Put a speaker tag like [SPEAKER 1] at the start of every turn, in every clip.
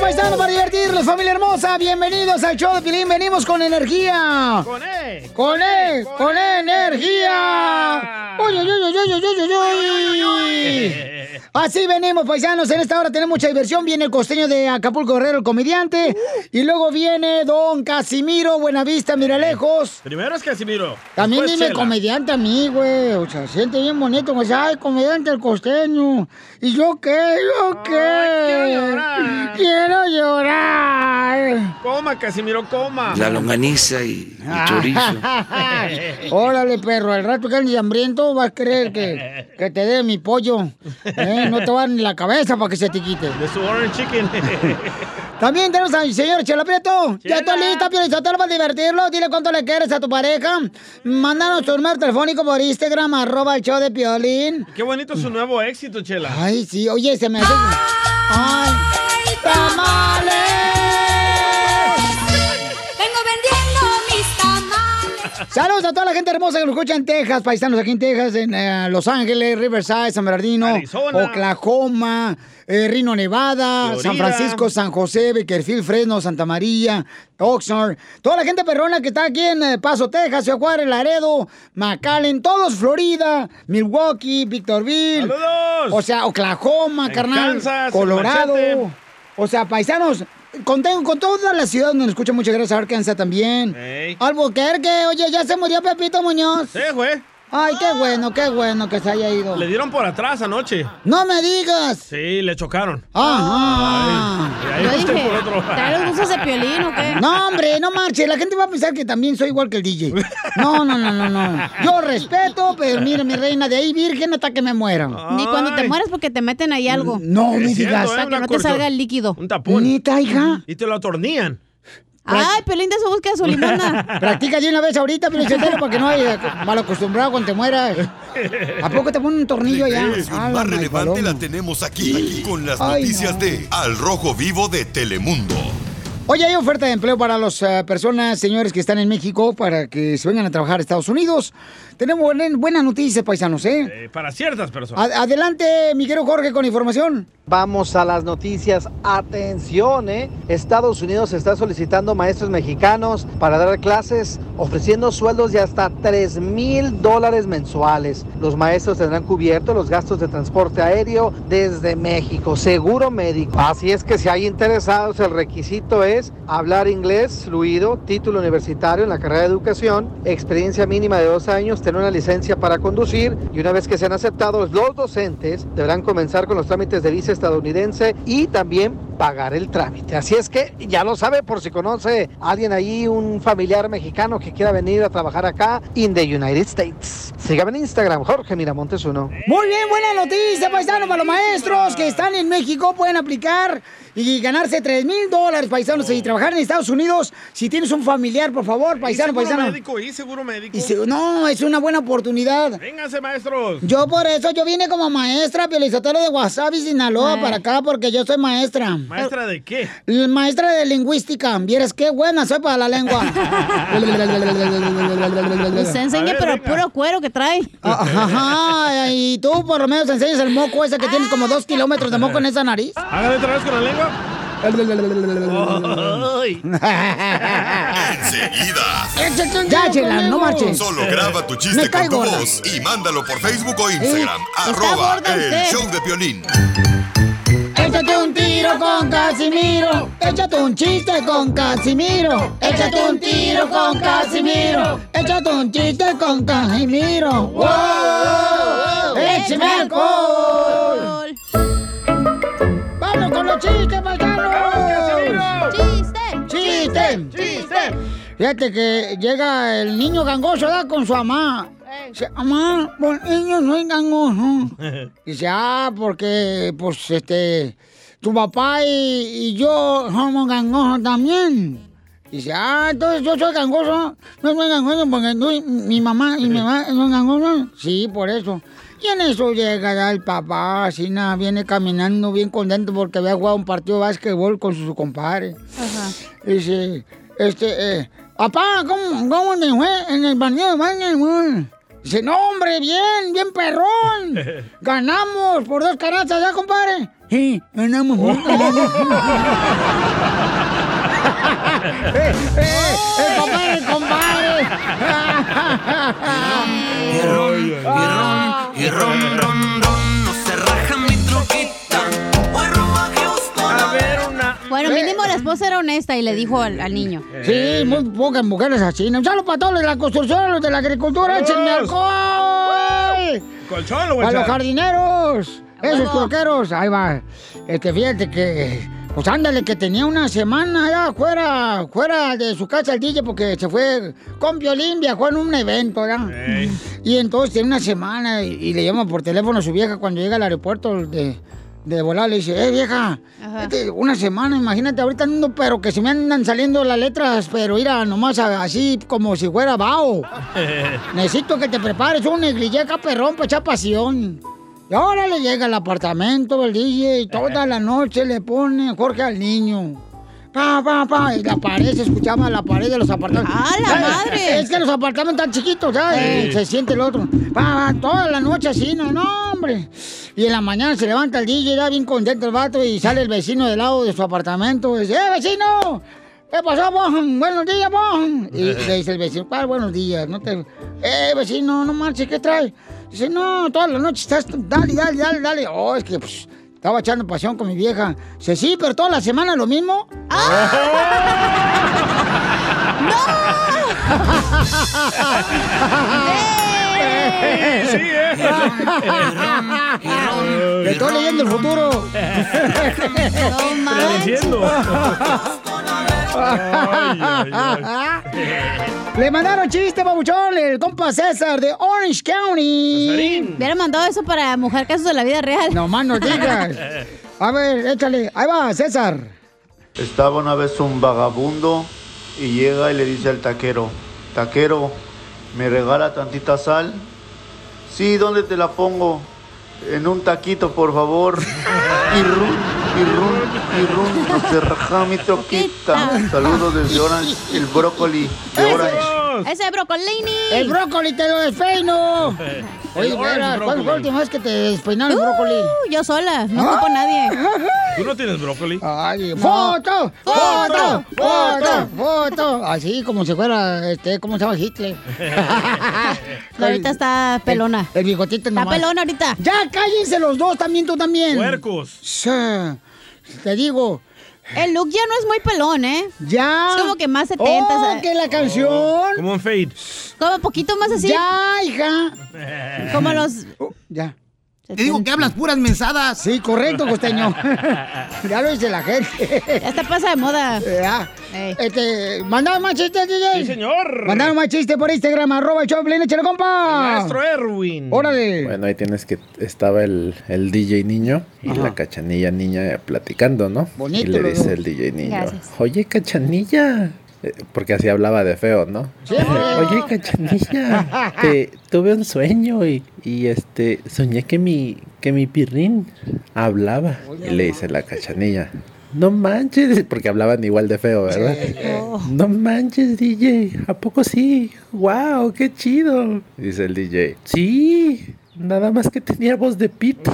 [SPEAKER 1] paisanos, para divertirlos, familia hermosa. Bienvenidos al show de Pilín. Venimos con energía.
[SPEAKER 2] Con E.
[SPEAKER 1] Con E, con, con e, energía. Uy, uy, uy, uy, uy, uy, uy, uy. Así venimos, paisanos. En esta hora tenemos mucha diversión. Viene el costeño de Acapulco Guerrero, el comediante. Y luego viene don Casimiro, Buenavista, mira lejos.
[SPEAKER 2] Primero es Casimiro.
[SPEAKER 1] También dime comediante a mí, güey. O sea, siente bien bonito. O sea, ay, comediante el costeño. ¿Y yo qué? ¿Yo qué?
[SPEAKER 2] quiero llorar.
[SPEAKER 1] Quiero llorar.
[SPEAKER 2] Coma, Casimiro, coma.
[SPEAKER 3] La longaniza y el chorizo.
[SPEAKER 1] Órale, perro, al rato que andes hambriento vas a creer que, que te dé mi pollo. ¿eh? No te va ni la cabeza para que se te quite.
[SPEAKER 2] De su orange chicken.
[SPEAKER 1] También tenemos al señor Chela Prieto. Ya está lista, Pielizotelo, para divertirlo. Dile cuánto le quieres a tu pareja. Mándanos tu número telefónico por Instagram, arroba el show de Piolín.
[SPEAKER 2] Qué bonito su nuevo éxito, Chela.
[SPEAKER 1] Ay, sí, oye, se me hace... ¡Ay, tamales!
[SPEAKER 4] Vengo vendiendo mis tamales.
[SPEAKER 1] Saludos a toda la gente hermosa que nos escucha en Texas, paisanos aquí en Texas, en eh, Los Ángeles, Riverside, San Bernardino,
[SPEAKER 2] Arizona.
[SPEAKER 1] Oklahoma, eh, Reno, Nevada,
[SPEAKER 2] Florida.
[SPEAKER 1] San Francisco, San José, Beckerfield, Fresno, Santa María, Oxnard. Toda la gente perrona que está aquí en eh, Paso, Texas, Ciudad Juárez, Laredo, McAllen, todos Florida, Milwaukee, Victorville.
[SPEAKER 2] ¡Saludos!
[SPEAKER 1] O sea, Oklahoma,
[SPEAKER 2] En
[SPEAKER 1] carnal,
[SPEAKER 2] Kansas, en
[SPEAKER 1] Colorado.
[SPEAKER 2] Machete.
[SPEAKER 1] O sea, paisanos, con, con toda la ciudad donde nos escucha, muchas gracias, Arkansas también.
[SPEAKER 2] Ey.
[SPEAKER 1] Albuquerque, oye, ya se murió Pepito Muñoz.
[SPEAKER 2] Sí, güey.
[SPEAKER 1] Ay, qué bueno, qué bueno que se haya ido.
[SPEAKER 2] Le dieron por atrás anoche.
[SPEAKER 1] No me digas.
[SPEAKER 2] Sí, le chocaron.
[SPEAKER 1] Ajá.
[SPEAKER 2] Y ahí
[SPEAKER 5] Yo
[SPEAKER 2] usted
[SPEAKER 5] dije,
[SPEAKER 2] por otro.
[SPEAKER 5] ¿trae los gustos de piolín o qué?
[SPEAKER 1] No, hombre, no marche. La gente va a pensar que también soy igual que el DJ. No, no, no, no, no. Yo respeto, pero mira, mi reina, de ahí virgen hasta que me muera.
[SPEAKER 5] Ni cuando te
[SPEAKER 2] Ay.
[SPEAKER 5] mueres porque te meten ahí algo.
[SPEAKER 1] No me
[SPEAKER 2] Es cierto,
[SPEAKER 1] digas.
[SPEAKER 2] ¿eh?
[SPEAKER 5] Para que
[SPEAKER 2] Una
[SPEAKER 5] no te
[SPEAKER 2] corcho-
[SPEAKER 5] salga el líquido.
[SPEAKER 2] Un tapón.
[SPEAKER 1] Neta, hija.
[SPEAKER 2] Y te lo atornillan.
[SPEAKER 5] Ay, Piolín de su búsqueda su limona.
[SPEAKER 1] Practica de una vez ahorita, pero chotero, para que no haya mal acostumbrado cuando te mueras. ¿A poco te ponen un tornillo allá? Ah,
[SPEAKER 6] Información más relevante la tenemos aquí, aquí, con las
[SPEAKER 1] Ay,
[SPEAKER 6] noticias
[SPEAKER 1] no.
[SPEAKER 6] de Al Rojo Vivo de Telemundo.
[SPEAKER 1] Oye, hay oferta de empleo para las eh, personas, señores, que están en México para que se vengan a trabajar a Estados Unidos. Tenemos buena- buenas noticias, paisanos, ¿eh?
[SPEAKER 2] Eh, para ciertas personas.
[SPEAKER 1] A- adelante, mi querido Jorge, con información.
[SPEAKER 7] Vamos a las noticias. Atención, ¿eh? Estados Unidos está solicitando maestros mexicanos para dar clases, ofreciendo sueldos de hasta 3 mil dólares mensuales. Los maestros tendrán cubiertos los gastos de transporte aéreo desde México, seguro médico. Así es que si hay interesados, el requisito es hablar inglés fluido, título universitario en la carrera de educación, experiencia mínima de dos años, tener una licencia para conducir y una vez que sean aceptados, los docentes deberán comenzar con los trámites de visa estadounidense y también pagar el trámite. Así es que ya lo sabe por si conoce a alguien ahí, un familiar mexicano que quiera venir a trabajar acá in the United States. Sígame en Instagram, Jorge Miramontes uno.
[SPEAKER 1] Muy bien, buena noticia, paisanos, para los maestros que están en México pueden aplicar y ganarse 3 mil dólares, paisanos,
[SPEAKER 2] Oh.
[SPEAKER 1] y trabajar en Estados Unidos. Si tienes un familiar, por favor,
[SPEAKER 2] y
[SPEAKER 1] paisano,
[SPEAKER 2] seguro
[SPEAKER 1] paisano.
[SPEAKER 2] médico, y seguro médico.
[SPEAKER 1] Y se- no, es una buena oportunidad.
[SPEAKER 2] Vénganse, maestros.
[SPEAKER 1] Yo por eso, yo vine como maestra, Piolizotelo de Wasabi, Sinaloa,
[SPEAKER 2] Ah.
[SPEAKER 5] Ay.
[SPEAKER 1] para acá, porque yo soy maestra.
[SPEAKER 2] ¿Maestra de qué?
[SPEAKER 1] L- Maestra de lingüística, vieras qué buena soy para la lengua.
[SPEAKER 5] Usted enseña, Pues
[SPEAKER 2] ver,
[SPEAKER 5] pero
[SPEAKER 2] venga.
[SPEAKER 5] puro cuero que trae.
[SPEAKER 1] Ah, Ajá, y tú por lo menos enseñas el moco ese que tienes como dos kilómetros de moco en esa nariz.
[SPEAKER 2] Hágale otra vez con la lengua. Ay.
[SPEAKER 6] Enseguida.
[SPEAKER 1] Ya, chela, no marches.
[SPEAKER 6] Solo graba tu
[SPEAKER 1] Me
[SPEAKER 6] chiste
[SPEAKER 1] cae
[SPEAKER 6] con tu
[SPEAKER 1] gorda.
[SPEAKER 6] voz y mándalo por Facebook o Instagram.
[SPEAKER 1] está
[SPEAKER 6] arroba
[SPEAKER 1] gorda
[SPEAKER 6] el
[SPEAKER 1] usted.
[SPEAKER 6] show de violín.
[SPEAKER 1] Échate un tiro con Casimiro. Échate un chiste con Casimiro. Échate un tiro con Casimiro. Échate un chiste con Casimiro. ¡Wow! ¡Échame alcohol! ¡Vamos con los chistes, paisanos!
[SPEAKER 5] ¡Chiste!
[SPEAKER 1] ¡Chiste! Fíjate que llega el niño gangoso, ¿verdad? Con su mamá. Dice, mamá, pues niño soy gangoso. Dice, ah, porque, pues, este, tu papá y, y yo somos gangosos también. Dice, ah, entonces yo soy gangoso. No soy gangoso porque tú, mi mamá y mi mamá son gangosos. Sí, por eso. Y en eso llega ya el papá, así nada, viene caminando bien contento porque había jugado un partido de básquetbol con su compadre. Dice, este, eh, papá, ¿cómo, cómo me fue en el baño de baño? Eh, Dice, no, hombre, bien, bien perrón. Ganamos por dos canastas, ¿ya, compadre? Sí, andamos juntos. andamos juntos. Eh, eh, ¡El papá del compadre!
[SPEAKER 3] Y ron, y ron, y ron, ron, ron, no se raja mi troquita.
[SPEAKER 2] A ver, una.
[SPEAKER 5] Bueno, mínimo la esposa era honesta y le dijo al, al niño.
[SPEAKER 1] Eh,
[SPEAKER 2] Eh.
[SPEAKER 1] Sí, muy pocas mujeres así. Un saludo para todos los de la construcción, los de la agricultura,
[SPEAKER 2] Vamos.
[SPEAKER 1] échenme alcohol.
[SPEAKER 2] Colchón, lo voy a
[SPEAKER 1] Para los
[SPEAKER 2] echar.
[SPEAKER 1] jardineros, esos
[SPEAKER 5] huevo.
[SPEAKER 1] troqueros, ahí va. Este, fíjate que, pues ándale, que tenía una semana allá fuera, fuera de su casa el DJ porque se fue con violín, viajó en un evento, ¿verdad?
[SPEAKER 2] Ey.
[SPEAKER 1] Y entonces tiene una semana y, y le llama por teléfono a su vieja cuando llega al aeropuerto de, de volar. Le dice, eh, vieja,
[SPEAKER 5] Ajá.
[SPEAKER 1] este, una semana, imagínate, ahorita ando, pero que se me andan saliendo las letras, pero mira, nomás a- así como si fuera vaho. Necesito que te prepares un neglilleca perrón para echar pasión. Y ahora le llega al apartamento el DJ y toda la noche le pone Jorge al niño. Pa, pa, pa, y la pared se escuchaba la pared de los apartamentos.
[SPEAKER 5] ¡Ah, la
[SPEAKER 1] ¿Sabes?
[SPEAKER 5] madre!
[SPEAKER 1] Es que los apartamentos están chiquitos, ¿sabes?
[SPEAKER 2] Sí.
[SPEAKER 1] Se siente el otro. Pa, pa, toda la noche así, no, no, hombre. Y en la mañana se levanta el DJ, ya bien contento el vato, y sale el vecino del lado de su apartamento. Y dice, ¡eh, vecino! ¿Qué pasó, bon? Buenos días, bon. Y le dice el vecino, pa, buenos días, no te. Eh, vecino, no marches, ¿qué traes? Dice, no, toda la noche estás. Dale, dale, dale, dale. Oh, es que pues, estaba echando pasión con mi vieja. Dice, sí, pero toda la semana lo mismo.
[SPEAKER 5] ¡Ah!
[SPEAKER 2] Sí, eh.
[SPEAKER 1] Le estoy leyendo el futuro.
[SPEAKER 5] No manches.
[SPEAKER 2] Prediciendo. Ay, ay, ay.
[SPEAKER 1] Le mandaron chiste, babuchón, el compa César de Orange County.
[SPEAKER 2] Sarín.
[SPEAKER 5] Hubiera mandado eso para mujer casos de la vida real.
[SPEAKER 1] No más nos digas. A ver, échale. Ahí va, César.
[SPEAKER 8] Estaba una vez un vagabundo y llega y le dice al taquero, taquero, ¿me regala tantita sal? Sí, ¿dónde te la pongo? En un taquito, por favor. Y run, y run, y run, no se raja mi troquita. Saludos desde Orange, el brócoli de Orange.
[SPEAKER 5] Ese brocolini.
[SPEAKER 1] El brócoli te lo despeino.
[SPEAKER 2] Eh,
[SPEAKER 1] Oye,
[SPEAKER 2] El orange
[SPEAKER 1] Vera, ¿cuándo fue la
[SPEAKER 2] brócoli.
[SPEAKER 1] última vez que te despeinaron el brócoli?
[SPEAKER 5] Uh, yo sola, no ocupo a nadie.
[SPEAKER 2] ¿Tú no tienes brócoli?
[SPEAKER 1] Ay, foto, foto,
[SPEAKER 5] Foto,
[SPEAKER 1] foto, foto. Así como si fuera, este, ¿cómo se llama Hitler?
[SPEAKER 5] Ahorita está pelona.
[SPEAKER 1] El, el bigotito
[SPEAKER 5] Está
[SPEAKER 1] nomás.
[SPEAKER 5] pelona ahorita.
[SPEAKER 1] Ya cállense los dos también, tú también.
[SPEAKER 2] Puercos.
[SPEAKER 1] Sí, Te digo,
[SPEAKER 5] El look ya no es muy pelón, ¿eh?
[SPEAKER 1] ya.
[SPEAKER 5] Es como que más 70,
[SPEAKER 1] Oh,
[SPEAKER 5] ¿sabes?
[SPEAKER 1] que la canción.
[SPEAKER 2] Como un fade.
[SPEAKER 5] Como poquito más así.
[SPEAKER 1] Ya, hija.
[SPEAKER 5] Como los.
[SPEAKER 1] Oh, Ya.
[SPEAKER 9] Te digo que hablas puras mensadas.
[SPEAKER 1] Sí, correcto, costeño. ya lo dice la gente.
[SPEAKER 5] Ya está pasa de moda.
[SPEAKER 1] Ya.
[SPEAKER 5] Ey.
[SPEAKER 1] Este, mandaron más chistes, DJ.
[SPEAKER 2] Sí, señor.
[SPEAKER 1] Mandaron más chistes por Instagram, arroba el Choplin, échale compa. Oh,
[SPEAKER 2] Maestro
[SPEAKER 1] Mm.
[SPEAKER 2] Erwin.
[SPEAKER 1] Órale.
[SPEAKER 10] Bueno, ahí tienes que estaba el, el DJ niño y
[SPEAKER 1] Ajá.
[SPEAKER 10] la cachanilla niña platicando, ¿no?
[SPEAKER 1] Bonito
[SPEAKER 10] y le
[SPEAKER 1] lo
[SPEAKER 10] dice
[SPEAKER 1] veo.
[SPEAKER 10] el DJ niño,
[SPEAKER 5] Gracias.
[SPEAKER 10] oye cachanilla, Eh, porque así hablaba de feo, ¿no?
[SPEAKER 1] Sí.
[SPEAKER 10] oye cachanilla, te- tuve un sueño y, y, este soñé que mi que mi pirrín hablaba y le dice la cachanilla. No manches, porque hablaban igual de feo, ¿verdad? No manches, DJ, ¿a poco sí? ¡Wow, qué chido! Dice el DJ. Sí, nada más que tenía voz de pito.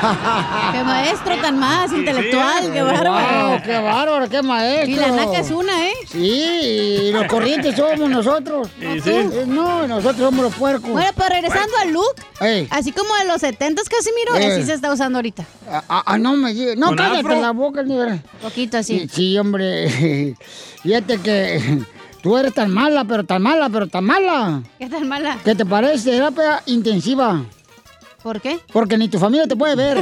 [SPEAKER 5] Qué maestro tan más, intelectual, qué bárbaro.
[SPEAKER 1] Wow, qué bárbaro, qué maestro.
[SPEAKER 5] Y la naca es una, ¿eh?
[SPEAKER 1] Sí, y los corrientes oh. somos nosotros.
[SPEAKER 2] Sí, sí.
[SPEAKER 1] Eh, No, nosotros somos los puercos.
[SPEAKER 5] Bueno, pero regresando al look,
[SPEAKER 1] Ey.
[SPEAKER 5] así como de los 70s, Casimiro,
[SPEAKER 1] Eh.
[SPEAKER 5] así se está usando ahorita.
[SPEAKER 1] Ah, ah, ah, no me digas. No,
[SPEAKER 2] ¿Con
[SPEAKER 1] cállate
[SPEAKER 2] afro?
[SPEAKER 1] la boca, ni-
[SPEAKER 5] Poquito
[SPEAKER 1] Sí,
[SPEAKER 5] así.
[SPEAKER 1] sí, hombre. Fíjate que tú eres tan mala, pero tan mala, pero tan mala.
[SPEAKER 5] ¿Qué tan mala?
[SPEAKER 1] ¿Qué te parece? Terapia intensiva.
[SPEAKER 5] ¿Por qué?
[SPEAKER 1] Porque ni tu familia te puede ver.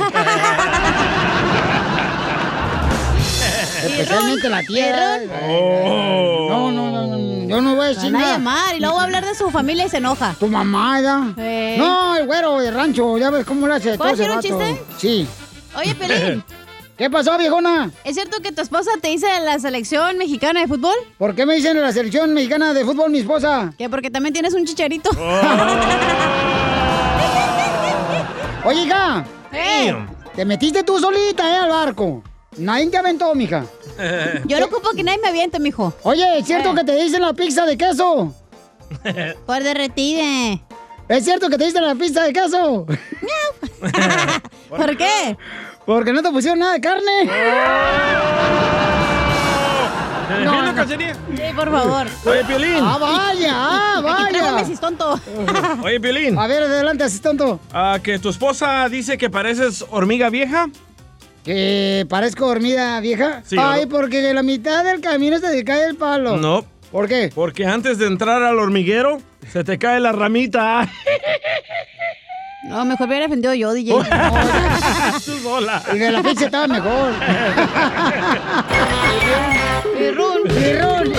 [SPEAKER 1] Especialmente la tierra.
[SPEAKER 2] Oh.
[SPEAKER 1] No, no, no, no, Yo no voy a decir
[SPEAKER 5] Van a
[SPEAKER 1] nada.
[SPEAKER 5] llamar y luego va a hablar de su familia y se enoja.
[SPEAKER 1] Tu mamada.
[SPEAKER 5] Eh.
[SPEAKER 1] No, el güero de rancho. Ya ves cómo le hace.
[SPEAKER 5] ¿Puedo
[SPEAKER 1] todo ese
[SPEAKER 5] hacer un
[SPEAKER 1] vato. Sí.
[SPEAKER 5] Oye, Pelín,
[SPEAKER 1] ¿Qué pasó, viejona?
[SPEAKER 5] ¿es cierto que tu esposa te dice de la selección mexicana de fútbol?
[SPEAKER 1] ¿Por qué me dicen en la selección mexicana de fútbol mi esposa?
[SPEAKER 5] Que porque también tienes un
[SPEAKER 2] Oh.
[SPEAKER 5] chicharito.
[SPEAKER 1] Oye, hija.
[SPEAKER 5] Eh,
[SPEAKER 1] Te metiste tú solita, eh, al barco. Nadie te aventó, mija.
[SPEAKER 5] yo no ocupo que nadie me aviente, mijo.
[SPEAKER 1] Oye, ¿es cierto
[SPEAKER 5] Eh.
[SPEAKER 1] que te dicen la pizza de queso?
[SPEAKER 5] Por derretida.
[SPEAKER 1] ¿Es cierto que te diste la pista de caso? ¿Por qué? Porque no te pusieron nada de
[SPEAKER 2] Eh.
[SPEAKER 1] carne.
[SPEAKER 5] defiendo, No, no. Casimiro? Sí, por favor.
[SPEAKER 2] Oye, Piolín.
[SPEAKER 1] Ah, vaya, ah,
[SPEAKER 5] Aquí
[SPEAKER 1] vaya.
[SPEAKER 5] tengo a mi asistonto.
[SPEAKER 2] Oye, Piolín.
[SPEAKER 1] A ver, adelante, asistente.
[SPEAKER 2] Ah, que tu esposa dice que pareces hormiga vieja.
[SPEAKER 1] ¿Que parezco dormida vieja?
[SPEAKER 2] Sí,
[SPEAKER 1] Ay,
[SPEAKER 2] ¿no?
[SPEAKER 1] porque de la mitad del camino se te cae el palo.
[SPEAKER 2] No.
[SPEAKER 1] ¿Por qué?
[SPEAKER 2] Porque antes de entrar al hormiguero, se te cae la ramita.
[SPEAKER 5] No, mejor hubiera defendido yo, DJ.
[SPEAKER 2] Tú sola.
[SPEAKER 1] El de la pizza estaba mejor. Pirrón, pirrón, pirrón.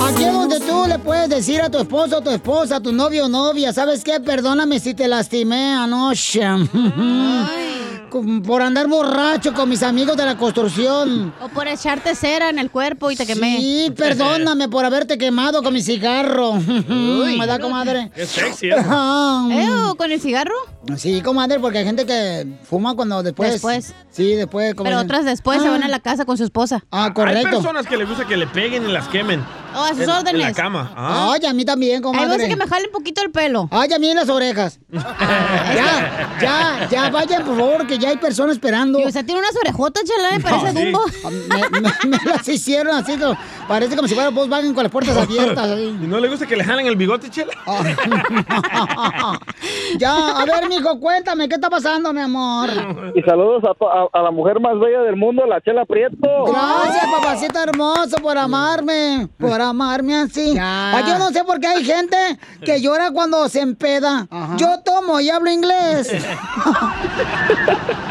[SPEAKER 1] Aquí es donde tú le puedes decir a tu esposo, a tu esposa, a tu novio o novia, ¿sabes qué? Perdóname si te lastimé anoche. Con- Por andar borracho con mis amigos de la construcción.
[SPEAKER 5] O por echarte cera en el cuerpo y te quemé.
[SPEAKER 1] Sí, perdóname por haberte quemado con mi cigarro. Me da comadre.
[SPEAKER 2] Qué sexy, ¿eh?
[SPEAKER 1] Ah,
[SPEAKER 5] ¿Con el cigarro?
[SPEAKER 1] Sí, comadre, porque hay gente que fuma cuando después.
[SPEAKER 5] Después.
[SPEAKER 1] Sí, después. como
[SPEAKER 5] Pero
[SPEAKER 1] dicen,
[SPEAKER 5] otras después se van
[SPEAKER 1] "Ah".
[SPEAKER 5] a la casa con su esposa.
[SPEAKER 1] Ah,
[SPEAKER 2] Hay personas que les gusta que le peguen y las quemen.
[SPEAKER 5] Oh, a sus
[SPEAKER 2] en,
[SPEAKER 5] órdenes.
[SPEAKER 2] En la cama. Ah.
[SPEAKER 1] Ay, a mí también, comadre.
[SPEAKER 5] Hay veces que me jalen poquito el pelo.
[SPEAKER 1] Ay, a mí en las orejas. ya, ya, ya, vayan, por favor, que ya hay personas esperando. Y usted
[SPEAKER 5] tiene unas orejotas, chela, ¿eh? Parece Dumbo.
[SPEAKER 1] Me, me- me las hicieron así, como- parece como si fuera Volkswagen con las puertas abiertas. ahí.
[SPEAKER 2] ¿Y no le gusta que le jalen el bigote, chela?
[SPEAKER 1] Ah, Ya, a ver, mijo, cuéntame, ¿qué está pasando, mi amor?
[SPEAKER 11] Y saludos a, to- a- a la mujer más bella del mundo, la Chela Prieto.
[SPEAKER 1] Gracias, papacito hermoso, por amarme, por amarme así. Ay, yo no sé por qué hay gente que llora cuando se empeda. Yo tomo y hablo inglés.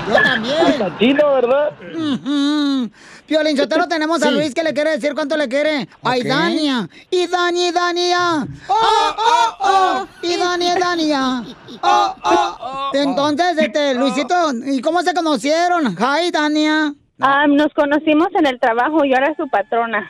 [SPEAKER 1] yo también.
[SPEAKER 11] Chino, pues, ¿verdad?
[SPEAKER 1] Ujú. Piolín Sotelo, tenemos a
[SPEAKER 11] Sí.
[SPEAKER 1] Luis que le quiere decir cuánto le quiere. Ay,
[SPEAKER 11] Ok.
[SPEAKER 1] Dania. Y Dani, Dania. Oh, oh, oh. Y Dani, Dania. Oh, oh. Entonces, este, Luisito, ¿y cómo se conocieron? Hi, Dania.
[SPEAKER 12] Ah, nos conocimos en el trabajo, yo era su patrona.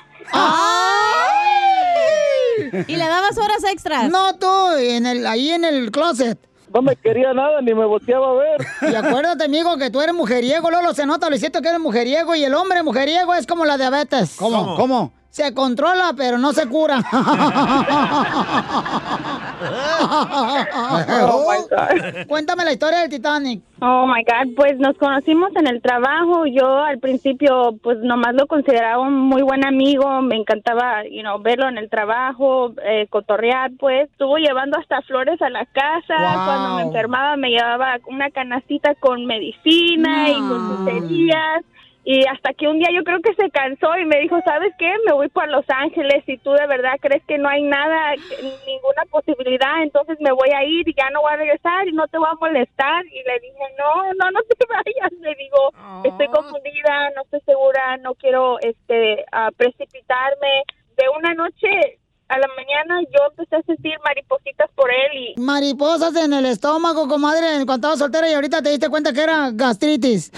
[SPEAKER 5] ¿Y le dabas horas extras?
[SPEAKER 1] No, tú, en el, ahí en el closet.
[SPEAKER 11] No me quería nada, ni me volteaba a ver.
[SPEAKER 1] Y acuérdate, amigo, que tú eres mujeriego, Lolo, se nota, Luisito, que eres mujeriego y el hombre mujeriego es como la diabetes.
[SPEAKER 11] ¿Cómo?
[SPEAKER 1] ¿Cómo? Se controla, pero no se cura. Ah,
[SPEAKER 12] Oh, my
[SPEAKER 11] pues,
[SPEAKER 12] God.
[SPEAKER 1] Cuéntame la historia del Titanic.
[SPEAKER 12] Oh my God, pues nos conocimos en el trabajo. Yo al principio, pues nomás lo consideraba un muy buen amigo. Me encantaba, you know, verlo en el trabajo, eh, cotorrear, pues. Estuvo llevando hasta flores a la casa.
[SPEAKER 13] Wow.
[SPEAKER 12] Cuando me enfermaba, me llevaba una canastita con medicina y con tonterías. Y hasta que un día yo creo que se cansó y me dijo, ¿sabes qué? Me voy para Los Ángeles y tú de verdad crees que no hay nada, que- ninguna posibilidad, entonces me voy a ir y ya no voy a regresar y no te voy a molestar. Y le dije, no, no, no te vayas. Le digo, estoy confundida, no estoy segura, no quiero este ah, precipitarme. De una noche a la mañana yo empecé a sentir maripositas por él y
[SPEAKER 1] Mariposas en el estómago, comadre, cuando estabas soltera y ahorita te diste cuenta que era gastritis.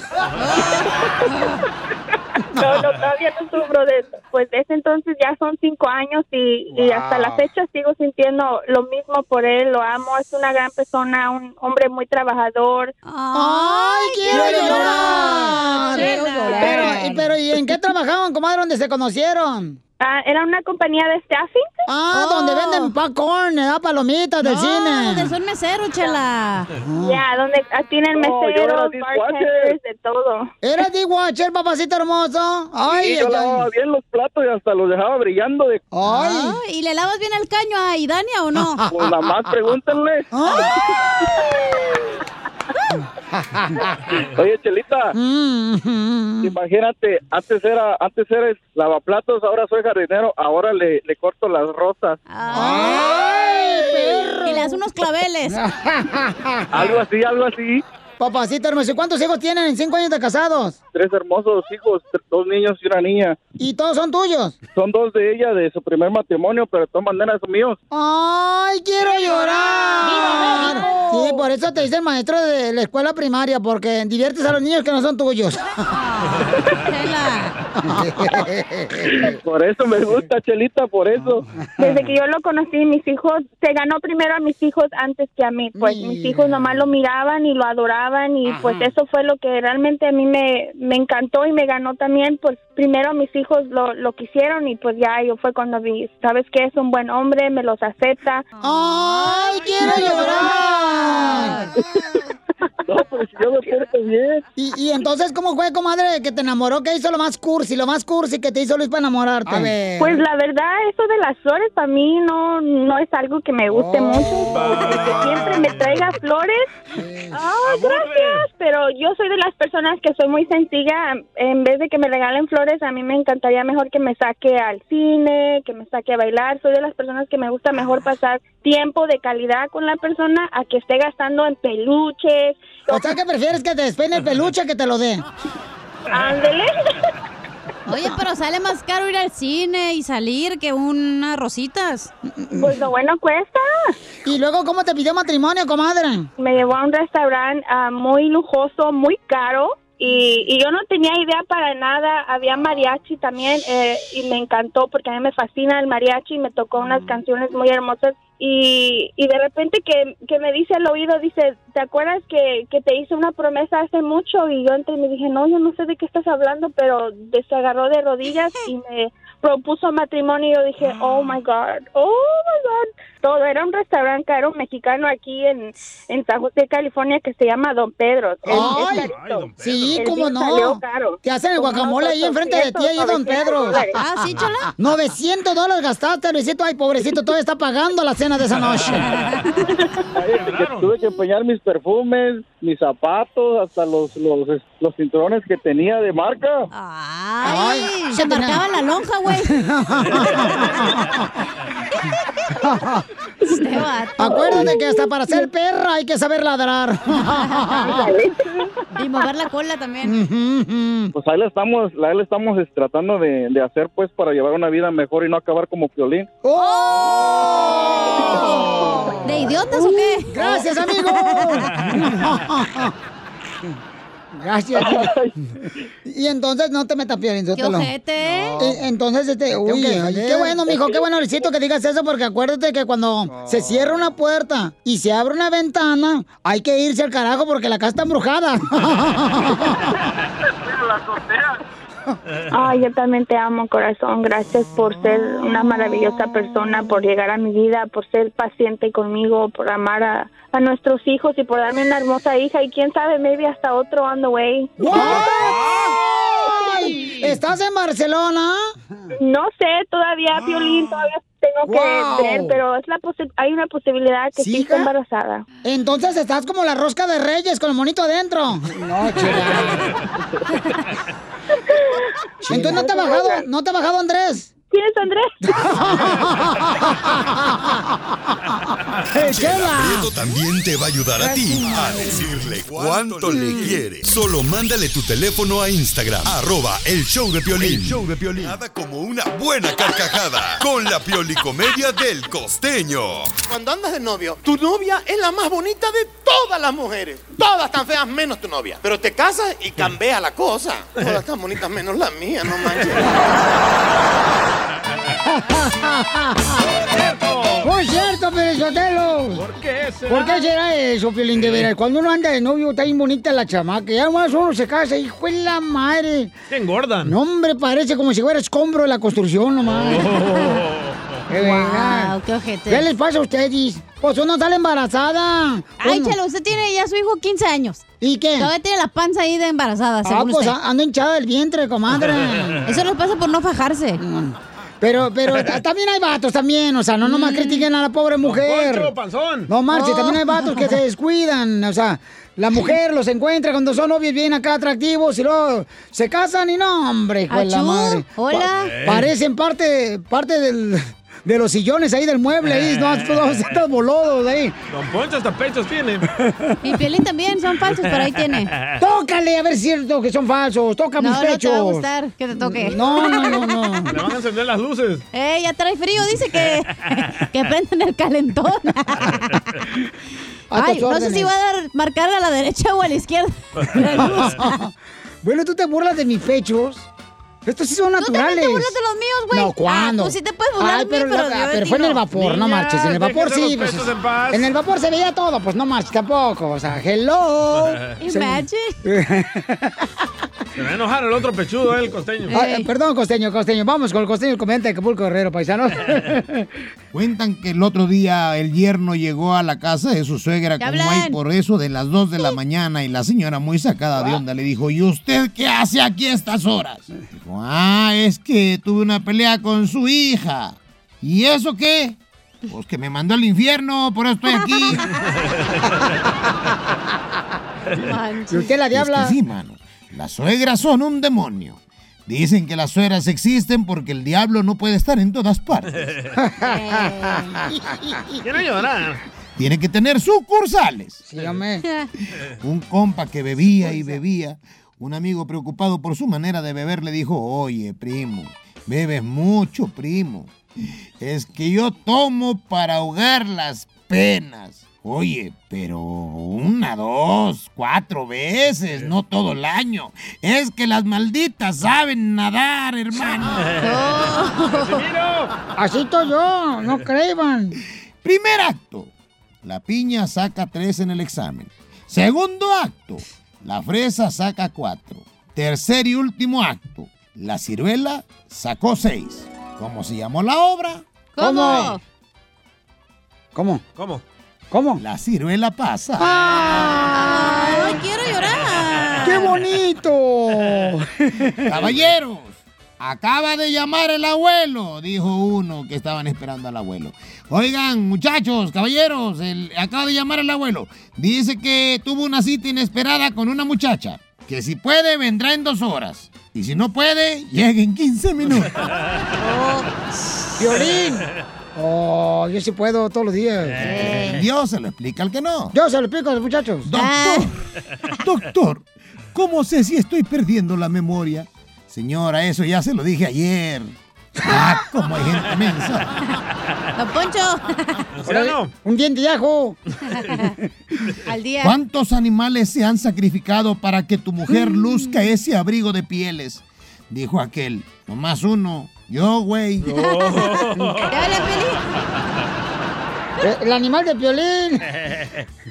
[SPEAKER 12] No, no, todavía no sufro de eso. Pues desde entonces ya son cinco años y, y
[SPEAKER 13] Wow.
[SPEAKER 12] hasta la fecha sigo sintiendo lo mismo por él. Lo amo, es una gran persona, un hombre muy trabajador.
[SPEAKER 1] ¡Ay, quiero llorar!
[SPEAKER 12] Quiero llorar.
[SPEAKER 1] Pero, y- pero, ¿y en qué trabajaban, comadre, donde se conocieron?
[SPEAKER 12] Ah, era una compañía de staffing.
[SPEAKER 1] Ah,
[SPEAKER 12] Oh.
[SPEAKER 1] donde venden popcorn, ¿verdad? Palomitas del
[SPEAKER 5] No,
[SPEAKER 1] cine.
[SPEAKER 5] donde son meseros, chela.
[SPEAKER 12] Ya, donde tienen
[SPEAKER 1] No,
[SPEAKER 11] Oh,
[SPEAKER 1] yo era
[SPEAKER 12] meseros,
[SPEAKER 1] dishwasher.
[SPEAKER 12] bartenders, de todo.
[SPEAKER 1] ¿Eres de watcher papacito hermoso? Ay,
[SPEAKER 11] y yo
[SPEAKER 1] ay,
[SPEAKER 11] lavaba
[SPEAKER 1] ay.
[SPEAKER 11] bien los platos y hasta los dejaba brillando. De...
[SPEAKER 1] Ay.
[SPEAKER 5] Ah, ¿Y le lavas bien el caño a Idania o no?
[SPEAKER 11] Pues nada más pregúntenle.
[SPEAKER 1] Ah,
[SPEAKER 11] Oye, Chelita. Imagínate, antes era, antes eres lavaplatos, ahora soy jardinero, ahora le, le corto las rosas.
[SPEAKER 5] ¡Ay, perro! Y le das unos claveles.
[SPEAKER 11] Algo así, algo así.
[SPEAKER 1] Papacito hermoso, ¿y cuántos hijos tienen en cinco años de casados?
[SPEAKER 11] Tres hermosos hijos, tre- dos niños y una niña.
[SPEAKER 1] ¿Y todos son tuyos?
[SPEAKER 11] Son dos de ella de su primer matrimonio, pero de todas maneras son míos.
[SPEAKER 1] ¡Ay, quiero llorar! Sí, por por eso te dicen maestro de la escuela primaria, porque diviertes a los niños que no son tuyos.
[SPEAKER 11] Por eso me gusta, Chelita, por eso.
[SPEAKER 12] Desde que yo lo conocí, mis hijos, se ganó primero a mis hijos antes que a mí. Pues mis hijos nomás lo miraban y lo adoraban y pues eso fue lo que realmente a mí me, me encantó y me ganó también. Pues primero mis hijos lo, lo quisieron y pues ya yo fue cuando vi, sabes que es un buen hombre, me los acepta.
[SPEAKER 1] ¡Ay, quiero llorar!
[SPEAKER 11] No, pues yo me porto bien.
[SPEAKER 1] Y, y entonces, ¿cómo fue, comadre, que te enamoró? ¿Qué hizo lo más cursi, lo más cursi que te hizo Luis para enamorarte? A ver.
[SPEAKER 12] Pues la verdad, eso de las flores para mí no, no es algo que me
[SPEAKER 1] Oh,
[SPEAKER 12] guste mucho. Que siempre me traiga flores. Oh, gracias. Pero yo soy de las personas que soy muy sencilla. En vez de que me regalen flores, a mí me encantaría mejor que me saque al cine, que me saque a bailar. Soy de las personas que me gusta mejor pasar tiempo de calidad con la persona a que esté gastando en peluches.
[SPEAKER 1] O sea, que prefieres que te despeine el peluche que te lo dé.
[SPEAKER 12] Ándele.
[SPEAKER 5] Oye, pero sale más caro ir al cine y salir que unas rositas.
[SPEAKER 12] Pues lo bueno cuesta.
[SPEAKER 1] ¿Y luego cómo te pidió matrimonio, comadre?
[SPEAKER 12] Me llevó a un restaurante ah, muy lujoso, muy caro. Y, y yo no tenía idea para nada. Había mariachi también eh, y me encantó porque a mí me fascina el mariachi y me tocó unas canciones muy hermosas. Y, y de repente que, que me dice al oído, dice, ¿te acuerdas que, que te hice una promesa hace mucho? Y yo entré y me dije, no, yo no sé de qué estás hablando, pero de- se agarró de rodillas y me propuso matrimonio y yo dije, oh my God, oh my God. Todo era un restaurante caro mexicano aquí en, en San José, California, que se llama Don Pedro. Es- es
[SPEAKER 1] ¡Ay!
[SPEAKER 12] carito.
[SPEAKER 1] Sí,
[SPEAKER 12] El
[SPEAKER 1] cómo
[SPEAKER 12] bill salió
[SPEAKER 1] no.
[SPEAKER 12] caro.
[SPEAKER 1] Te hacen el
[SPEAKER 12] Como
[SPEAKER 1] guacamole ahí
[SPEAKER 12] unos
[SPEAKER 1] enfrente de ti, ahí,
[SPEAKER 12] 800,
[SPEAKER 1] don
[SPEAKER 12] 900
[SPEAKER 1] Pedro. Ah,
[SPEAKER 12] dólares.
[SPEAKER 1] 900 dólares gastaste, Luisito. Ay, pobrecito, todavía está pagando la cena de esa noche.
[SPEAKER 11] Que tuve que empeñar mis perfumes, mis zapatos, hasta los, los, los cinturones que tenía de marca.
[SPEAKER 5] Ay, se marcaba la lonja, güey. Este
[SPEAKER 1] Acuérdate que hasta para ser perra hay que saber ladrar.
[SPEAKER 5] y mover la cola también.
[SPEAKER 11] Pues ahí le estamos, ahí le estamos es, tratando de, de hacer pues para llevar una vida mejor y no acabar como Piolín.
[SPEAKER 1] oh.
[SPEAKER 5] Oh. ¿De idiotas o qué?
[SPEAKER 1] Gracias, amigo. Gracias. y entonces no te metas Piolín, Sotelo.
[SPEAKER 5] ojete!
[SPEAKER 1] E- Entonces, este, uy,
[SPEAKER 5] que
[SPEAKER 1] ay,
[SPEAKER 5] salir.
[SPEAKER 1] qué bueno, mijo, qué bueno, Luisito, que digas eso, porque acuérdate que cuando se cierra una puerta y se abre una ventana, hay que irse al carajo porque la casa está embrujada.
[SPEAKER 12] Ay, yo también te amo, corazón. Gracias por ser una maravillosa persona, por llegar a mi vida, por ser paciente conmigo, por amar a, a nuestros hijos y por darme una hermosa hija. Y quién sabe, maybe hasta otro on the way.
[SPEAKER 1] ¡Ay! ¿Estás en Barcelona?
[SPEAKER 12] No sé, todavía, Violín, todavía tengo
[SPEAKER 1] Wow.
[SPEAKER 12] que ver, pero es la posi- hay una posibilidad que sí,
[SPEAKER 1] ¿Sí,
[SPEAKER 12] esté
[SPEAKER 1] hija?
[SPEAKER 12] embarazada.
[SPEAKER 1] Entonces estás como la rosca de Reyes con el monito adentro. No, chela. Entonces no te ha bajado, no te ha bajado Andrés.
[SPEAKER 12] ¿Quién es
[SPEAKER 1] Andrés?
[SPEAKER 6] Chela Prieto también te va a ayudar a ti a decirle cuánto le quiere. Solo mándale tu teléfono a Instagram, arroba el show de Piolín. Nada como una buena carcajada con la piolicomedia del costeño.
[SPEAKER 13] Cuando andas de novio, tu novia es la más bonita de todas las mujeres. Todas tan feas menos tu novia. Pero te casas y cambia la cosa. Todas tan bonitas menos la mía, no manches.
[SPEAKER 1] Muy cierto, Pelizotelo. ¿Por
[SPEAKER 2] qué
[SPEAKER 1] será? ¿Por qué será eso, Piolín? De veras, cuando uno anda de novio, está bien bonita la chamaca. Ya más uno se casa, hijo de la madre.
[SPEAKER 2] Te engordan.
[SPEAKER 1] No, hombre, parece como si fuera escombro de la construcción nomás. Qué
[SPEAKER 5] Wow,
[SPEAKER 1] verdad.
[SPEAKER 5] qué Ah, ojete.
[SPEAKER 1] ¿Qué les pasa a ustedes? Pues uno sale embarazada.
[SPEAKER 5] Ay,
[SPEAKER 1] Uno-
[SPEAKER 5] chelo, usted tiene ya su hijo 15 años.
[SPEAKER 1] ¿Y qué?
[SPEAKER 5] Todavía tiene la panza ahí de embarazada,
[SPEAKER 1] Ah,
[SPEAKER 5] según
[SPEAKER 1] pues
[SPEAKER 5] usted.
[SPEAKER 1] a- ando hinchada del vientre, comadre.
[SPEAKER 5] Eso nos pasa por no fajarse.
[SPEAKER 1] Pero, pero ta- también hay vatos también, o sea, no
[SPEAKER 5] Mm.
[SPEAKER 1] nomás critiquen a la pobre mujer.
[SPEAKER 2] Poncho, panzón.
[SPEAKER 1] No marche,
[SPEAKER 2] Oh.
[SPEAKER 1] también hay vatos que se descuidan, o sea, la mujer los encuentra cuando son novios bien acá atractivos y luego se casan y no, hombre, hijo de la
[SPEAKER 5] Achú,
[SPEAKER 1] madre.
[SPEAKER 5] hola.
[SPEAKER 1] Pa-
[SPEAKER 5] Eh.
[SPEAKER 1] parecen parte, parte del- de los sillones ahí del mueble, ahí, no, todos están bolodos ahí.
[SPEAKER 2] Don Poncho hasta pechos tiene.
[SPEAKER 5] Y Piolín también, son falsos, pero ahí tiene.
[SPEAKER 1] Tócale, a ver si es cierto que son falsos. Toca
[SPEAKER 5] No,
[SPEAKER 1] mis
[SPEAKER 5] no te
[SPEAKER 1] pechos.
[SPEAKER 5] va a gustar que te toque.
[SPEAKER 1] No, no, no, no.
[SPEAKER 2] Le van a encender las luces.
[SPEAKER 5] Eh, ya trae frío, dice que, que prenden el calentón.
[SPEAKER 1] A
[SPEAKER 5] Ay,
[SPEAKER 1] tus
[SPEAKER 5] no sé si
[SPEAKER 1] órdenes.
[SPEAKER 5] va a dar, marcar a la derecha o a la izquierda.
[SPEAKER 1] bueno, tú te burlas de mis pechos. Estos sí son
[SPEAKER 5] Tú también
[SPEAKER 1] naturales.
[SPEAKER 5] te burlas de los míos, güey.
[SPEAKER 1] No, ¿cuándo?
[SPEAKER 5] Ah, tú sí te puedes burlar
[SPEAKER 1] Ay,
[SPEAKER 5] de
[SPEAKER 1] pero,
[SPEAKER 5] mí, pero,
[SPEAKER 1] la-
[SPEAKER 5] yo de
[SPEAKER 1] pero
[SPEAKER 5] ti
[SPEAKER 1] fue en el
[SPEAKER 5] no.
[SPEAKER 1] vapor, no marches. En el vapor
[SPEAKER 2] déjense
[SPEAKER 1] sí.
[SPEAKER 2] los
[SPEAKER 1] Pues,
[SPEAKER 2] pechos en paz.
[SPEAKER 1] el vapor se veía todo, pues no marches tampoco. O sea, hello.
[SPEAKER 5] Imagine.
[SPEAKER 2] Se va a enojar el otro pechudo, eh, el costeño.
[SPEAKER 1] Ah, eh, perdón, costeño, costeño. Vamos con el costeño, el comediante de Acapulco Guerrero, paisano.
[SPEAKER 9] Cuentan que el otro día el yerno llegó a la casa de su suegra
[SPEAKER 1] ¿Te
[SPEAKER 9] como
[SPEAKER 1] hablan?
[SPEAKER 9] hay por eso de las 2 de la mañana y la señora muy sacada de onda le dijo, ¿y usted qué hace aquí a estas horas? Dijo, ah, es que tuve una pelea con su hija. ¿Y eso qué? Pues que me mandó al infierno, por eso estoy aquí.
[SPEAKER 1] ¿Y usted la diabla?
[SPEAKER 9] Es que sí, mano. Las suegras son un demonio. Dicen que las suegras existen porque el diablo no puede estar en todas partes.
[SPEAKER 2] Quiero llorar.
[SPEAKER 9] Tiene que tener sucursales. Un compa que bebía y bebía, un amigo preocupado por su manera de beber le dijo, oye, primo, bebes mucho, primo. Es que yo tomo para ahogar las penas. Oye, pero una, dos, cuatro veces, no todo el año. Es que las malditas saben nadar, hermano.
[SPEAKER 1] Así estoy yo, no crean.
[SPEAKER 9] Primer acto, la piña saca tres en el examen. Segundo acto, la fresa saca cuatro. Tercer y último acto, la ciruela sacó seis. ¿Cómo se llamó la obra?
[SPEAKER 2] ¿Cómo?
[SPEAKER 1] ¿Cómo?
[SPEAKER 2] ¿Cómo?
[SPEAKER 1] ¿Cómo?
[SPEAKER 9] La ciruela pasa.
[SPEAKER 5] Ay, quiero llorar.
[SPEAKER 1] ¡Qué bonito!
[SPEAKER 9] Caballeros, acaba de llamar el abuelo, dijo uno que estaban esperando al abuelo. Oigan, muchachos, caballeros, el- acaba de llamar el abuelo. Dice que tuvo una cita inesperada con una muchacha, que si puede vendrá en dos horas. Y si no puede, llegue en 15 minutos.
[SPEAKER 1] Oh, Violín. Oh, yo sí puedo todos los días.
[SPEAKER 9] Dios se lo explica al que no.
[SPEAKER 1] Yo se lo explico a los muchachos.
[SPEAKER 9] Doctor, doctor, ¿cómo sé si estoy perdiendo la memoria? Señora, eso ya se lo dije ayer. Ah, como hay gente mensa.
[SPEAKER 5] Don Poncho,
[SPEAKER 1] Órale, Un diente de ajo.
[SPEAKER 5] al día.
[SPEAKER 9] ¿Cuántos animales se han sacrificado para que tu mujer
[SPEAKER 5] Mm.
[SPEAKER 9] luzca ese abrigo de pieles? Dijo aquel, nomás uno, yo, güey.
[SPEAKER 1] Eh, El animal de violín.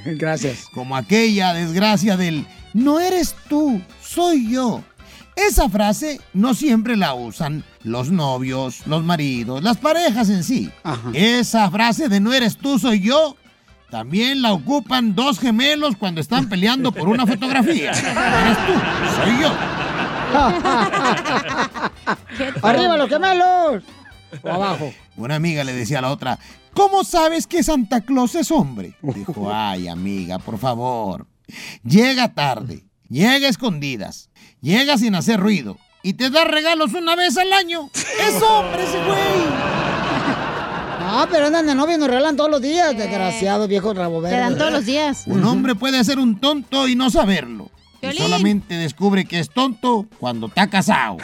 [SPEAKER 1] Gracias.
[SPEAKER 9] Como aquella desgracia del no eres tú, soy yo. Esa frase no siempre la usan los novios, los maridos, las parejas en sí. Esa frase de no eres tú, soy yo, también la ocupan dos gemelos cuando están peleando por una fotografía. No eres tú, soy yo.
[SPEAKER 1] ¡Arriba los gemelos!
[SPEAKER 9] o abajo. Una amiga le decía a la otra, ¿cómo sabes que Santa Claus es hombre? Dijo, ay amiga, por favor. Llega tarde, llega a escondidas, llega sin hacer ruido y te da regalos una vez al año. Es hombre ese güey.
[SPEAKER 1] Ah, pero andan de novio y nos regalan todos los días, desgraciado viejo rabo verde.
[SPEAKER 5] días.
[SPEAKER 9] Un hombre puede ser un tonto y no saberlo. Y solamente descubre que es tonto cuando está casado.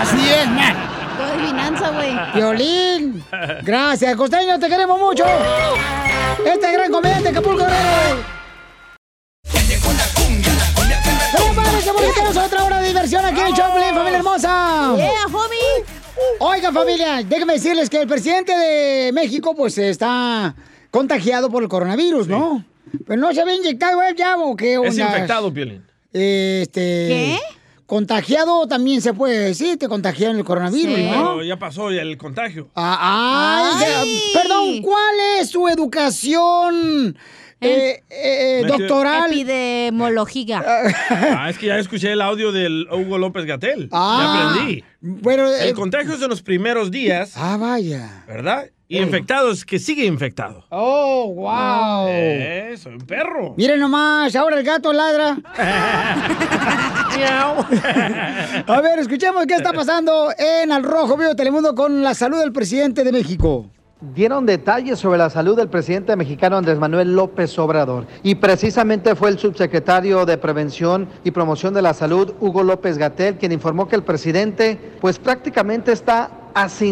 [SPEAKER 9] Así es, man.
[SPEAKER 5] Todo adivinanza, güey.
[SPEAKER 1] Violín. Gracias, costeño, te queremos mucho. Este gran comediante Acapulco Guerrero. ¡Prepárense, bolicheros, a otra hora de diversión aquí en Choplin, familia hermosa!
[SPEAKER 5] Yeah, homie.
[SPEAKER 1] Oiga, familia, déjenme decirles que el presidente de México, pues, está contagiado por el coronavirus, ¿no? Pero no se había inyectado él ya, ¿o qué
[SPEAKER 2] Es
[SPEAKER 1] ondas?
[SPEAKER 2] infectado, Piolín.
[SPEAKER 1] Este...
[SPEAKER 2] ¿Qué?
[SPEAKER 1] Contagiado también se puede decir, te contagiaron el coronavirus, ¿no?
[SPEAKER 2] Pero ya pasó ya el contagio.
[SPEAKER 1] Ah, ay,
[SPEAKER 2] Ay.
[SPEAKER 1] ya- perdón, ¿cuál es su educación eh, eh,
[SPEAKER 2] Me
[SPEAKER 1] doctoral?
[SPEAKER 2] Ah, es que ya escuché el audio del Hugo López Gatel.
[SPEAKER 1] Ah,
[SPEAKER 2] ya aprendí.
[SPEAKER 1] Bueno,
[SPEAKER 2] el
[SPEAKER 1] eh,
[SPEAKER 2] contagio es en los primeros días.
[SPEAKER 1] Ah, vaya.
[SPEAKER 2] ¿Verdad? Y infectado es que sigue infectado.
[SPEAKER 1] Oh, wow.
[SPEAKER 2] Eh, soy un perro.
[SPEAKER 1] Miren nomás, ahora el gato ladra. A ver, escuchemos qué está pasando en Al Rojo Vivo de Telemundo con la salud del presidente de México.
[SPEAKER 7] dieron detalles sobre la salud del presidente mexicano Andrés Manuel López Obrador. Y precisamente fue el subsecretario de Prevención y Promoción de la Salud, Hugo López Gatel, quien informó que el presidente pues prácticamente está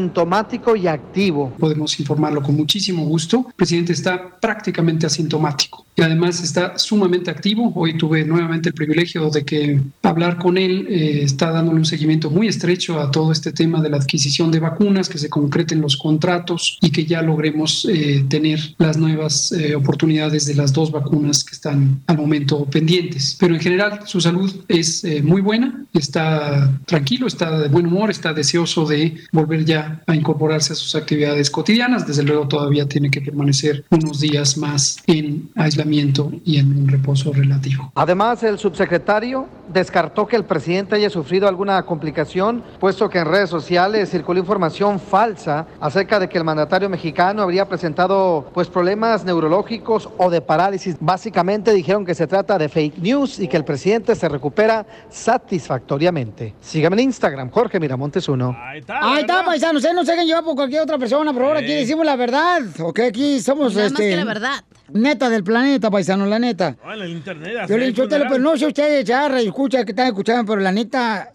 [SPEAKER 7] asintomático y activo.
[SPEAKER 14] Podemos informarlo con muchísimo gusto. El presidente está prácticamente asintomático y además está sumamente activo. Hoy tuve nuevamente el privilegio de que hablar con él. eh, está dándole un seguimiento muy estrecho a todo este tema de la adquisición de vacunas, que se concreten los contratos y que ya logremos eh, tener las nuevas eh, oportunidades de las dos vacunas que están al momento pendientes. Pero en general su salud es eh, muy buena, está tranquilo, está de buen humor, está deseoso de volver ya a incorporarse a sus actividades cotidianas. Desde luego todavía tiene que permanecer unos días más en aislamiento y en un reposo relativo.
[SPEAKER 7] Además, el subsecretario descartó que el presidente haya sufrido alguna complicación, puesto que en redes sociales circuló información falsa acerca de que el mandatario mexicano habría presentado pues problemas neurológicos o de parálisis. Básicamente dijeron que se trata de fake news y que el presidente se recupera satisfactoriamente. Sígame en Instagram, Jorge Miramontes 1.
[SPEAKER 5] Ah,
[SPEAKER 1] Ahí está, paisano. Ustedes no se dejen llevar por cualquier otra persona, pero ahora aquí decimos la verdad. Ok, aquí somos.
[SPEAKER 5] Nada más
[SPEAKER 1] este,
[SPEAKER 5] que la verdad.
[SPEAKER 1] Neta del planeta, paisano, la neta.
[SPEAKER 2] Ah, en el internet.
[SPEAKER 1] Yo
[SPEAKER 2] hacer
[SPEAKER 1] le
[SPEAKER 2] el
[SPEAKER 1] dicho,
[SPEAKER 2] funeral.
[SPEAKER 1] pero no sé ustedes ya escucha que están escuchando, pero la neta,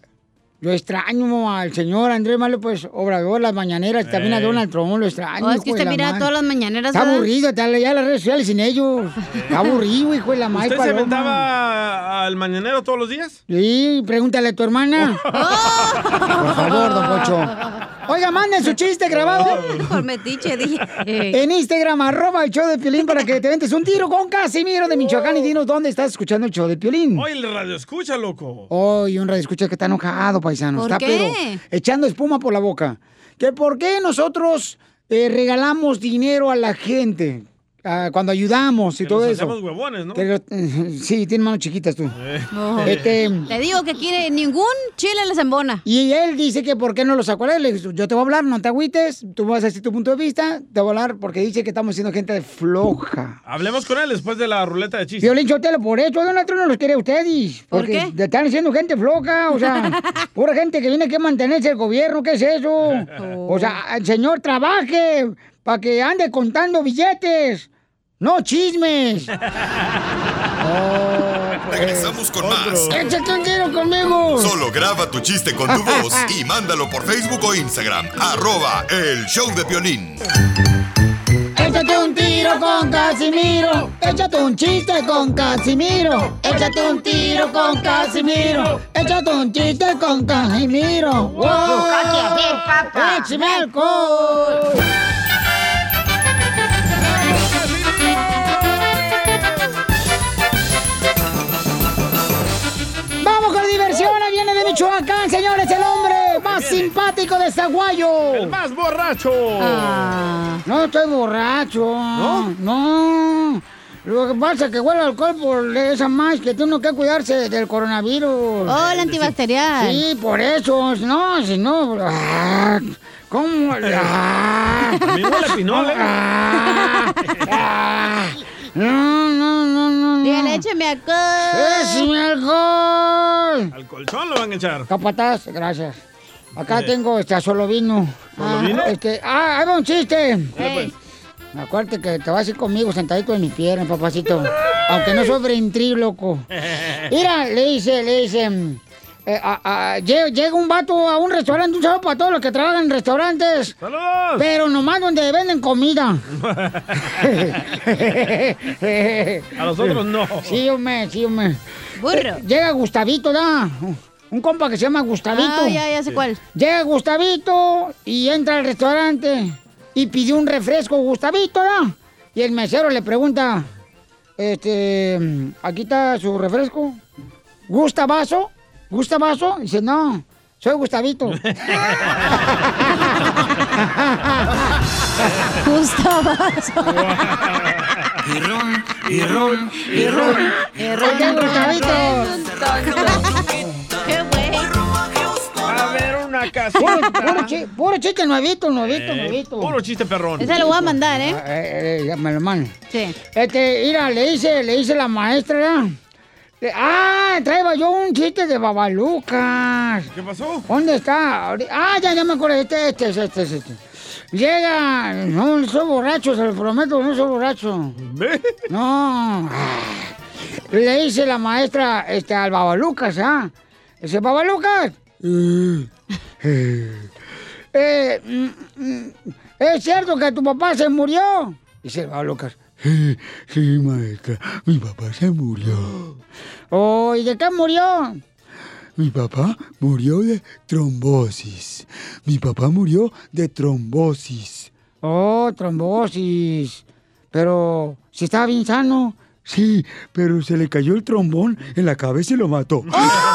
[SPEAKER 1] yo extraño al señor Andrés Malo, pues, obrador, las mañaneras, y también a
[SPEAKER 5] Ey.
[SPEAKER 1] Donald Trump, lo extraño.
[SPEAKER 5] Eh. Oh, es que
[SPEAKER 1] hijo de
[SPEAKER 5] usted
[SPEAKER 1] la
[SPEAKER 5] mira
[SPEAKER 1] madre.
[SPEAKER 5] todas las mañaneras.
[SPEAKER 1] Está
[SPEAKER 5] ¿verdad? Eh.
[SPEAKER 1] aburrido, está ya las redes sociales sin ellos. Está aburrido, hijo de la madre.
[SPEAKER 2] ¿Usted se
[SPEAKER 1] paloma.
[SPEAKER 2] aventaba al mañanero todos los días?
[SPEAKER 1] Sí, pregúntale a tu hermana. Por favor, don Pocho. Oiga, manden su chiste grabado.
[SPEAKER 5] Por metiche, dije.
[SPEAKER 1] En Instagram, arroba el show de Piolín para que te ventes un tiro con Casimiro de Michoacán y dinos dónde estás escuchando el show de Piolín.
[SPEAKER 2] Oye, el radio escucha, loco.
[SPEAKER 1] Hoy un radio escucha que está enojado, paisano.
[SPEAKER 2] ¿Por
[SPEAKER 1] está
[SPEAKER 2] qué?
[SPEAKER 1] pero echando espuma por la boca. Que por qué nosotros eh, regalamos dinero a la gente ah, cuando ayudamos y todo
[SPEAKER 2] Nos
[SPEAKER 1] eso.
[SPEAKER 2] hacemos huevones, ¿no? Eh.
[SPEAKER 1] Que lo- sí, tiene manos chiquitas tú.
[SPEAKER 5] Oh.
[SPEAKER 1] Este-
[SPEAKER 5] Le digo que quiere ningún chile les embona.
[SPEAKER 1] Y él dice que por qué no lo sacó a él. Le dije, Yo te voy a hablar, no te agüites, tú vas a decir tu punto de vista, te voy a hablar porque dice que estamos siendo gente floja.
[SPEAKER 2] Hablemos con él después de la ruleta de chistes.
[SPEAKER 1] Violín Chotelo, por eso Donald Trump no los quiere a ustedes. Porque
[SPEAKER 2] qué?
[SPEAKER 1] le están haciendo gente floja, o sea, pura gente que viene que mantenerse el gobierno, ¿qué es eso? O sea, el señor trabaje para que ande contando billetes, no chismes.
[SPEAKER 2] Oh, pues.
[SPEAKER 6] Regresamos con más.
[SPEAKER 1] ¡Échate un tiro conmigo!
[SPEAKER 6] Solo graba tu chiste con tu voz y mándalo por Facebook o Instagram. Arroba el show de violín.
[SPEAKER 1] Échate un tiro con Casimiro. Échate un chiste con Casimiro. Échate un tiro con Casimiro. Échate un chiste con Casimiro. ¡Wow! ¡Échame alcohol! ¡Vamos con diversión! Ahí Viene de Michoacán, señores, el hombre más simpático de Zaguayo. El
[SPEAKER 2] más borracho.
[SPEAKER 1] No estoy borracho. No. No. Lo que pasa es que huele alcohol por esa más que tiene que cuidarse del coronavirus.
[SPEAKER 5] Oh, el antibacterial.
[SPEAKER 1] Sí, por eso. No, si no. ah, ¿Cómo? Ah. No, no, no, no.
[SPEAKER 5] Dígale, écheme alcohol.
[SPEAKER 1] ¡Échame alcohol!
[SPEAKER 2] Al colchón lo van a echar.
[SPEAKER 1] Capataz, gracias. Acá
[SPEAKER 2] Eh.
[SPEAKER 1] tengo este a solo vino.
[SPEAKER 2] ¿Solo vino?
[SPEAKER 1] Este, ah, ahí va un chiste.
[SPEAKER 2] pues.
[SPEAKER 1] Acuérdate que te vas a ir conmigo sentadito en mi pierna, papacito. Aunque no soy ventríloco.
[SPEAKER 2] Eh.
[SPEAKER 1] Mira, le dice, le dice. mm, eh, a- a- lle- llega un vato a un restaurante, un saludo para todos los que trabajan en restaurantes.
[SPEAKER 2] ¡Saludos!
[SPEAKER 1] Pero nomás donde venden comida.
[SPEAKER 2] A los otros no.
[SPEAKER 1] Sí, hombre, sí, hombre.
[SPEAKER 5] Burro.
[SPEAKER 1] Eh, Llega Gustavito, ¿da? Un compa que se llama Gustavito.
[SPEAKER 5] Ah, ya, ya sé Sí. cuál.
[SPEAKER 1] Llega Gustavito y entra al restaurante y pidió un refresco, Gustavito, ¿da? Y el mesero le pregunta, este, aquí está su refresco. ¿Gusta vaso? ¿Gusta vaso? Dice, no, soy Gustavito.
[SPEAKER 5] Gusta vaso.
[SPEAKER 3] Y ron, y ron, y ron.
[SPEAKER 1] Ahí está Gustavito.
[SPEAKER 5] ¡Qué
[SPEAKER 2] A ver una
[SPEAKER 1] Puro,
[SPEAKER 2] casita.
[SPEAKER 1] puro chi- puro chiste nuevito, nuevito, nuevito.
[SPEAKER 2] Eh, Puro chiste perrón.
[SPEAKER 5] Esa lo voy a mandar, ¿eh?
[SPEAKER 1] Eh, eh, ya me lo mandan.
[SPEAKER 5] Sí.
[SPEAKER 1] Este, mira, le hice, le hice la maestra, ¿verdad? Le- Ah, traía yo un chiste de babalucas.
[SPEAKER 2] ¿Qué pasó?
[SPEAKER 1] ¿Dónde está? Ahori- Ah, ya, ya me acuerdo. Este, este, este, este, este. Llega, no, no soy borracho, se lo prometo, no soy borracho. No. Le dice la maestra este, al
[SPEAKER 2] Mm.
[SPEAKER 1] babalucas, ¿ah? Dice, babalucas. eh, eh, eh, mm, mm, ¿es cierto que tu papá se murió? Y se va Lucas. Sí, sí, maestra, mi papá se murió. Oh, ¿y de qué murió?
[SPEAKER 15] Mi papá murió de trombosis. Mi papá murió de trombosis.
[SPEAKER 1] Oh, trombosis. Pero si estaba bien sano.
[SPEAKER 15] Sí, pero se le cayó el trombón en la cabeza y lo mató.
[SPEAKER 1] ¡Oh!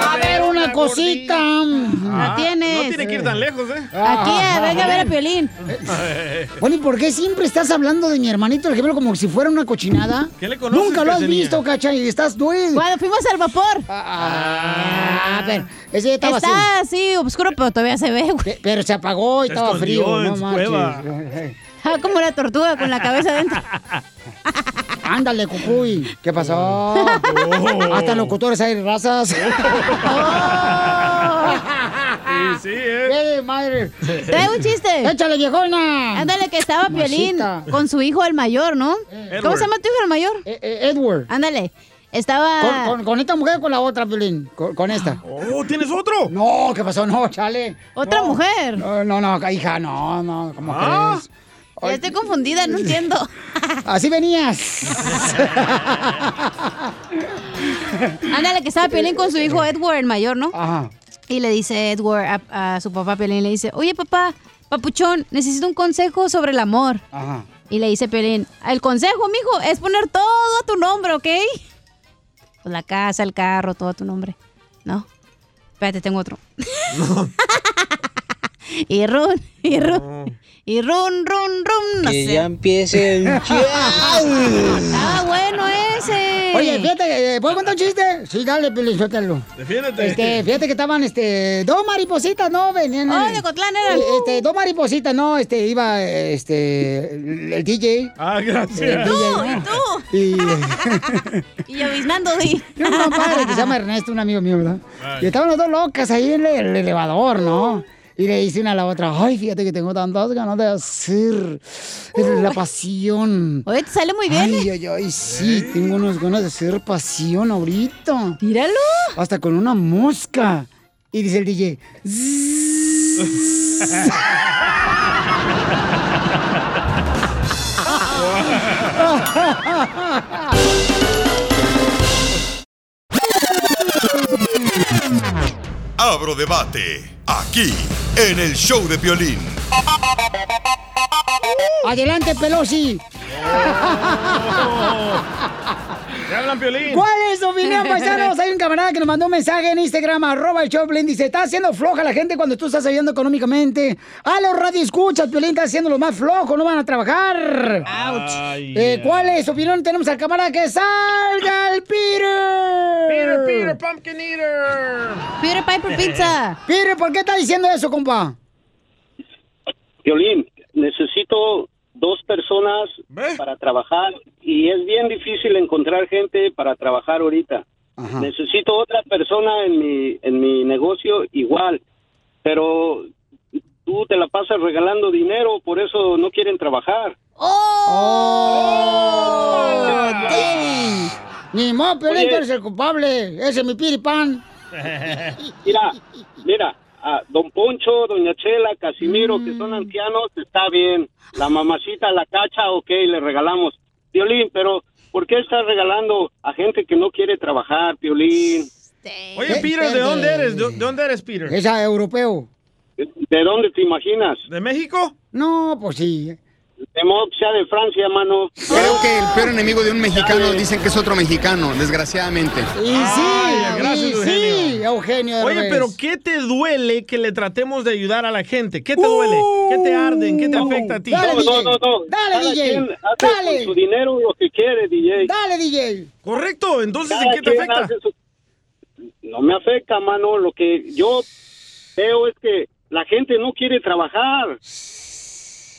[SPEAKER 1] A ver, una cosita.
[SPEAKER 2] Ah, tienes. no tiene que ir tan lejos, ¿eh?
[SPEAKER 5] Aquí, eh, venga a ver a Piolín.
[SPEAKER 1] Bueno, ¿y por qué siempre estás hablando de mi hermanito el gemelo como si fuera una cochinada?
[SPEAKER 2] ¿Qué le conoces,
[SPEAKER 1] Nunca lo has
[SPEAKER 2] Cachanilla?
[SPEAKER 1] visto, cacha, y estás eh. duele.
[SPEAKER 5] Cuando fuimos al vapor.
[SPEAKER 1] Ah, a ver, ese
[SPEAKER 5] Está
[SPEAKER 1] estaba así.
[SPEAKER 5] así, oscuro, pero todavía se ve, güey.
[SPEAKER 1] Pero se apagó y estaba frío, no manches.
[SPEAKER 5] Ah, como la tortuga con la cabeza dentro.
[SPEAKER 1] Ándale, cucuy. ¿Qué pasó? Hasta en locutores hay razas.
[SPEAKER 3] Sí, sí, eh.
[SPEAKER 1] ¡Qué madre!
[SPEAKER 5] Trae un chiste.
[SPEAKER 1] Échale, viejona.
[SPEAKER 5] Ándale, que estaba Piolín
[SPEAKER 1] Masita.
[SPEAKER 5] con su hijo el mayor, ¿no? ¿Cómo
[SPEAKER 1] Edward.
[SPEAKER 5] se llama tu hijo el mayor?
[SPEAKER 1] Eh, Edward.
[SPEAKER 5] Ándale. Estaba.
[SPEAKER 1] Con, con- con esta mujer o con la otra, Piolín. Con, con esta.
[SPEAKER 2] ¡Oh, tienes otro!
[SPEAKER 1] No, ¿qué pasó? No, chale.
[SPEAKER 5] ¿Otra
[SPEAKER 1] No.
[SPEAKER 5] mujer?
[SPEAKER 1] No, no, no, hija, no, no. ¿Cómo
[SPEAKER 5] Ah.
[SPEAKER 1] crees?
[SPEAKER 5] Ya estoy confundida, no entiendo.
[SPEAKER 1] Así venías.
[SPEAKER 5] Ándale, que estaba Piolín con su hijo Edward, el mayor, ¿no?
[SPEAKER 1] Ajá.
[SPEAKER 5] Y le dice Edward a, a su papá Piolín, le dice, oye papá, papuchón, necesito un consejo sobre el amor.
[SPEAKER 1] Ajá.
[SPEAKER 5] Y le dice Piolín, el consejo, mijo, es poner todo a tu nombre, ¿ok? Pues la casa, el carro, todo a tu nombre. No. Espérate, tengo otro. y run, y run, y run, run, run. No
[SPEAKER 16] Que
[SPEAKER 5] sé.
[SPEAKER 16] ya empiecen
[SPEAKER 5] ah, bueno ese.
[SPEAKER 1] Oye, fíjate, eh, ¿puedo contar un chiste? Sí, dale, Piolín, suéltalo.
[SPEAKER 2] Defiéndete.
[SPEAKER 1] Este, fíjate que estaban este, dos maripositas, ¿no? Venían.
[SPEAKER 5] Oh,
[SPEAKER 1] eh,
[SPEAKER 5] de Cotlán eran.
[SPEAKER 1] eh, Este, dos maripositas, ¿no? Este, iba eh, este, el, el DJ.
[SPEAKER 2] Ah, gracias.
[SPEAKER 1] El
[SPEAKER 5] Tú,
[SPEAKER 1] DJ,
[SPEAKER 5] y tú.
[SPEAKER 1] ¿no? Y,
[SPEAKER 5] Y yo biznando, sí.
[SPEAKER 1] Y un compadre que se llama Ernesto, un amigo mío, ¿verdad? Y estaban las dos locas ahí en el elevador, ¿no? Y le dice una a la otra, ay, fíjate que tengo tantas ganas de hacer la pasión.
[SPEAKER 5] Oye, te sale muy bien,
[SPEAKER 1] Ay, ay, ay, sí, tengo unas ganas de hacer pasión ahorita.
[SPEAKER 5] Míralo.
[SPEAKER 1] Hasta con una mosca. Y dice el DJ,
[SPEAKER 6] Abro debate. Aquí, en el show de violín.
[SPEAKER 1] adelante, Pelosi.
[SPEAKER 2] ¡Te hablan, Piolín!
[SPEAKER 1] ¿Cuál es tu opinión, paisanos? Hay un camarada que nos mandó un mensaje en Instagram, arroba el Choplin, dice, está haciendo floja la gente cuando tú estás ayudando económicamente. A los radioescuchas, Piolín está haciendo lo más flojo, no van a trabajar.
[SPEAKER 2] Ay,
[SPEAKER 1] Eh, ¿Cuál es tu opinión? Tenemos al camarada que salga el Peter.
[SPEAKER 2] Peter, Peter, Pumpkin Eater.
[SPEAKER 5] Peter Piper Pizza.
[SPEAKER 1] Peter, ¿por qué está diciendo eso, compa?
[SPEAKER 17] Violín, necesito dos personas para trabajar y es bien difícil encontrar gente para trabajar ahorita. Necesito otra persona en mi, en mi negocio igual, pero tú te la pasas regalando dinero, por eso no quieren trabajar.
[SPEAKER 1] ¡Oh! Deli. Ni modo, Piolín,
[SPEAKER 17] Oye.
[SPEAKER 1] tú eres el culpable. Ese es mi piripan.
[SPEAKER 17] Mira, mira, a don Poncho, doña Chela, Casimiro, que
[SPEAKER 1] Mm.
[SPEAKER 17] son ancianos, está bien. La mamacita, la cacha, ok, le regalamos. Piolín, pero ¿por qué estás regalando a gente que no quiere trabajar, Piolín?
[SPEAKER 2] Oye, Peter, ¿de dónde eres? ¿De de dónde eres, Peter?
[SPEAKER 1] Esa europeo.
[SPEAKER 17] ¿De dónde te imaginas?
[SPEAKER 2] ¿De México?
[SPEAKER 1] No, pues sí.
[SPEAKER 17] De modo que sea de Francia, mano.
[SPEAKER 18] Creo que el peor enemigo de un mexicano dicen que es otro mexicano, desgraciadamente.
[SPEAKER 1] Y sí,
[SPEAKER 2] gracias,
[SPEAKER 1] y sí, Eugenio.
[SPEAKER 2] Oye,
[SPEAKER 1] Derbez.
[SPEAKER 2] pero ¿qué te duele que le tratemos de ayudar a la gente? ¿Qué te duele? ¿Qué
[SPEAKER 1] Uh.
[SPEAKER 2] te arden? ¿Qué te afecta a ti?
[SPEAKER 17] No, no, no, no. Cada quien hace con su dinero lo que quiere, DJ.
[SPEAKER 1] Dale, DJ.
[SPEAKER 2] Correcto, entonces
[SPEAKER 17] Cada
[SPEAKER 2] ¿en qué te
[SPEAKER 17] quien
[SPEAKER 2] afecta?
[SPEAKER 17] hace su- No me afecta, mano. Lo que yo veo es que la gente no quiere trabajar.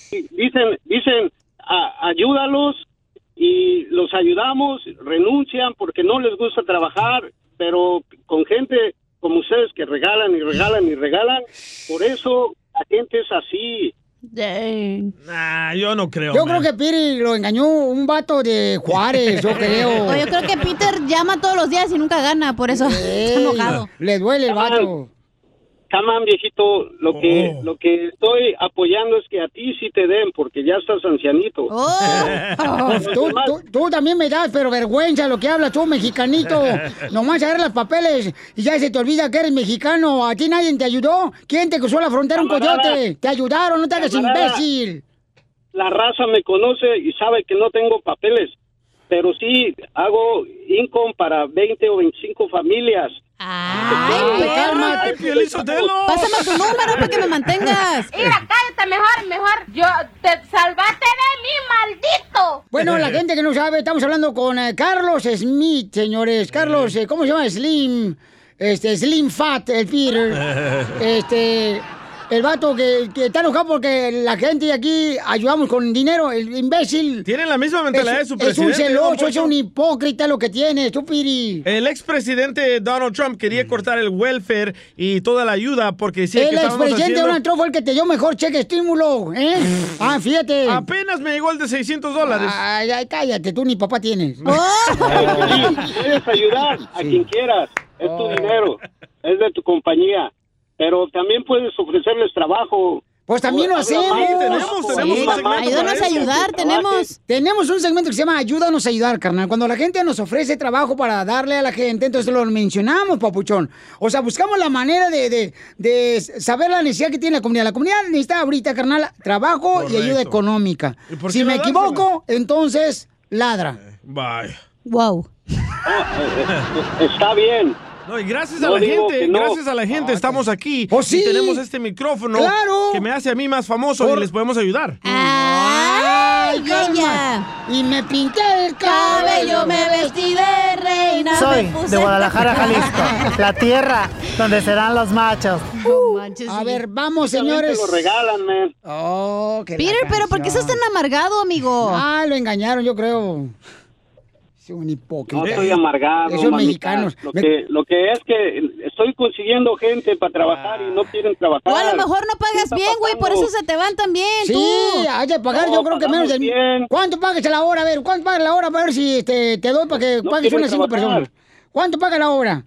[SPEAKER 17] Y Dicen, dicen, "A- ayúdalos y los ayudamos, renuncian porque no les gusta trabajar, pero con gente como ustedes que regalan y regalan y regalan, Por eso la gente es así.
[SPEAKER 2] Nah, yo no creo.
[SPEAKER 1] Yo
[SPEAKER 2] man.
[SPEAKER 1] creo que Piri lo engañó un vato de Juárez, yo creo.
[SPEAKER 5] O yo creo que Peter llama todos los días y nunca gana, por eso está enojado.
[SPEAKER 1] Le duele el vato. Oh.
[SPEAKER 17] Come on, viejito, lo que lo que estoy apoyando es que a ti sí te den, porque ya estás ancianito.
[SPEAKER 5] Oh.
[SPEAKER 1] Pues tú, tú- tú también me das, pero vergüenza lo que hablas tú, mexicanito. Nomás agarras los papeles y ya se te olvida que eres mexicano. A ti nadie te ayudó. ¿Quién te cruzó la frontera? Un
[SPEAKER 17] Camarada.
[SPEAKER 1] coyote. Te ayudaron, no te hagas
[SPEAKER 17] Camarada.
[SPEAKER 1] imbécil.
[SPEAKER 17] La raza me conoce y sabe que no tengo papeles, pero sí hago income para 20 o 25 familias.
[SPEAKER 5] Ay, cálmate. Pásame tu número para que me mantengas.
[SPEAKER 16] Mira, cállate mejor, mejor. Yo te salvaste de mí, maldito.
[SPEAKER 1] Bueno, la gente que no sabe, estamos hablando con eh, Carlos Smith, señores. Carlos, eh, ¿cómo se llama? Slim. Este, Slim Fat, el Peter. Este, el vato que, que está enojado porque la gente de aquí ayudamos con dinero. El imbécil.
[SPEAKER 2] Tiene la misma mentalidad
[SPEAKER 1] es,
[SPEAKER 2] de su
[SPEAKER 1] Es un
[SPEAKER 2] presidente, don
[SPEAKER 1] celoso,
[SPEAKER 2] Poncho.
[SPEAKER 1] es un hipócrita lo que tiene, tú, Piri.
[SPEAKER 2] El expresidente Donald Trump quería cortar el welfare y toda la ayuda porque decía
[SPEAKER 1] Mm. el
[SPEAKER 2] que estábamos
[SPEAKER 1] expresidente
[SPEAKER 2] haciendo...
[SPEAKER 1] Donald Trump fue el que te dio mejor cheque estímulo, ¿eh? Ah, fíjate.
[SPEAKER 2] Apenas me llegó el de 600 dólares.
[SPEAKER 1] Ay, ay, cállate, tú ni papá tienes.
[SPEAKER 17] Puedes ayudar a quien quieras, es tu dinero, es de tu compañía, pero también puedes ofrecerles trabajo.
[SPEAKER 1] Pues también lo
[SPEAKER 17] Habla
[SPEAKER 1] hacemos.
[SPEAKER 17] más, trabajo, habla más,
[SPEAKER 1] Ayúdanos a
[SPEAKER 17] trabajo,
[SPEAKER 1] ayudar,
[SPEAKER 17] que
[SPEAKER 1] tenemos. Tenemos un segmento que se llama Ayúdanos a ayudar, carnal. Cuando la gente nos ofrece trabajo para darle a la gente, entonces lo mencionamos, papuchón. O sea, buscamos la manera de, de- de saber la necesidad que tiene la comunidad. La comunidad necesita ahorita, carnal, trabajo y ayuda económica.
[SPEAKER 2] por qué
[SPEAKER 1] Si
[SPEAKER 2] no
[SPEAKER 1] me
[SPEAKER 2] dársela?
[SPEAKER 1] equivoco, entonces ladra.
[SPEAKER 2] Vaya.
[SPEAKER 5] Wow.
[SPEAKER 17] Está bien.
[SPEAKER 2] No, y gracias
[SPEAKER 17] No
[SPEAKER 2] a la
[SPEAKER 17] digo
[SPEAKER 2] gente,
[SPEAKER 17] que no. Ah,
[SPEAKER 2] gracias a la gente estamos aquí.
[SPEAKER 1] Pues sí.
[SPEAKER 2] Y tenemos este micrófono
[SPEAKER 1] Claro.
[SPEAKER 2] que me hace a mí más famoso
[SPEAKER 1] Por-
[SPEAKER 2] y les podemos ayudar.
[SPEAKER 1] ¡Ay,
[SPEAKER 5] ella!
[SPEAKER 1] Y me pinté el cabello,
[SPEAKER 5] me vestí de reina.
[SPEAKER 19] Soy de Guadalajara, Jalisco, la tierra donde serán los machos.
[SPEAKER 1] Uh. A ver, vamos, señores.
[SPEAKER 17] Lo regalan, man.
[SPEAKER 1] Oh, qué
[SPEAKER 5] Peter, pero ¿por qué estás tan amargado, amigo?
[SPEAKER 1] Ah, lo engañaron, yo creo. Es un hipócrita.
[SPEAKER 17] No estoy amargado.
[SPEAKER 1] Esos
[SPEAKER 17] mamita.
[SPEAKER 1] mexicanos.
[SPEAKER 17] Lo que, lo que es que estoy consiguiendo gente para trabajar y no
[SPEAKER 1] Ah.
[SPEAKER 17] quieren trabajar.
[SPEAKER 5] O a lo mejor no pagas bien, güey, por eso se te van también,
[SPEAKER 1] Sí,
[SPEAKER 5] tú.
[SPEAKER 1] hay que pagar, yo creo que menos del... ¿Cuánto pagas a la hora? A ver, ¿cuánto pagas la hora? A ver si este, te doy para que
[SPEAKER 17] No
[SPEAKER 1] pagues
[SPEAKER 17] quieren
[SPEAKER 1] unas cinco
[SPEAKER 17] trabajar.
[SPEAKER 1] personas. ¿Cuánto paga la hora?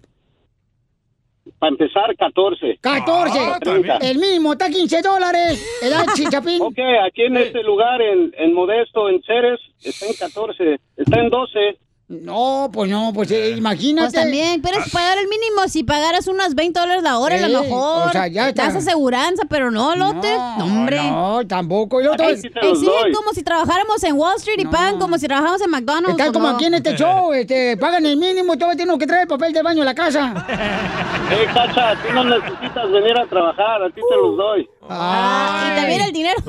[SPEAKER 17] Para empezar, Ah, 14.
[SPEAKER 1] 14. el mínimo está 15 dólares. El H, Chapín.
[SPEAKER 17] Ok, aquí en este lugar, en, en Modesto, en Ceres, está en 14. Está en Ah. 12.
[SPEAKER 1] No, pues no, pues eh, imagínate.
[SPEAKER 5] Pues
[SPEAKER 1] Ah.
[SPEAKER 5] también, pero es pagar el mínimo. Si pagaras unos 20 dólares la hora, a
[SPEAKER 1] Sí,
[SPEAKER 5] lo mejor.
[SPEAKER 1] o sea, ya está.
[SPEAKER 5] Das aseguranza, pero no, lote. No, hombre.
[SPEAKER 1] No, tampoco. Y luego todo-
[SPEAKER 5] Exigen como si trabajáramos en Wall Street y pagan como si trabajáramos en McDonald's.
[SPEAKER 1] Está como
[SPEAKER 5] no?
[SPEAKER 1] aquí en este show, este, pagan el mínimo, todo tienen que traer el papel de baño a la casa.
[SPEAKER 17] Hey, Cacha, tú no necesitas venir a trabajar, a ti te los doy.
[SPEAKER 1] Ah,
[SPEAKER 5] y también el dinero.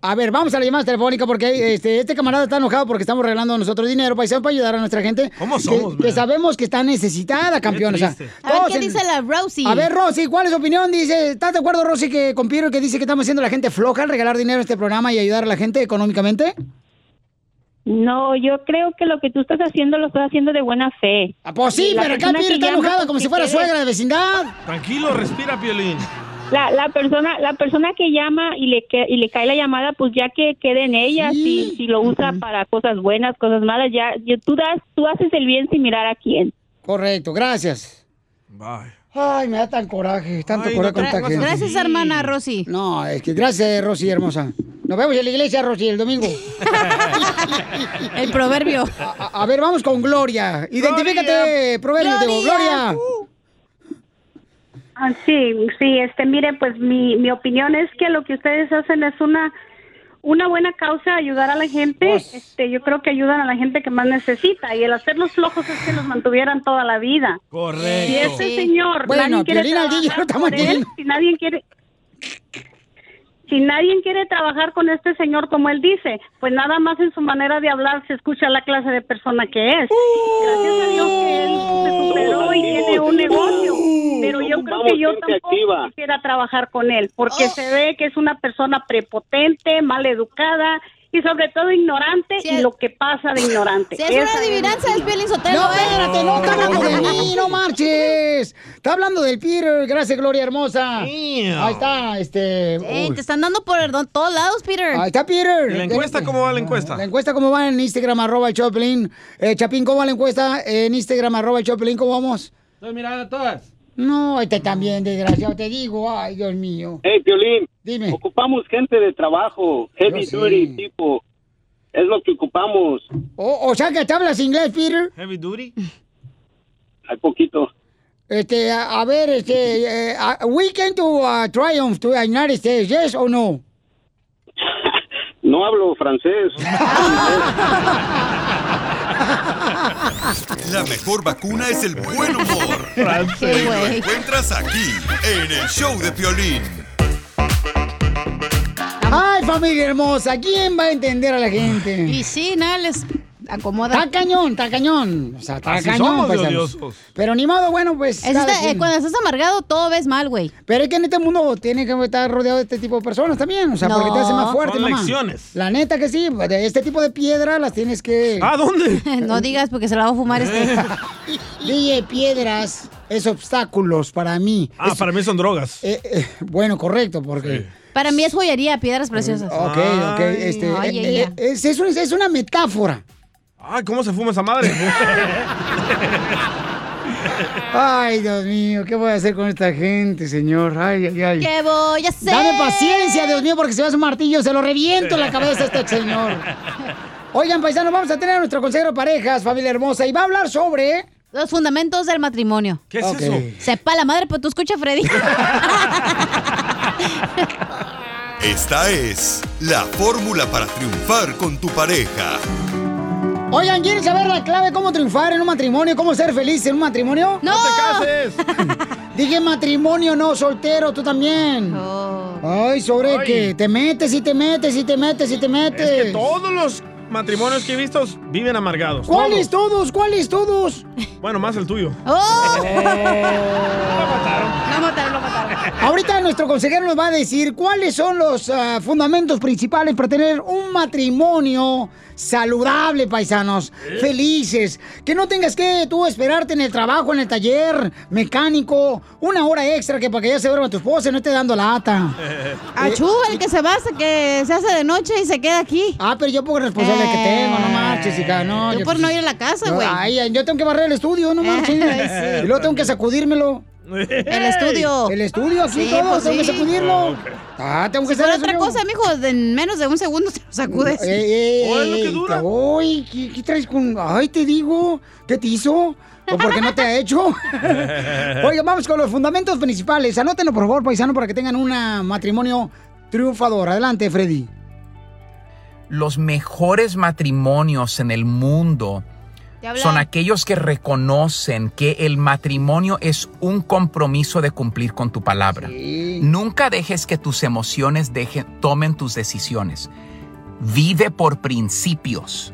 [SPEAKER 1] A ver, vamos a la llamada telefónica porque este, este camarada está enojado porque estamos regalando nosotros dinero paisano, para ayudar a nuestra gente. ¿Cómo
[SPEAKER 5] somos,
[SPEAKER 1] Que, que sabemos que está necesitada, campeón. o sea,
[SPEAKER 5] triste. A ver,
[SPEAKER 1] todos
[SPEAKER 5] ¿qué
[SPEAKER 1] en-
[SPEAKER 5] dice la Rosy?
[SPEAKER 1] A ver, Rosy, ¿cuál es tu opinión? Dice, ¿estás de acuerdo, Rosy, que con Piero que dice que estamos haciendo a la gente floja al regalar dinero a este programa y ayudar a la gente económicamente?
[SPEAKER 20] No, yo creo que lo que tú estás haciendo lo estás haciendo de buena fe.
[SPEAKER 1] Pues sí,
[SPEAKER 20] La
[SPEAKER 1] pero acá
[SPEAKER 20] persona
[SPEAKER 1] Piero
[SPEAKER 20] que
[SPEAKER 1] está
[SPEAKER 20] llama,
[SPEAKER 1] enojada
[SPEAKER 20] pues,
[SPEAKER 1] como
[SPEAKER 20] sí
[SPEAKER 1] si fuera
[SPEAKER 20] que-
[SPEAKER 1] suegra de vecindad.
[SPEAKER 2] Tranquilo, respira, Piolín.
[SPEAKER 20] La, la persona la persona que llama y le que- y le cae la llamada, pues ya que quede en ella, si, si lo usa para cosas buenas, cosas malas, ya ya tú das tú haces el bien sin mirar a quién.
[SPEAKER 1] Correcto, gracias. Ay, me da tan coraje, tanto
[SPEAKER 5] Ay, no
[SPEAKER 1] coraje
[SPEAKER 5] te
[SPEAKER 1] con tanta
[SPEAKER 5] pongas
[SPEAKER 1] gente.
[SPEAKER 5] así. Gracias, hermana Rosy.
[SPEAKER 1] No, es que gracias, Rosy, hermosa. Nos vemos en la iglesia, Rosy, el domingo.
[SPEAKER 5] el proverbio.
[SPEAKER 1] A, a ver, vamos con Gloria. Identifícate, proverbio, Teo. Gloria.
[SPEAKER 21] Ah, sí, sí, este, mire, pues mi, mi opinión es que lo que ustedes hacen es una una buena causa ayudar a la gente.
[SPEAKER 1] Pues.
[SPEAKER 21] Este, yo creo que ayudan a la gente que más necesita y el hacerlos flojos es que los mantuvieran toda la vida.
[SPEAKER 2] Correcto.
[SPEAKER 21] Si este señor
[SPEAKER 1] Bueno,
[SPEAKER 21] nadie quiere
[SPEAKER 1] Piolín al DJ,
[SPEAKER 21] trabajar
[SPEAKER 1] no estamos
[SPEAKER 21] por él,
[SPEAKER 1] viendo.
[SPEAKER 21] si nadie quiere si nadie quiere trabajar con este señor como él dice, pues nada más en su manera de hablar se escucha la clase de persona que es. Gracias a Dios que él se superó y
[SPEAKER 2] Oh.
[SPEAKER 21] tiene un negocio, pero yo creo que yo
[SPEAKER 17] gente
[SPEAKER 21] tampoco
[SPEAKER 17] activa.
[SPEAKER 1] Oh.
[SPEAKER 21] quisiera trabajar con él porque se ve que es una persona prepotente, mal educada y sobre todo ignorante y lo que pasa de ignorante.
[SPEAKER 5] Si es una
[SPEAKER 21] Esa
[SPEAKER 5] adivinanza del Piolín Sotelo,
[SPEAKER 1] No,
[SPEAKER 5] ¿eh?
[SPEAKER 1] espérate, no, están hablando de mí, no marches. Está hablando del Peter, gracias, Gloria Hermosa. Ahí está, este.
[SPEAKER 5] Ey, Eh, te están dando por don- todos lados, Peter.
[SPEAKER 1] Ahí está Peter.
[SPEAKER 2] ¿Y la encuesta cómo va la encuesta?
[SPEAKER 1] La encuesta, ¿cómo va en Instagram, arroba el Choplin? Eh, Chapín, ¿cómo va la encuesta en Instagram, arroba el Choplin? ¿Cómo vamos?
[SPEAKER 2] Estoy mirando todas.
[SPEAKER 1] No, este también, desgraciado, te digo. Ay, Dios mío.
[SPEAKER 17] Hey, Piolín. Ocupamos gente de trabajo, heavy duty tipo. Es lo que ocupamos.
[SPEAKER 1] O, o sea que te hablas inglés, Peter.
[SPEAKER 2] Heavy duty.
[SPEAKER 17] Hay poquito.
[SPEAKER 1] Este, a, a ver, este, eh, a- we came to uh, Triumph to the United States, yes or no?
[SPEAKER 17] No hablo francés.
[SPEAKER 6] La mejor vacuna es el buen humor. Y Y lo lo encuentras aquí, en el show de Piolín.
[SPEAKER 1] Ay, familia hermosa, ¿quién va a entender a la gente?
[SPEAKER 5] Y sí, nada, les acomoda.
[SPEAKER 1] Está cañón, está cañón. O sea, está
[SPEAKER 2] Así
[SPEAKER 1] cañón,
[SPEAKER 2] somos de
[SPEAKER 1] paisanos.
[SPEAKER 2] odiosos.
[SPEAKER 1] Pero ni modo, bueno, pues.
[SPEAKER 5] Es
[SPEAKER 1] cada
[SPEAKER 5] este- eh,
[SPEAKER 1] quien.
[SPEAKER 5] cuando estás amargado, todo ves mal, güey.
[SPEAKER 1] Pero es que en este mundo tiene que estar rodeado de este tipo de personas también, o sea, porque te hace más fuerte,
[SPEAKER 5] Son
[SPEAKER 1] mamá.
[SPEAKER 5] lecciones.
[SPEAKER 1] La neta que sí, de este tipo de piedra las tienes que...
[SPEAKER 5] no digas porque se la va a fumar este.
[SPEAKER 1] Dije, piedras es obstáculos para mí.
[SPEAKER 2] Ah,
[SPEAKER 1] Es-
[SPEAKER 2] para mí son drogas.
[SPEAKER 1] eh, eh, bueno, correcto, porque...
[SPEAKER 5] Para mí es joyería, piedras preciosas.
[SPEAKER 1] Ok, ok, este...
[SPEAKER 5] Ay,
[SPEAKER 1] eh,
[SPEAKER 5] ay,
[SPEAKER 1] eh, es, es una, es una metáfora.
[SPEAKER 2] Ay, ¿cómo se fuma esa madre?
[SPEAKER 1] Ay, Dios mío, ¿qué voy a hacer con esta gente, señor? Ay, ay, ay.
[SPEAKER 5] ¿Qué voy a hacer?
[SPEAKER 1] Dame paciencia, Dios mío, porque si va su martillo, se lo reviento en la cabeza a este señor. Oigan, paisanos, vamos a tener a nuestro consejero de parejas, familia hermosa, y va a hablar sobre...
[SPEAKER 5] Los fundamentos del matrimonio.
[SPEAKER 1] ¿Qué es Ok. eso?
[SPEAKER 5] Sepa la madre, pues tú escucha, Freddy.
[SPEAKER 6] Esta es la fórmula para triunfar con tu pareja.
[SPEAKER 1] Oigan, ¿quieren saber la clave cómo triunfar en un matrimonio? ¿Cómo ser feliz en un matrimonio?
[SPEAKER 5] ¡No!
[SPEAKER 1] te cases! Dije matrimonio, no soltero, tú también. Ay, sobre
[SPEAKER 2] Ay.
[SPEAKER 1] que te metes y te metes y te metes y te metes.
[SPEAKER 2] Es que todos los matrimonios que he visto viven amargados.
[SPEAKER 1] ¿Cuáles todos? ¿Cuáles todos?
[SPEAKER 2] todos. Bueno, más el tuyo.
[SPEAKER 5] ¡Oh!
[SPEAKER 1] Lo mataron, lo mataron. Ahorita nuestro consejero nos va a decir cuáles son los ah, fundamentos principales para tener un matrimonio saludable, paisanos, felices. Que no tengas que tú esperarte en el trabajo, en el taller mecánico, una hora extra que para que ya se duerma tu esposa y no esté dando lata. Eh,
[SPEAKER 5] Achú, el que se va, se- que se hace de noche y se queda aquí. Eh.
[SPEAKER 1] Ah, pero yo por responsable que tengo, no marches, hija, no.
[SPEAKER 5] Yo por no ir a la casa,
[SPEAKER 1] No,
[SPEAKER 5] güey. Eh,
[SPEAKER 1] ay, ay, yo tengo que barrer el estudio, no marches.
[SPEAKER 5] Ay, sí.
[SPEAKER 1] Y luego tengo que sacudírmelo.
[SPEAKER 5] El estudio.
[SPEAKER 1] El estudio, aquí
[SPEAKER 5] Sí,
[SPEAKER 1] todo,
[SPEAKER 5] pues
[SPEAKER 1] tengo que
[SPEAKER 5] sí.
[SPEAKER 1] sacudirlo. Ah, tengo que
[SPEAKER 5] Si fuera
[SPEAKER 1] sacudirlo.
[SPEAKER 5] otra cosa, mijo, en menos de un segundo te lo sacudes.
[SPEAKER 1] Eh, eh, eh, Ay, ¿qué, qué traes con...? Ay, te digo, ¿qué te hizo? ¿O por qué no te ha hecho? Oiga, vamos con los fundamentos principales. Anótenlo, por favor, paisano, para que tengan un matrimonio triunfador. Adelante, Freddy.
[SPEAKER 4] los mejores matrimonios en el mundo son aquellos que reconocen que el matrimonio es un compromiso de cumplir con tu palabra. Nunca dejes que tus emociones deje- tomen tus decisiones. Vive por principios.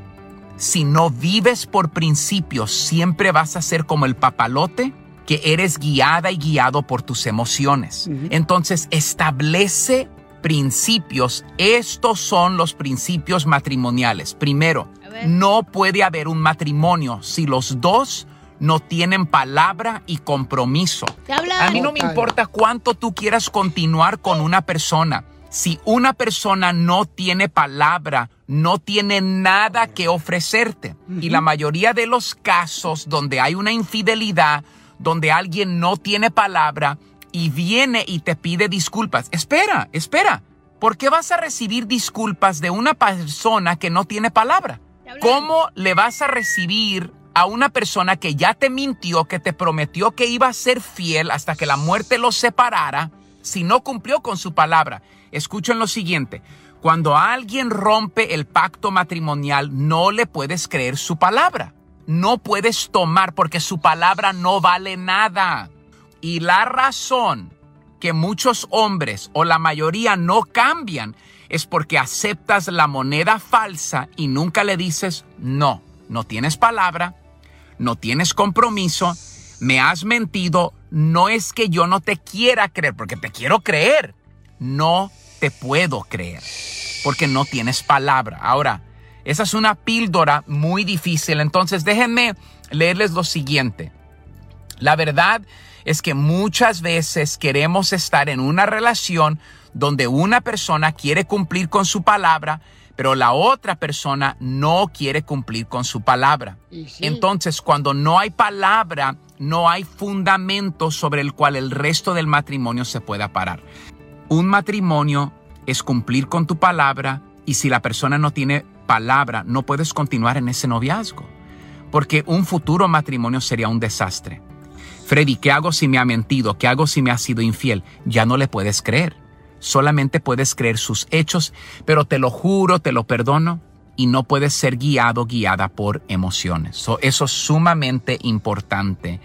[SPEAKER 4] Si no vives por principios, siempre vas a ser como el papalote que eres guiada y guiado por tus emociones. Entonces, establece principios. Estos son los principios matrimoniales. Primero, no puede haber un matrimonio si los dos no tienen palabra y compromiso.
[SPEAKER 5] Te hablan.
[SPEAKER 4] A mí no me
[SPEAKER 5] Total.
[SPEAKER 4] importa cuánto tú quieras continuar con una persona. Si una persona no tiene palabra, no tiene nada que ofrecerte. Y la mayoría de los casos donde hay una infidelidad, donde alguien no tiene palabra y viene y te pide disculpas. Espera, espera. ¿Por qué vas a recibir disculpas de una persona que no tiene palabra? ¿Cómo le vas a recibir a una persona que ya te mintió, que te prometió que iba a ser fiel hasta que la muerte los separara, si no cumplió con su palabra? Escuchen lo siguiente. Cuando alguien rompe el pacto matrimonial, no le puedes creer su palabra. No puedes tomar porque su palabra no vale nada. Y la razón que muchos hombres o la mayoría no cambian es porque aceptas la moneda falsa y nunca le dices no. No tienes palabra, no tienes compromiso, me has mentido, no es que yo no te quiera creer, porque te quiero creer, no te puedo creer. porque no tienes palabra. Ahora, esa es una píldora muy difícil, entonces déjenme leerles lo siguiente. La verdad es que muchas veces queremos estar en una relación donde una persona quiere cumplir con su palabra, pero la otra persona no quiere cumplir con su palabra. Entonces, cuando no hay palabra, no hay fundamento sobre el cual el resto del matrimonio se pueda parar. Un matrimonio es cumplir con tu palabra y si la persona no tiene palabra, no puedes continuar en ese noviazgo, porque un futuro matrimonio sería un desastre. Freddy, ¿qué hago si me ha mentido? ¿Qué hago si me ha sido infiel? Ya no le puedes creer. Solamente puedes creer sus hechos, pero te lo juro, te lo perdono y no puedes ser guiado, guiada por emociones. So, eso es sumamente importante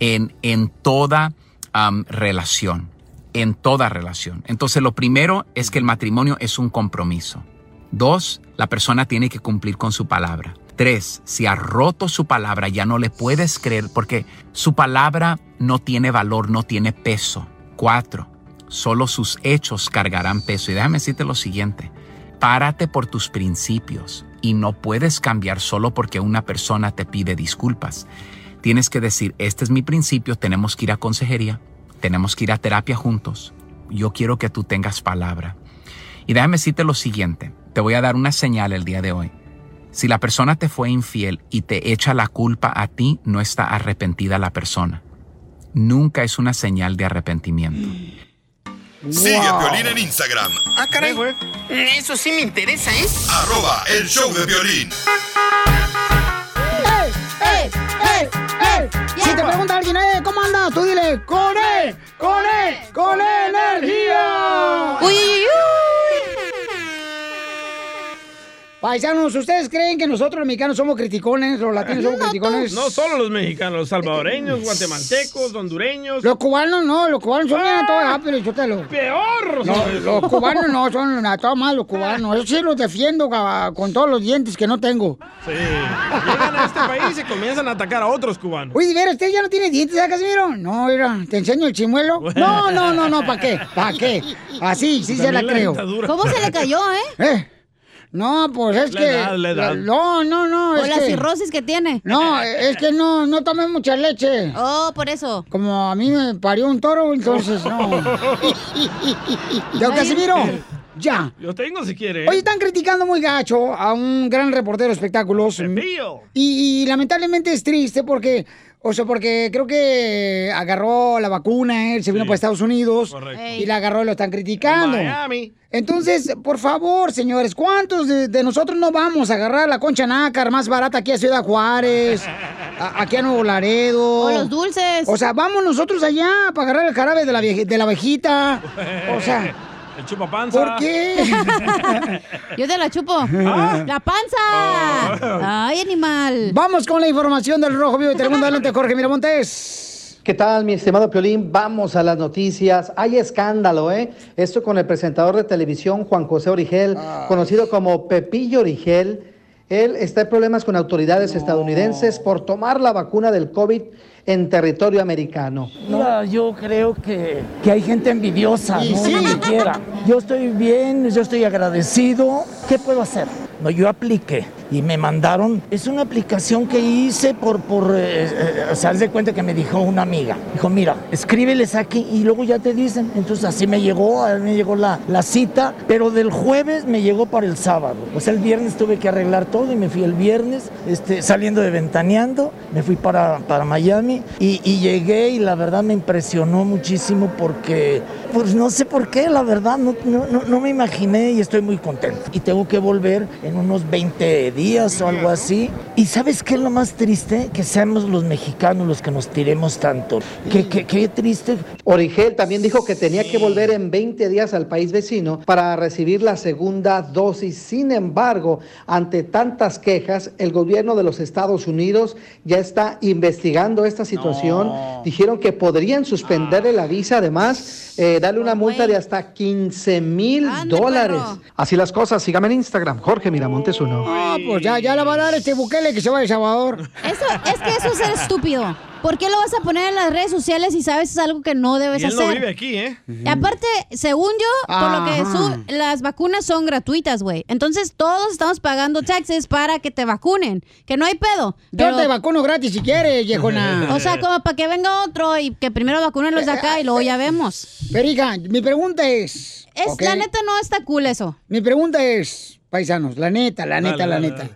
[SPEAKER 4] en, en toda um, relación, en toda relación. Entonces lo primero es que el matrimonio es un compromiso. Dos, la persona tiene que cumplir con su palabra. Tres, si ha roto su palabra, ya no le puedes creer porque su palabra no tiene valor, no tiene peso. Cuatro, solo sus hechos cargarán peso. Y déjame decirte lo siguiente, párate por tus principios y no puedes cambiar solo porque una persona te pide disculpas. Tienes que decir, este es mi principio, tenemos que ir a consejería, tenemos que ir a terapia juntos. Yo quiero que tú tengas palabra. Y déjame decirte lo siguiente, te voy a dar una señal el día de hoy. Si la persona te fue infiel y te echa la culpa a ti, no está arrepentida la persona. Nunca es una señal de arrepentimiento.
[SPEAKER 6] Sigue a Violín en Instagram.
[SPEAKER 3] Ah, caray. Eso sí me interesa, ¿eh?
[SPEAKER 6] Arroba el show de violín.
[SPEAKER 1] ¡Ey! ¡Ey! ¡Ey! Si te pregunta alguien, eh, ¿cómo andas? Tú dile, con él, con él, con E energía. Uy, uy, Paisanos, ¿ustedes creen que nosotros los mexicanos somos criticones, los latinos somos criticones?
[SPEAKER 2] No solo los mexicanos, los salvadoreños, guatemaltecos, hondureños.
[SPEAKER 1] Los cubanos no, Ah. los cubanos son bien a toda pero yo te lo...
[SPEAKER 2] Peor.
[SPEAKER 1] No, los cubanos no, son a toda más los cubanos. Eso sí los defiendo ca- con todos los dientes que no tengo.
[SPEAKER 2] Sí. Llegan a este país y comienzan a atacar a otros cubanos.
[SPEAKER 1] Oye, mira, usted ya no tiene dientes, ¿eh, Casimiro? No, mira, ¿te enseño el chimuelo? No, no, no, no, ¿para qué? ¿Para qué? Así, sí se
[SPEAKER 5] También
[SPEAKER 1] la,
[SPEAKER 5] la
[SPEAKER 1] creo.
[SPEAKER 5] dentadura. ¿Cómo se le cayó, eh?
[SPEAKER 1] Eh, No, pues es
[SPEAKER 5] La
[SPEAKER 1] que...
[SPEAKER 5] edad, la edad.
[SPEAKER 1] No, no, no.
[SPEAKER 5] O
[SPEAKER 1] es
[SPEAKER 5] la
[SPEAKER 1] que-
[SPEAKER 5] cirrosis que tiene.
[SPEAKER 1] No, es que no, no tomé mucha leche.
[SPEAKER 5] Oh, por eso.
[SPEAKER 1] Como a mí me parió un toro, entonces no. Don Casimiro, ya.
[SPEAKER 2] Yo tengo si quiere.
[SPEAKER 1] Hoy están criticando muy gacho a un gran reportero de espectáculos. Y, y lamentablemente es triste porque, o sea, porque creo que agarró la vacuna, él se vino para Estados Unidos
[SPEAKER 3] Correcto.
[SPEAKER 1] y la agarró y lo están criticando.
[SPEAKER 3] En Miami.
[SPEAKER 1] Entonces, por favor, señores, ¿cuántos de, de nosotros no vamos a agarrar la concha nácar más barata aquí a Ciudad Juárez, a- aquí a Nuevo Laredo?
[SPEAKER 5] O los dulces.
[SPEAKER 1] O sea, vamos nosotros allá para agarrar el jarabe de la, vieje- de la abejita. O sea,
[SPEAKER 2] El chupapanza.
[SPEAKER 1] ¿por qué?
[SPEAKER 5] Yo te la chupo.
[SPEAKER 1] Ah.
[SPEAKER 5] ¡La panza! ¡Ay, animal!
[SPEAKER 1] Vamos con la información del Rojo Vivo de Telemundo. Adelante, Jorge Miramontes.
[SPEAKER 7] ¿Qué tal, mi estimado Piolín? Vamos a las noticias. Hay escándalo, ¿eh? Esto con el presentador de televisión Juan José Origel, conocido como Pepillo Origel. Él está en problemas con autoridades estadounidenses por tomar la vacuna del COVID en territorio americano.
[SPEAKER 8] Mira, yo creo que, que hay gente envidiosa, ¿no? Ni siquiera. Yo estoy bien, yo estoy agradecido. ¿Qué puedo hacer? No, yo apliqué y me mandaron. Es una aplicación que hice por, por eh, eh, o sea, haz de cuenta que me dijo una amiga. Dijo, mira, escríbeles aquí y luego ya te dicen. Entonces así me llegó, a mí me llegó la, la cita, pero del jueves me llegó para el sábado. O sea, el viernes tuve que arreglar todo y me fui el viernes, este, saliendo de Ventaneando, me fui para, para Miami y, y llegué y la verdad me impresionó muchísimo porque, pues no sé por qué, la verdad, no, no, no- no me imaginé y estoy muy contento. Y tengo que volver en unos 20 días o algo así. Y ¿sabes qué es lo más triste? Que seamos los mexicanos los que nos tiremos tanto. Qué, qué- qué triste.
[SPEAKER 7] Origel también dijo que tenía que volver en 20 días al país vecino para recibir la segunda dosis. Sin embargo, ante tantas quejas, el gobierno de los Estados Unidos ya está investigando esta situación. Dijeron que podrían suspenderle la visa, además, eh, darle una multa de hasta 15 mil dólares. Así las cosas, sígame en Instagram, Jorge Miramontes uno.
[SPEAKER 1] Ah, pues ya, ya la va a dar este buquele que se va de Salvador.
[SPEAKER 5] Eso, es que eso es ser estúpido. ¿Por qué lo vas a poner en las redes sociales si sabes es algo que no debes
[SPEAKER 2] Y él
[SPEAKER 5] hacer?
[SPEAKER 2] no vive aquí, ¿eh?
[SPEAKER 5] Y aparte, según yo, por lo
[SPEAKER 2] Ajá.
[SPEAKER 5] que su- las vacunas son gratuitas, güey. Entonces todos estamos pagando taxes para que te vacunen, que no hay pedo.
[SPEAKER 1] Yo te vacuno gratis si quieres, viejona.
[SPEAKER 5] O sea, como para que venga otro y que primero vacunen los de acá y luego ya vemos.
[SPEAKER 1] Pero hija, mi pregunta es...
[SPEAKER 5] Es,
[SPEAKER 1] ¿ok?
[SPEAKER 5] La neta no está cool eso.
[SPEAKER 1] Mi pregunta es, paisanos, la neta, la
[SPEAKER 5] Dale,
[SPEAKER 1] neta, la
[SPEAKER 5] dale,
[SPEAKER 1] neta.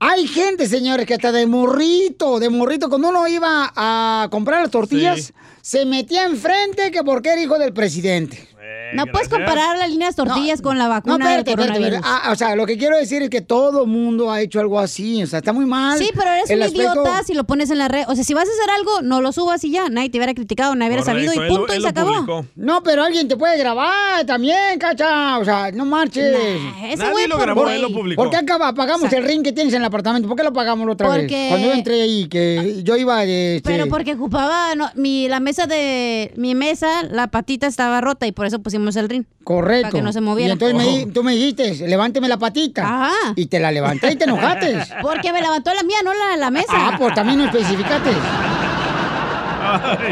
[SPEAKER 1] Hay gente, señores, que hasta de morrito, de morrito, cuando uno iba a comprar las tortillas,
[SPEAKER 5] Sí.
[SPEAKER 1] se metía enfrente que porque era hijo del presidente.
[SPEAKER 5] No puedes comparar las líneas tortillas con la vacuna
[SPEAKER 1] No, espérate,
[SPEAKER 5] del
[SPEAKER 1] espérate,
[SPEAKER 5] coronavirus.
[SPEAKER 1] espérate. Ah, o sea, lo que quiero decir es que todo mundo ha hecho algo así. O sea, está muy mal.
[SPEAKER 5] Sí, pero eres
[SPEAKER 1] el
[SPEAKER 5] un
[SPEAKER 1] aspecto-
[SPEAKER 5] idiota si lo pones en la red. O sea, si vas a hacer algo, no lo subas y ya. Nadie te hubiera criticado, nadie hubiera
[SPEAKER 1] Correcto,
[SPEAKER 5] sabido
[SPEAKER 1] él
[SPEAKER 5] y
[SPEAKER 1] lo-
[SPEAKER 5] punto
[SPEAKER 1] él
[SPEAKER 5] y
[SPEAKER 1] lo
[SPEAKER 5] se acabó.
[SPEAKER 1] publicó. No, pero alguien te puede grabar también, cacha. O sea, no marches.
[SPEAKER 5] Nah, ese Nadie güey lo por grabó, güey. él lo publicó.
[SPEAKER 1] ¿Por qué acaba, apagamos
[SPEAKER 5] Exacto.
[SPEAKER 1] el ring que tienes en el apartamento? ¿Por qué lo apagamos la otra
[SPEAKER 5] Porque-
[SPEAKER 1] vez? Cuando yo entré ahí, que yo iba de... este-
[SPEAKER 5] Pero porque ocupaba no, mi la mesa de mi mesa, la patita estaba rota y por eso pusimos el ring.
[SPEAKER 1] Correcto.
[SPEAKER 5] Para que no se moviera.
[SPEAKER 1] Y entonces me
[SPEAKER 2] Oh.
[SPEAKER 1] di- tú me dijiste, levánteme la patita.
[SPEAKER 5] Ah.
[SPEAKER 1] Y te la levanté y te
[SPEAKER 5] Pues
[SPEAKER 1] enojaste.
[SPEAKER 5] Porque me levantó la mía, no la la mesa.
[SPEAKER 1] Ah, pues también no especificaste.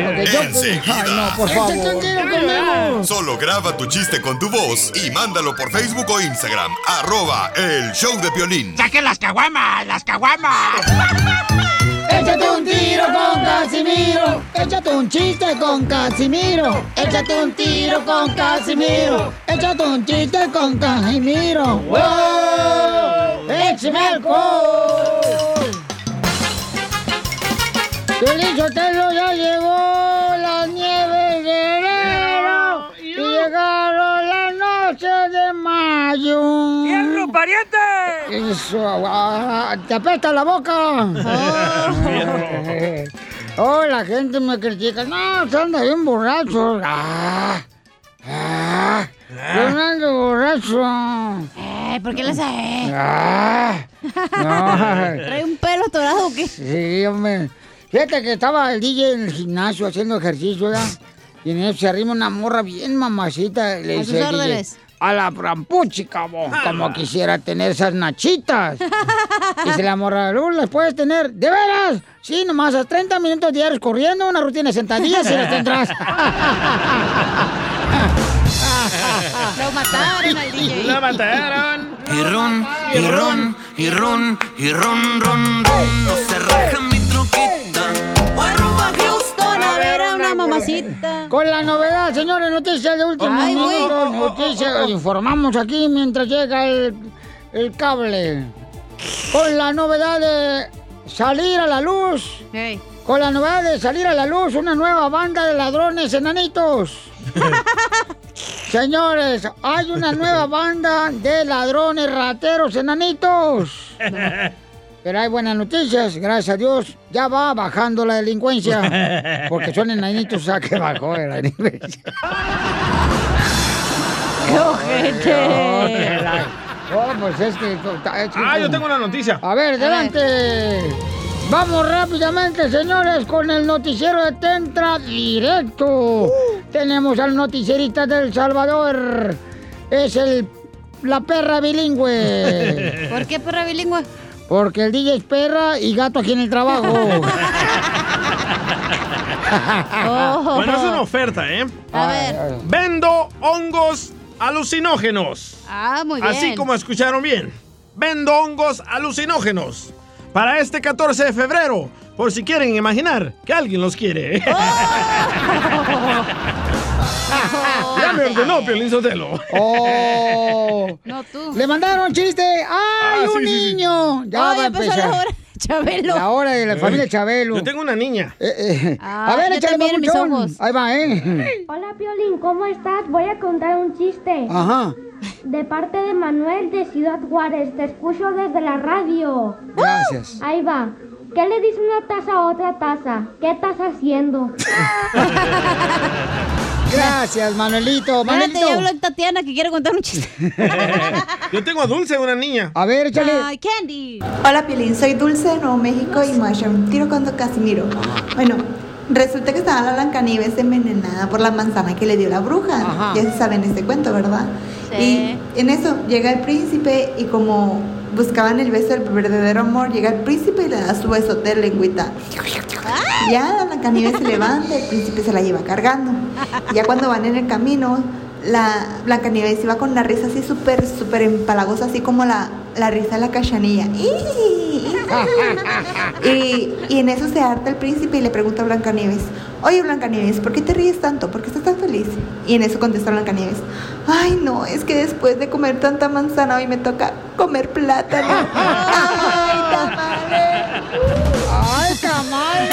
[SPEAKER 1] Porque yo-
[SPEAKER 6] Enseguida.
[SPEAKER 1] Ay, no, por favor.
[SPEAKER 6] Échate un tiro
[SPEAKER 1] con Memo.
[SPEAKER 6] Solo graba tu chiste con tu voz y mándalo por Facebook o Instagram. Arroba el show de Piolín.
[SPEAKER 3] ¡Saquen las caguamas! ¡Las caguamas!
[SPEAKER 1] Échate un tiro con Casimiro. Échate un chiste con Casimiro. Échate un tiro con Casimiro. Échate un chiste con Casimiro. ¡Wow! ¡Échame alcohol! Piolín Sotelo, ya llegó las nieves de enero y llegaron las noches de mayo. ¡Cierro, pariente! Eso, ah, te apesta la boca. Oh, la gente me critica. No, se anda bien borracho. Ah, ah, yo no ando borracho.
[SPEAKER 5] Eh, ¿por qué le haces?
[SPEAKER 1] Ah, no.
[SPEAKER 5] Trae un pelo atorado o qué?
[SPEAKER 1] Sí, hombre. Fíjate que estaba el DJ en el gimnasio haciendo ejercicio, ¿verdad? Y en eso se arrima una morra bien mamacita. Le
[SPEAKER 3] A
[SPEAKER 1] dice
[SPEAKER 3] sus
[SPEAKER 1] el DJ,
[SPEAKER 3] órdenes.
[SPEAKER 1] a la prampuchi, cabrón.
[SPEAKER 5] Ah.
[SPEAKER 1] Como quisiera tener esas nachitas. Dice la morra, "Lu, las puedes tener. ¿De veras? Sí, nomás a 30 minutos diarios corriendo, una rutina de sentadillas y las tendrás.
[SPEAKER 5] Lo mataron al DJ.
[SPEAKER 3] Lo
[SPEAKER 2] mataron.
[SPEAKER 3] Y ron, y ron, y ron, y ron, ron, ron. No se raja mi truquita. Arroba Houston, a ver a una
[SPEAKER 5] mamacita.
[SPEAKER 1] Con la novedad, señores, noticias de último
[SPEAKER 3] Ay, güey.
[SPEAKER 1] minuto,
[SPEAKER 3] Oh, oh, oh,
[SPEAKER 1] noticias,
[SPEAKER 3] oh, oh.
[SPEAKER 1] informamos aquí mientras llega el, el cable. Con la novedad de salir a la luz. Con la novedad de salir a la luz, una nueva banda de ladrones enanitos. Señores, hay una nueva banda de ladrones rateros enanitos. Pero hay buenas noticias, gracias a Dios. Ya va bajando la delincuencia. Porque son enanitos, o sea que bajó la delincuencia. ¡Qué
[SPEAKER 3] ojete!
[SPEAKER 1] Oh, pues es que. es que-
[SPEAKER 2] Ah, yo tengo una noticia.
[SPEAKER 1] A ver, adelante. Vamos rápidamente, señores, con el noticiero de Tentra directo.
[SPEAKER 5] Uh.
[SPEAKER 1] Tenemos al noticierista del Salvador. Es el la perra bilingüe.
[SPEAKER 5] ¿Por qué perra bilingüe?
[SPEAKER 1] Porque el DJ es perra y gato aquí en el trabajo.
[SPEAKER 2] Bueno, es una oferta, ¿eh?
[SPEAKER 5] A ver.
[SPEAKER 2] Vendo hongos alucinógenos.
[SPEAKER 5] Ah, muy bien.
[SPEAKER 2] Así como escucharon bien. Vendo hongos alucinógenos. Para este 14 de febrero, por si quieren imaginar que alguien los quiere.
[SPEAKER 5] Oh.
[SPEAKER 2] ya me ordenó, Piolín Sotelo.
[SPEAKER 1] Oh.
[SPEAKER 5] No tú.
[SPEAKER 1] Le mandaron chiste. ¡Ay, un niño! Ya
[SPEAKER 5] Ah,
[SPEAKER 1] va
[SPEAKER 5] ya
[SPEAKER 1] a
[SPEAKER 5] empezó
[SPEAKER 1] empezar.
[SPEAKER 5] la hora de Chabelo.
[SPEAKER 1] La hora de
[SPEAKER 2] Eh.
[SPEAKER 1] la familia Chabelo.
[SPEAKER 2] Yo tengo una niña.
[SPEAKER 1] Ah, A ver, yo échale, también, mis babuchón. ojos. Ahí va, ¿eh?
[SPEAKER 10] Hola, Piolín, ¿cómo estás? Voy a contar un chiste.
[SPEAKER 1] Ajá.
[SPEAKER 10] De parte de Manuel de Ciudad Juárez. Te escucho desde la radio.
[SPEAKER 1] Gracias.
[SPEAKER 10] Ahí va. ¿Qué le dice una taza a otra taza? ¿Qué estás haciendo?
[SPEAKER 1] Gracias, Manuelito.
[SPEAKER 5] Espérate,
[SPEAKER 1] Manuelito.
[SPEAKER 5] ya habló Tatiana que quiere contar un chiste.
[SPEAKER 2] Yo tengo a Dulce, una niña.
[SPEAKER 1] A ver,
[SPEAKER 2] Ah,
[SPEAKER 5] Ay, Candy.
[SPEAKER 22] Hola Piolín, soy Dulce de Nuevo México y me voy a echar un tiro con Don Casimiro. Bueno, resulta que estaba la Blancanieves envenenada por la manzana que le dio la bruja. Ya se saben este cuento, ¿verdad?
[SPEAKER 10] Sí.
[SPEAKER 22] Y en eso llega el príncipe y como buscaban el beso del verdadero amor, llega el príncipe y le da su besote de lengüita. Ya la Blancanieves se levanta, el príncipe se la lleva cargando. Ya cuando van en el camino, la Blancanieves iba con una risa así súper, súper empalagosa, así como la, la risa de la cachanilla. Y, y en eso se harta el príncipe y le pregunta a Blancanieves, oye Blancanieves, ¿por qué te ríes tanto? ¿Por qué estás tan feliz? Y en eso contesta Blancanieves, ay no, es que después de comer tanta manzana hoy me toca comer plátano. ¡Ay, tamales!
[SPEAKER 1] ¡Ay, tamales!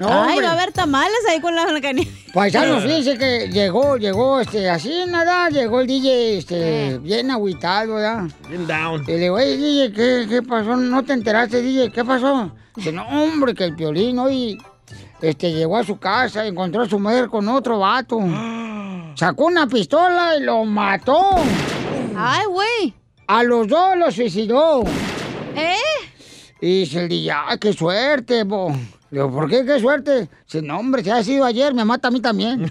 [SPEAKER 1] No,
[SPEAKER 5] Ay,
[SPEAKER 1] hombre.
[SPEAKER 5] va a haber tamales ahí con la blancanieves.
[SPEAKER 1] Paisanos, fíjense que llegó, llegó, este, así nada, llegó el DJ, este, bien agüitado, ¿verdad?
[SPEAKER 2] Bien down.
[SPEAKER 1] Y le digo, "Ey, DJ, ¿qué, qué pasó? ¿No te enteraste, DJ? ¿Qué pasó? Dice, no, hombre, que el Piolín hoy, este, llegó a su casa, encontró a su mujer con otro vato. Sacó una pistola y lo mató.
[SPEAKER 5] Ay, güey.
[SPEAKER 1] A los dos los suicidó.
[SPEAKER 5] ¿Eh?
[SPEAKER 1] Y dice el DJ, ay, qué suerte, bo. Le digo, ¿por qué qué suerte? Dice, no, hombre, se ha sido ayer, me mata a mí también.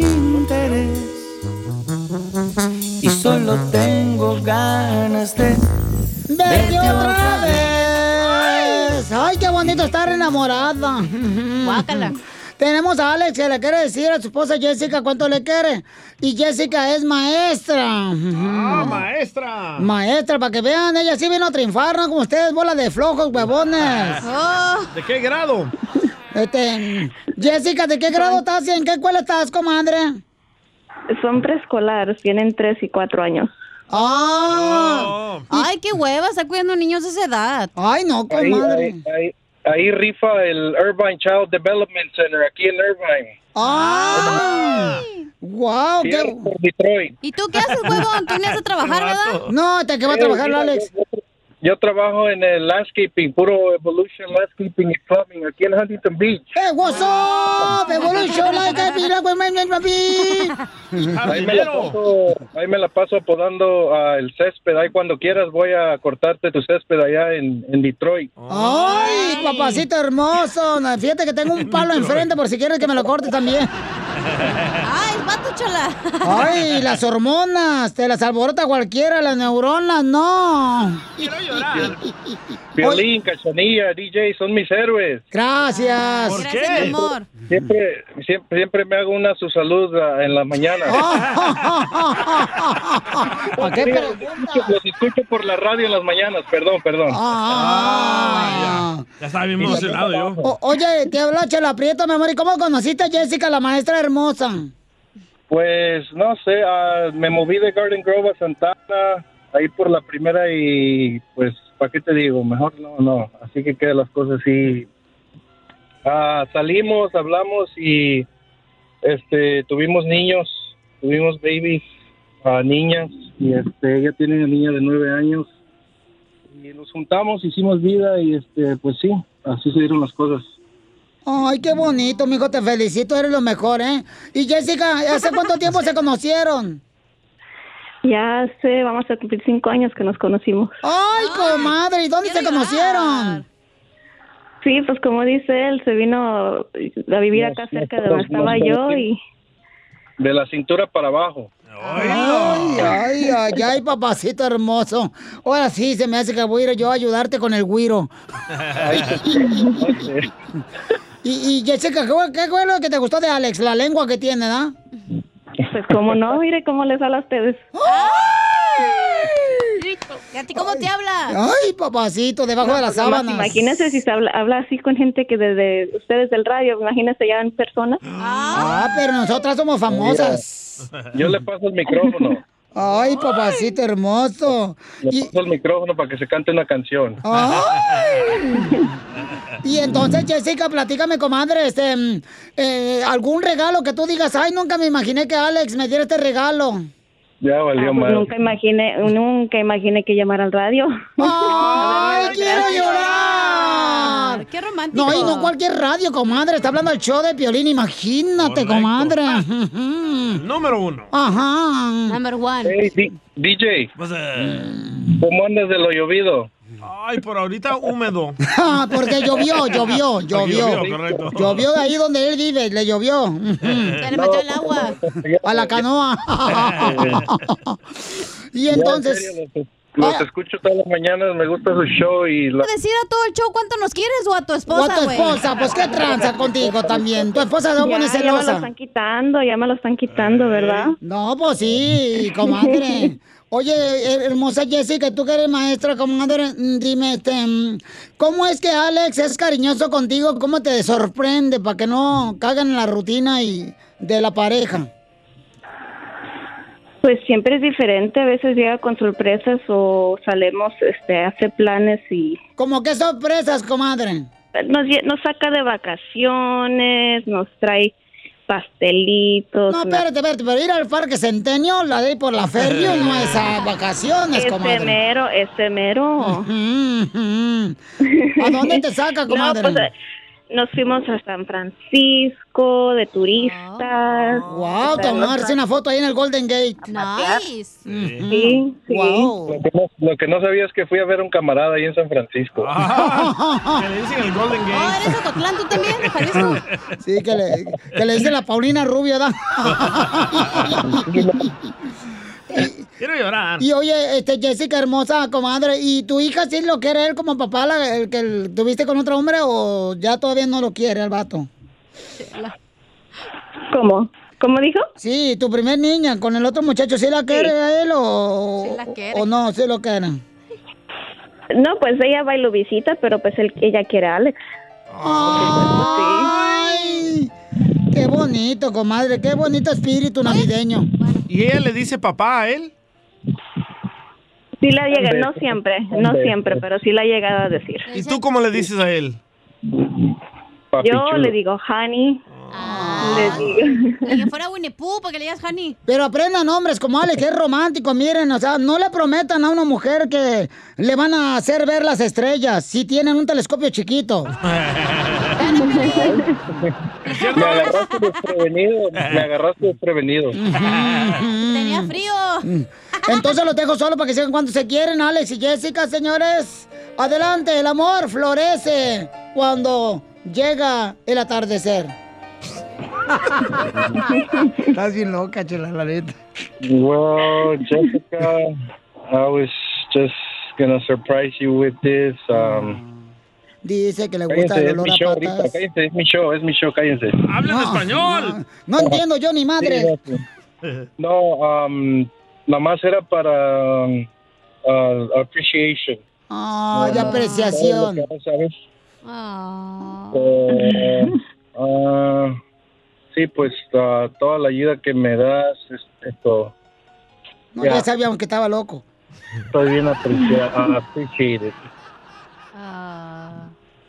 [SPEAKER 3] interés y solo tengo ganas de
[SPEAKER 1] ¡Vete otra vez! ¡Ay, qué bonito estar enamorada! Guácala. Tenemos a Alex que le quiere decir a su esposa Jessica cuánto le quiere. Y Jessica es maestra.
[SPEAKER 2] ¡Ah, maestra!
[SPEAKER 1] Maestra, para que vean, ella sí vino a triunfar, ¿no? Como ustedes, bola de flojos, huevones.
[SPEAKER 12] Oh.
[SPEAKER 2] ¿De qué grado?
[SPEAKER 1] Este, Jessica, ¿de qué grado estás y en qué escuela estás, comadre?
[SPEAKER 21] Son preescolares, tienen tres y cuatro años.
[SPEAKER 1] ¡Ah!
[SPEAKER 17] Oh.
[SPEAKER 5] Ay, qué hueva, está cuidando niños de esa edad.
[SPEAKER 1] Ay, no,
[SPEAKER 11] Ahí, ahí, ahí- ahí rifa el Irvine Child Development Center, aquí en Irvine.
[SPEAKER 1] Ah. ¡Ay! ¡Wow!
[SPEAKER 11] Sí, por Detroit.
[SPEAKER 5] ¿Y tú qué haces, huevón? Tú vienes a trabajar, ¿verdad?
[SPEAKER 1] No, te que va a trabajar, Alex.
[SPEAKER 11] Yo trabajo en el landscaping, puro Evolution Landscaping y Plumbing, aquí en Huntington Beach.
[SPEAKER 1] ¡Hey, "Eh, what's up? Evolution, like a pila, güey, men, men, papi.
[SPEAKER 11] Ahí me, la paso, ahí me la paso podando el césped. Ahí cuando quieras voy a cortarte tu césped allá en, en Detroit.
[SPEAKER 1] Oh. ¡Ay, papacito hermoso! No, Fíjate que tengo un palo enfrente por si quieres que me lo corte también.
[SPEAKER 5] Ay, vato, chala.
[SPEAKER 1] ¡Ay, las hormonas! Te las alborota cualquiera, las neuronas, no. Quiero llorar.
[SPEAKER 11] Violín, Cachanilla, DJ, son mis héroes.
[SPEAKER 1] Gracias.
[SPEAKER 11] ¿Por Gracias, qué? mi amor. Siempre, siempre, siempre me hago una su salud ah, en la mañana.
[SPEAKER 12] Ah.
[SPEAKER 1] ¿Para qué
[SPEAKER 11] Sí,
[SPEAKER 1] pre-
[SPEAKER 11] los escucho- Los escucho por la radio en las mañanas, perdón, perdón.
[SPEAKER 12] Ah.
[SPEAKER 2] Ah, Ya estaba bien emocionado yo.
[SPEAKER 1] O- oye, te habla Chela Prieto, mi amor. ¿Y cómo conociste a Jessica, la maestra hermosa?
[SPEAKER 11] Pues no sé, ah, me moví de Garden Grove a Santana, ahí por la primera y pues, ¿para qué te digo? Mejor no, no. Así que quedan las cosas así. Ah, salimos, hablamos y este tuvimos niños, tuvimos babies, ah, niñas y este ella tiene una niña de nueve años y nos juntamos, hicimos vida y este pues sí, así se dieron las cosas.
[SPEAKER 1] Ay, qué bonito, mijo. Te felicito, eres lo mejor, ¿eh? Y Jessica, ¿hace cuánto tiempo se conocieron?
[SPEAKER 21] Ya hace, vamos a cumplir cinco años que nos conocimos.
[SPEAKER 1] Ay, comadre, ¿y dónde se conocieron?
[SPEAKER 21] Sí, pues como dice él, se vino a vivir acá cerca de donde estaba yo y
[SPEAKER 11] De la cintura para abajo.
[SPEAKER 1] Ay, ay, ay, ay, papacito hermoso. Ahora sí se me hace que voy a ir yo a ayudarte con el guiro. Y, y Jessica, ¿qué fue- ¿qué fue lo que te gustó de Alex? La lengua que tiene, ¿verdad?
[SPEAKER 21] pues como no, mire cómo les habla a ustedes.
[SPEAKER 5] ¿Y a ti cómo te habla?
[SPEAKER 1] Ay, papacito, debajo de las
[SPEAKER 21] No, nomás
[SPEAKER 1] sábanas.
[SPEAKER 21] Imagínese si se habla, habla así con gente que desde ustedes del radio, imagínese ya en persona.
[SPEAKER 1] Ah, pero nosotras somos famosas.
[SPEAKER 11] Yo le paso el micrófono.
[SPEAKER 1] Ay, papacito hermoso.
[SPEAKER 11] Le paso el micrófono para que se cante una canción.
[SPEAKER 1] Ay. Y entonces, Jessica, platícame, comadre, este, mm, eh, algún regalo que tú digas, ay, nunca me imaginé que Alex me diera este regalo.
[SPEAKER 11] Ya valió
[SPEAKER 12] Pues
[SPEAKER 11] mal.
[SPEAKER 12] nunca imaginé, nunca imaginé que llamara al radio.
[SPEAKER 1] ¡Ay, quiero llorar!
[SPEAKER 5] ¡Qué romántico!
[SPEAKER 1] No, y no cualquier radio, comadre, está hablando el show de Piolín, imagínate, comadre.
[SPEAKER 2] Ah. Número uno.
[SPEAKER 1] Ajá.
[SPEAKER 5] Number
[SPEAKER 11] Hey, di- DJ.
[SPEAKER 2] Pues,
[SPEAKER 11] ¿Cómo andas de lo llovido?
[SPEAKER 2] eh. Ay, por ahorita húmedo.
[SPEAKER 1] Ah, porque llovió, llovió,
[SPEAKER 2] Porque
[SPEAKER 1] llovió.
[SPEAKER 2] llovió, correcto.
[SPEAKER 1] Llovió de ahí donde él vive, le llovió. Ujú.
[SPEAKER 2] Se le metió
[SPEAKER 5] el agua.
[SPEAKER 1] A la canoa. y
[SPEAKER 11] Ya, en
[SPEAKER 1] entonces,
[SPEAKER 11] serio, los,
[SPEAKER 12] ah.
[SPEAKER 11] los escucho todas las mañanas, me gusta su show y la...
[SPEAKER 5] ¿Puedes decir a todo el show cuánto nos quieres o a tu
[SPEAKER 1] o a
[SPEAKER 5] esposa,
[SPEAKER 1] tu
[SPEAKER 5] güey?
[SPEAKER 1] esposa, pues qué tranza contigo también. Tu esposa se va a poner
[SPEAKER 12] Ya, ya me lo
[SPEAKER 1] celosa. Eh.
[SPEAKER 12] están quitando, ya me lo están quitando, ¿verdad?
[SPEAKER 1] No, pues sí, comadre. Oye, eh, hermosa Jessica, tú que eres maestra, comadre, mm, dime, este, mm, ¿cómo es que Alex es cariñoso contigo? ¿Cómo te sorprende para que no caguen en la rutina y de la pareja?
[SPEAKER 12] Pues siempre es diferente, a veces llega con sorpresas o salemos, este, hace planes y
[SPEAKER 1] ¿Cómo qué sorpresas, comadre?
[SPEAKER 12] nos, lle- nos saca de vacaciones, nos trae pastelitos.
[SPEAKER 1] No,
[SPEAKER 12] una-
[SPEAKER 1] espérate, espérate, pero ir al parque Centenio, la de ahí por la feria, no es a vacaciones,
[SPEAKER 12] Ese
[SPEAKER 1] comadre.
[SPEAKER 12] mero, ese mero.
[SPEAKER 1] ¿A dónde te saca,
[SPEAKER 12] No,
[SPEAKER 1] comadre?
[SPEAKER 12] pues, eh, nos fuimos a San Francisco de turistas.
[SPEAKER 1] Wow, tomarse Ah, una foto ahí en el Golden Gate.
[SPEAKER 5] Nice.
[SPEAKER 12] Sí, sí.
[SPEAKER 11] Lo que, no, lo que no sabía es que fui a ver a un camarada ahí en San Francisco.
[SPEAKER 1] Ah, Que
[SPEAKER 2] le dicen el Golden Gate.
[SPEAKER 5] Oh, eres de Cotlán, tú también, de Jalisco.
[SPEAKER 1] Sí, que le, que le dice la Paulina Rubio, ¿verdad?
[SPEAKER 2] Quiero llorar.
[SPEAKER 1] Y oye, este, Jessica, hermosa comadre, ¿y tu hija sí lo quiere él como papá, la- el que el- tuviste con otro hombre, o ya todavía no lo quiere el vato?
[SPEAKER 12] ¿Cómo? ¿Cómo dijo?
[SPEAKER 1] Sí, tu primer niña, con el otro muchacho, ¿sí la quiere a él o,
[SPEAKER 12] Sí la quiere.
[SPEAKER 1] o no? ¿Sí lo quiere?
[SPEAKER 12] No, pues ella va y lo visita, pero pues él- ella quiere a Alex.
[SPEAKER 1] ¡Ay! ¡Qué bonito, comadre! ¡Qué bonito espíritu navideño!
[SPEAKER 2] ¿Y ella le dice papá a él?
[SPEAKER 12] Sí la llega, no siempre, no siempre, pero sí la ha llegado a decir.
[SPEAKER 2] ¿Y tú cómo le dices a él?
[SPEAKER 12] Yo le digo, honey,
[SPEAKER 5] Ni que fuera Winnie Pooh, para que le digas, honey.
[SPEAKER 1] Pero aprendan hombres como Alex, que es romántico, miren, o sea, no le prometan a una mujer que le van a hacer ver las estrellas si tienen un telescopio chiquito.
[SPEAKER 11] Me agarraste desprevenido, me agarraste desprevenido.
[SPEAKER 1] Tenía
[SPEAKER 5] frío.
[SPEAKER 1] Mm. Entonces los dejo solo para que sigan cuando se quieren, Alex y Jessica, señores. Adelante, el amor florece cuando llega el atardecer. Estás bien loca, chela, la neta.
[SPEAKER 11] Well, Jessica, I was just gonna surprise you with this. Um,
[SPEAKER 1] Dice que le gusta
[SPEAKER 11] cállense,
[SPEAKER 1] el
[SPEAKER 11] es
[SPEAKER 1] olor
[SPEAKER 11] mi
[SPEAKER 1] a
[SPEAKER 11] show
[SPEAKER 1] patas.
[SPEAKER 11] ahorita, cállense, es mi show, es mi show, cállense.
[SPEAKER 2] ¡Hablen español!
[SPEAKER 1] No entiendo yo ni madre.
[SPEAKER 11] Sí, gracias. no, um, nomás era para um, uh, appreciation.
[SPEAKER 1] Ah. Ay,
[SPEAKER 12] Ah.
[SPEAKER 1] de apreciación.
[SPEAKER 11] ¿Sabes? Eh, ah, sí, pues ah, toda la ayuda que me das, es- esto.
[SPEAKER 1] No,
[SPEAKER 11] ya,
[SPEAKER 1] ya sabíamos que estaba loco.
[SPEAKER 11] Estoy bien aprecia- ah, appreciated.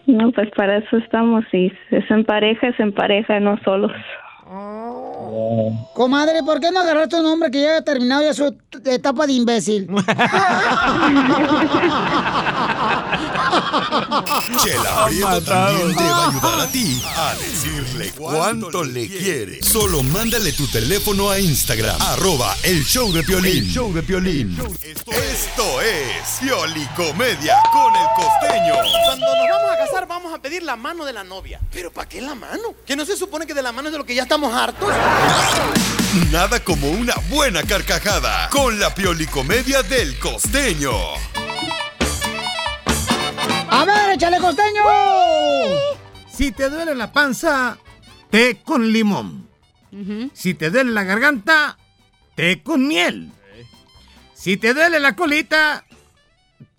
[SPEAKER 12] no, pues para eso estamos, sí, es en pareja, es en pareja, no solos.
[SPEAKER 1] Ah. Comadre, ¿por qué no agarraste un hombre que ya había terminado ya su t- etapa de imbécil?
[SPEAKER 6] Chela
[SPEAKER 1] Ah,
[SPEAKER 6] Prieto también te va a ayudar a ti a decirle cuánto le quiere. Solo mándale tu teléfono a Instagram, arroba el show de Piolín.
[SPEAKER 23] El
[SPEAKER 6] show de Piolín. Esto es Piolicomedia con el costeño.
[SPEAKER 23] Cuando nos vamos a casar vamos a pedir la mano de la novia. ¿Pero para qué la mano? Que no se supone que de la mano es de lo que ya estamos hartos.
[SPEAKER 6] Nada como una buena carcajada con la Piolicomedia del costeño.
[SPEAKER 1] A ver, échale costeño.
[SPEAKER 9] Si te duele la panza, té con limón. Si te duele la garganta, té con miel. Si te duele la colita,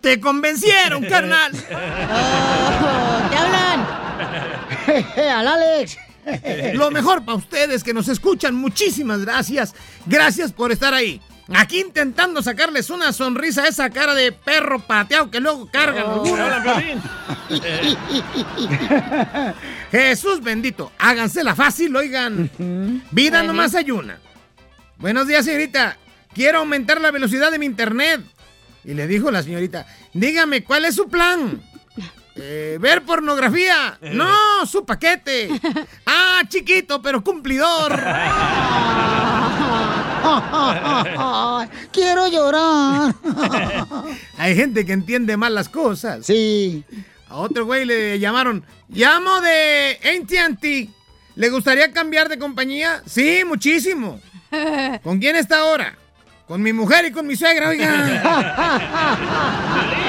[SPEAKER 9] te convencieron, carnal.
[SPEAKER 1] Oh,
[SPEAKER 5] ¡Te hablan!
[SPEAKER 1] ¡Al Alex!
[SPEAKER 9] Lo mejor para ustedes que nos escuchan, muchísimas gracias. Gracias por estar ahí.
[SPEAKER 3] Aquí intentando sacarles una sonrisa a esa cara de perro pateado que luego cargan.
[SPEAKER 1] Oh.
[SPEAKER 3] algunos. Jesús bendito, hágansela fácil, oigan. Vida nomás hay una. Buenos días, señorita. Quiero aumentar la velocidad de mi internet. Y le dijo la señorita, dígame, ¿cuál es su plan? "Eh, ver pornografía. No, su paquete. Ah, chiquito, pero cumplidor.
[SPEAKER 1] Ah. Quiero llorar.
[SPEAKER 3] Hay gente que entiende mal las cosas.
[SPEAKER 1] Sí.
[SPEAKER 3] A otro güey le llamaron, llamo de AT&T. ¿Le gustaría cambiar de compañía? Sí, muchísimo. ¿Con quién está ahora? Con mi mujer y con mi suegra, oiga.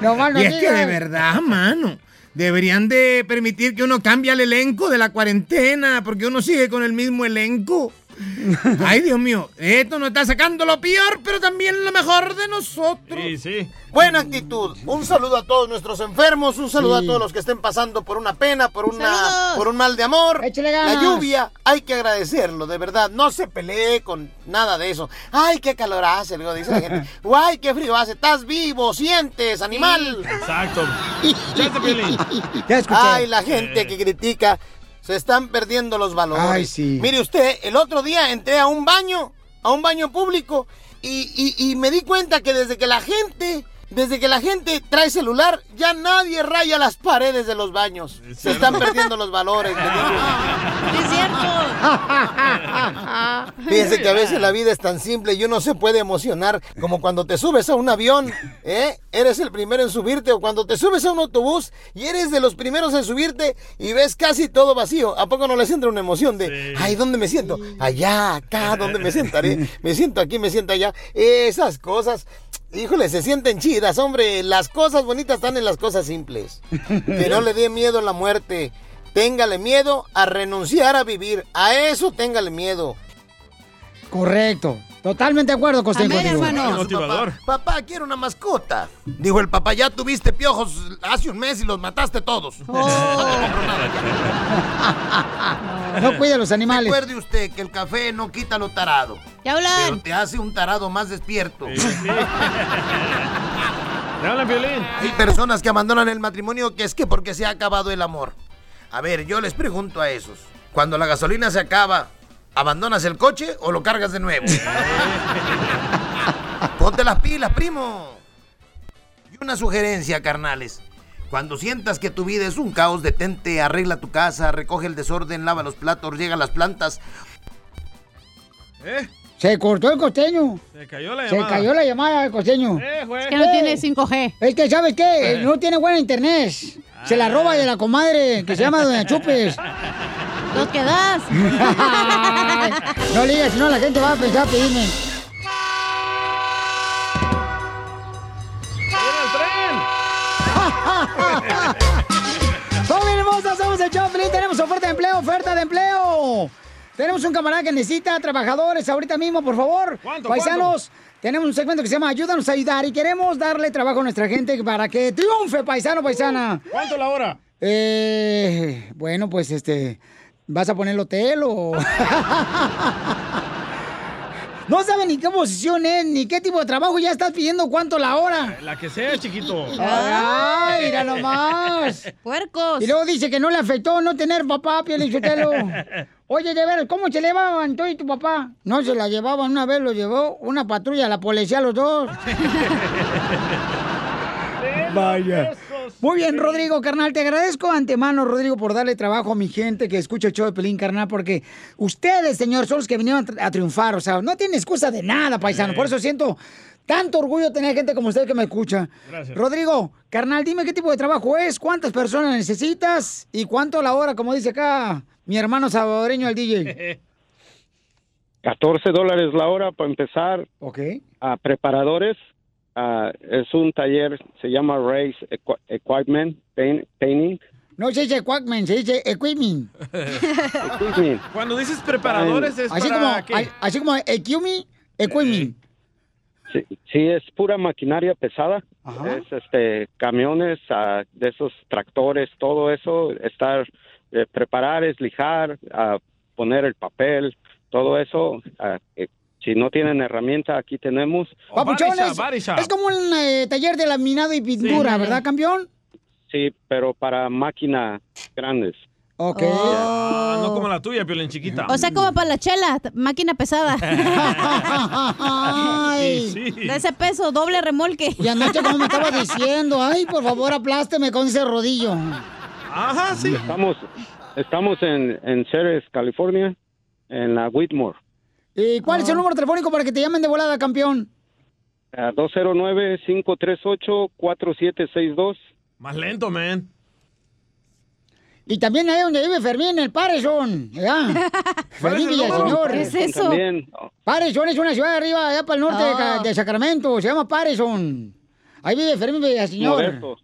[SPEAKER 1] No, mal no
[SPEAKER 3] y es que
[SPEAKER 1] digas.
[SPEAKER 3] de verdad, mano. Deberían de permitir que uno cambie el elenco de la cuarentena, porque uno sigue con el mismo elenco. Ay, Dios mío, esto nos está sacando lo peor, pero también lo mejor de nosotros. Sí, sí.
[SPEAKER 9] Buena actitud. Un saludo a todos nuestros enfermos, un saludo
[SPEAKER 3] Sí.
[SPEAKER 9] a todos los que estén pasando por una pena, por una por un mal de amor.
[SPEAKER 1] ganas.
[SPEAKER 9] La lluvia, hay que agradecerlo, de verdad. No se pelee con nada de eso. Ay, qué calor hace, luego dice la gente. Guay, qué frío hace. Estás vivo, sientes, animal.
[SPEAKER 2] Exacto.
[SPEAKER 1] Ya escuché.
[SPEAKER 9] Ay, la gente que critica. Se están perdiendo los valores.
[SPEAKER 1] Ay, sí.
[SPEAKER 9] Mire usted, el otro día entré a un baño, a un baño público, y, y- y me di cuenta que desde que la gente, desde que la gente trae celular, ya nadie raya las paredes de los baños. Se están perdiendo los valores.
[SPEAKER 7] Es cierto.
[SPEAKER 9] Fíjense que a
[SPEAKER 3] Ah.
[SPEAKER 9] veces la vida es tan simple y uno se puede emocionar, como cuando te subes a un avión, ¿eh? eres el primero en subirte, o cuando te subes a un autobús y eres de los primeros en subirte y ves casi todo vacío. ¿A poco no les entra una emoción de, ay, ¿dónde me siento? Allá, acá, ¿dónde me sentaré? Me siento aquí, me siento allá. Esas cosas, híjole, se sienten chidas, hombre. Las cosas bonitas están en las cosas simples. Que no le dé miedo a la muerte. Téngale miedo a renunciar a vivir. A eso téngale miedo.
[SPEAKER 1] Correcto. Totalmente de acuerdo, Costeño. contigo.
[SPEAKER 9] Papá, papá, quiero una mascota. Dijo el papá, ya tuviste piojos hace un mes y los mataste todos. No te compro nada ya.
[SPEAKER 1] No cuida los animales.
[SPEAKER 9] Recuerde usted que el café no quita lo tarado.
[SPEAKER 24] Ya hablan.
[SPEAKER 9] Pero te hace un tarado más despierto. Hay personas que abandonan el matrimonio que es que porque se ha acabado el amor. A ver, yo les pregunto a esos. Cuando la gasolina se acaba, ¿abandonas el coche o lo cargas de nuevo? Ponte las pilas, primo. Y una sugerencia, carnales. Cuando sientas que tu vida es un caos, detente, arregla tu casa, recoge el desorden, lava los platos, riega las plantas.
[SPEAKER 1] Se cortó el costeño.
[SPEAKER 2] Se cayó la
[SPEAKER 1] Se
[SPEAKER 2] llamada. Eh,
[SPEAKER 1] cayó la llamada del costeño. Eh,
[SPEAKER 24] Es que no tiene 5G.
[SPEAKER 1] Es que, ¿sabes qué?
[SPEAKER 24] Eh.
[SPEAKER 1] No tiene buena internet. Se la roba de la comadre que se llama Doña Chupes.
[SPEAKER 24] Nos quedas.
[SPEAKER 1] no le digas, si no la gente va a pensar pedirme. ¡Familia hermosa! Somos el Choplin. Tenemos oferta de empleo, oferta de empleo. Tenemos un camarada que necesita trabajadores ahorita mismo, por favor.
[SPEAKER 7] ¿Cuánto,
[SPEAKER 1] Paisanos, tenemos un segmento que se llama Ayúdanos a ayudar y queremos darle trabajo a nuestra gente para que triunfe, paisano, paisana.
[SPEAKER 7] Uh,
[SPEAKER 2] ¿Cuánto la hora?
[SPEAKER 1] Eh, bueno, pues este, ¿vas a poner el hotel o...? no saben ni qué posición es, ni qué tipo de trabajo, ya estás pidiendo cuánto la hora.
[SPEAKER 2] La que sea, chiquito.
[SPEAKER 12] Ah.
[SPEAKER 1] Ay, mira nomás.
[SPEAKER 24] Puercos.
[SPEAKER 1] Y luego dice que no le afectó no tener papá, Pielichotelo. Oye, de ver, ¿cómo se llevaban tú y tu papá? No se la llevaban, una vez lo llevó una patrulla, la policía, los dos. Vaya. Muy bien, Rodrigo, carnal, te agradezco antemano, Rodrigo, por darle trabajo a mi gente que escucha el show de Pelín, carnal, porque ustedes, señor, son los que vinieron a tri- a triunfar, o sea, no tienen excusa de nada, paisano, por eso siento tanto orgullo tener gente como usted que me escucha.
[SPEAKER 7] Gracias.
[SPEAKER 1] Rodrigo, carnal, dime qué tipo de trabajo es, cuántas personas necesitas y cuánto la hora, como dice acá mi hermano salvadoreño, el DJ.
[SPEAKER 25] 14 dólares la hora para empezar.
[SPEAKER 1] Ok.
[SPEAKER 25] A preparadores. Ah, es un taller, se llama Race Equi- Equipment Pain- Painting.
[SPEAKER 1] No se dice Quackman, se dice Equipment.
[SPEAKER 25] Equipment.
[SPEAKER 2] Cuando dices preparadores es
[SPEAKER 1] así
[SPEAKER 2] para
[SPEAKER 1] como,
[SPEAKER 2] qué?
[SPEAKER 1] a- Así como Equipment, Equipment.
[SPEAKER 25] Sí, sí, es pura maquinaria pesada.
[SPEAKER 1] Ajá.
[SPEAKER 25] Es este camiones, ah, de esos tractores, todo eso. Estar, eh, preparar, es lijar, ah, poner el papel, todo eso. ah, eh,
[SPEAKER 12] Si no tienen herramienta, aquí tenemos.
[SPEAKER 1] Papuchón, es, es como un eh, taller de laminado y pintura,
[SPEAKER 12] Sí.
[SPEAKER 1] ¿verdad, campeón?
[SPEAKER 12] Sí, pero para máquinas grandes.
[SPEAKER 1] Ok.
[SPEAKER 2] Ah, no como la tuya, Piolín Chiquita.
[SPEAKER 5] O sea, como para la chela, t- máquina pesada.
[SPEAKER 1] Ay.
[SPEAKER 5] Sí, sí. De ese peso, doble remolque.
[SPEAKER 1] Y anoche como me estaba diciendo, ay, por favor, aplásteme con ese rodillo.
[SPEAKER 2] Ajá, sí.
[SPEAKER 12] Estamos, estamos en, en Ceres, California, en la Whitmore.
[SPEAKER 1] ¿Y cuál
[SPEAKER 12] Ah.
[SPEAKER 1] es el número telefónico para que te llamen de volada, campeón?
[SPEAKER 12] a 209-538-4762.
[SPEAKER 2] Más lento, man.
[SPEAKER 1] Y también ahí donde vive Fermín, el Parezón. ¿Ya?
[SPEAKER 12] ¿Cuál es
[SPEAKER 1] Fermín
[SPEAKER 12] el número?
[SPEAKER 1] Villaseñor.
[SPEAKER 12] ¿Qué es eso? También.
[SPEAKER 1] Parezón es una ciudad de arriba, allá para el norte de, Ca-
[SPEAKER 12] Ah.
[SPEAKER 1] de Sacramento. Se llama Parezón. Ahí vive Fermín Villaseñor.
[SPEAKER 12] Modesto.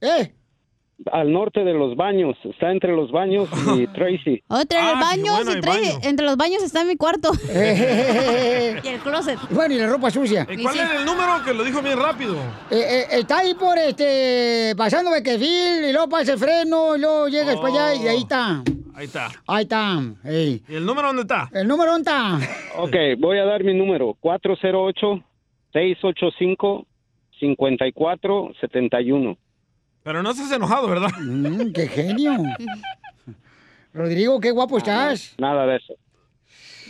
[SPEAKER 1] ¿Eh?
[SPEAKER 12] Al norte de los baños, está entre los baños y Tracy.
[SPEAKER 5] Oh, entre
[SPEAKER 1] Ah,
[SPEAKER 5] los baños,
[SPEAKER 12] bueno, hay
[SPEAKER 5] entre, entre los baños está mi cuarto.
[SPEAKER 1] Eh.
[SPEAKER 5] y el closet.
[SPEAKER 1] Bueno, y la ropa sucia.
[SPEAKER 2] ¿Y cuál era el número que lo dijo bien rápido?
[SPEAKER 1] Eh, eh, está ahí por este. Pasando Beckerfield, y luego pasa el freno, y luego llegas para allá y ahí está.
[SPEAKER 2] Ahí está.
[SPEAKER 1] Ahí está. ey.
[SPEAKER 2] ¿Y el número dónde está?
[SPEAKER 1] El número dónde está.
[SPEAKER 12] Ok, voy a dar mi número, 408-685-5471.
[SPEAKER 2] Pero no estás enojado, ¿verdad?
[SPEAKER 1] Mm, qué genio. Rodrigo, qué guapo estás.
[SPEAKER 12] Nada de eso.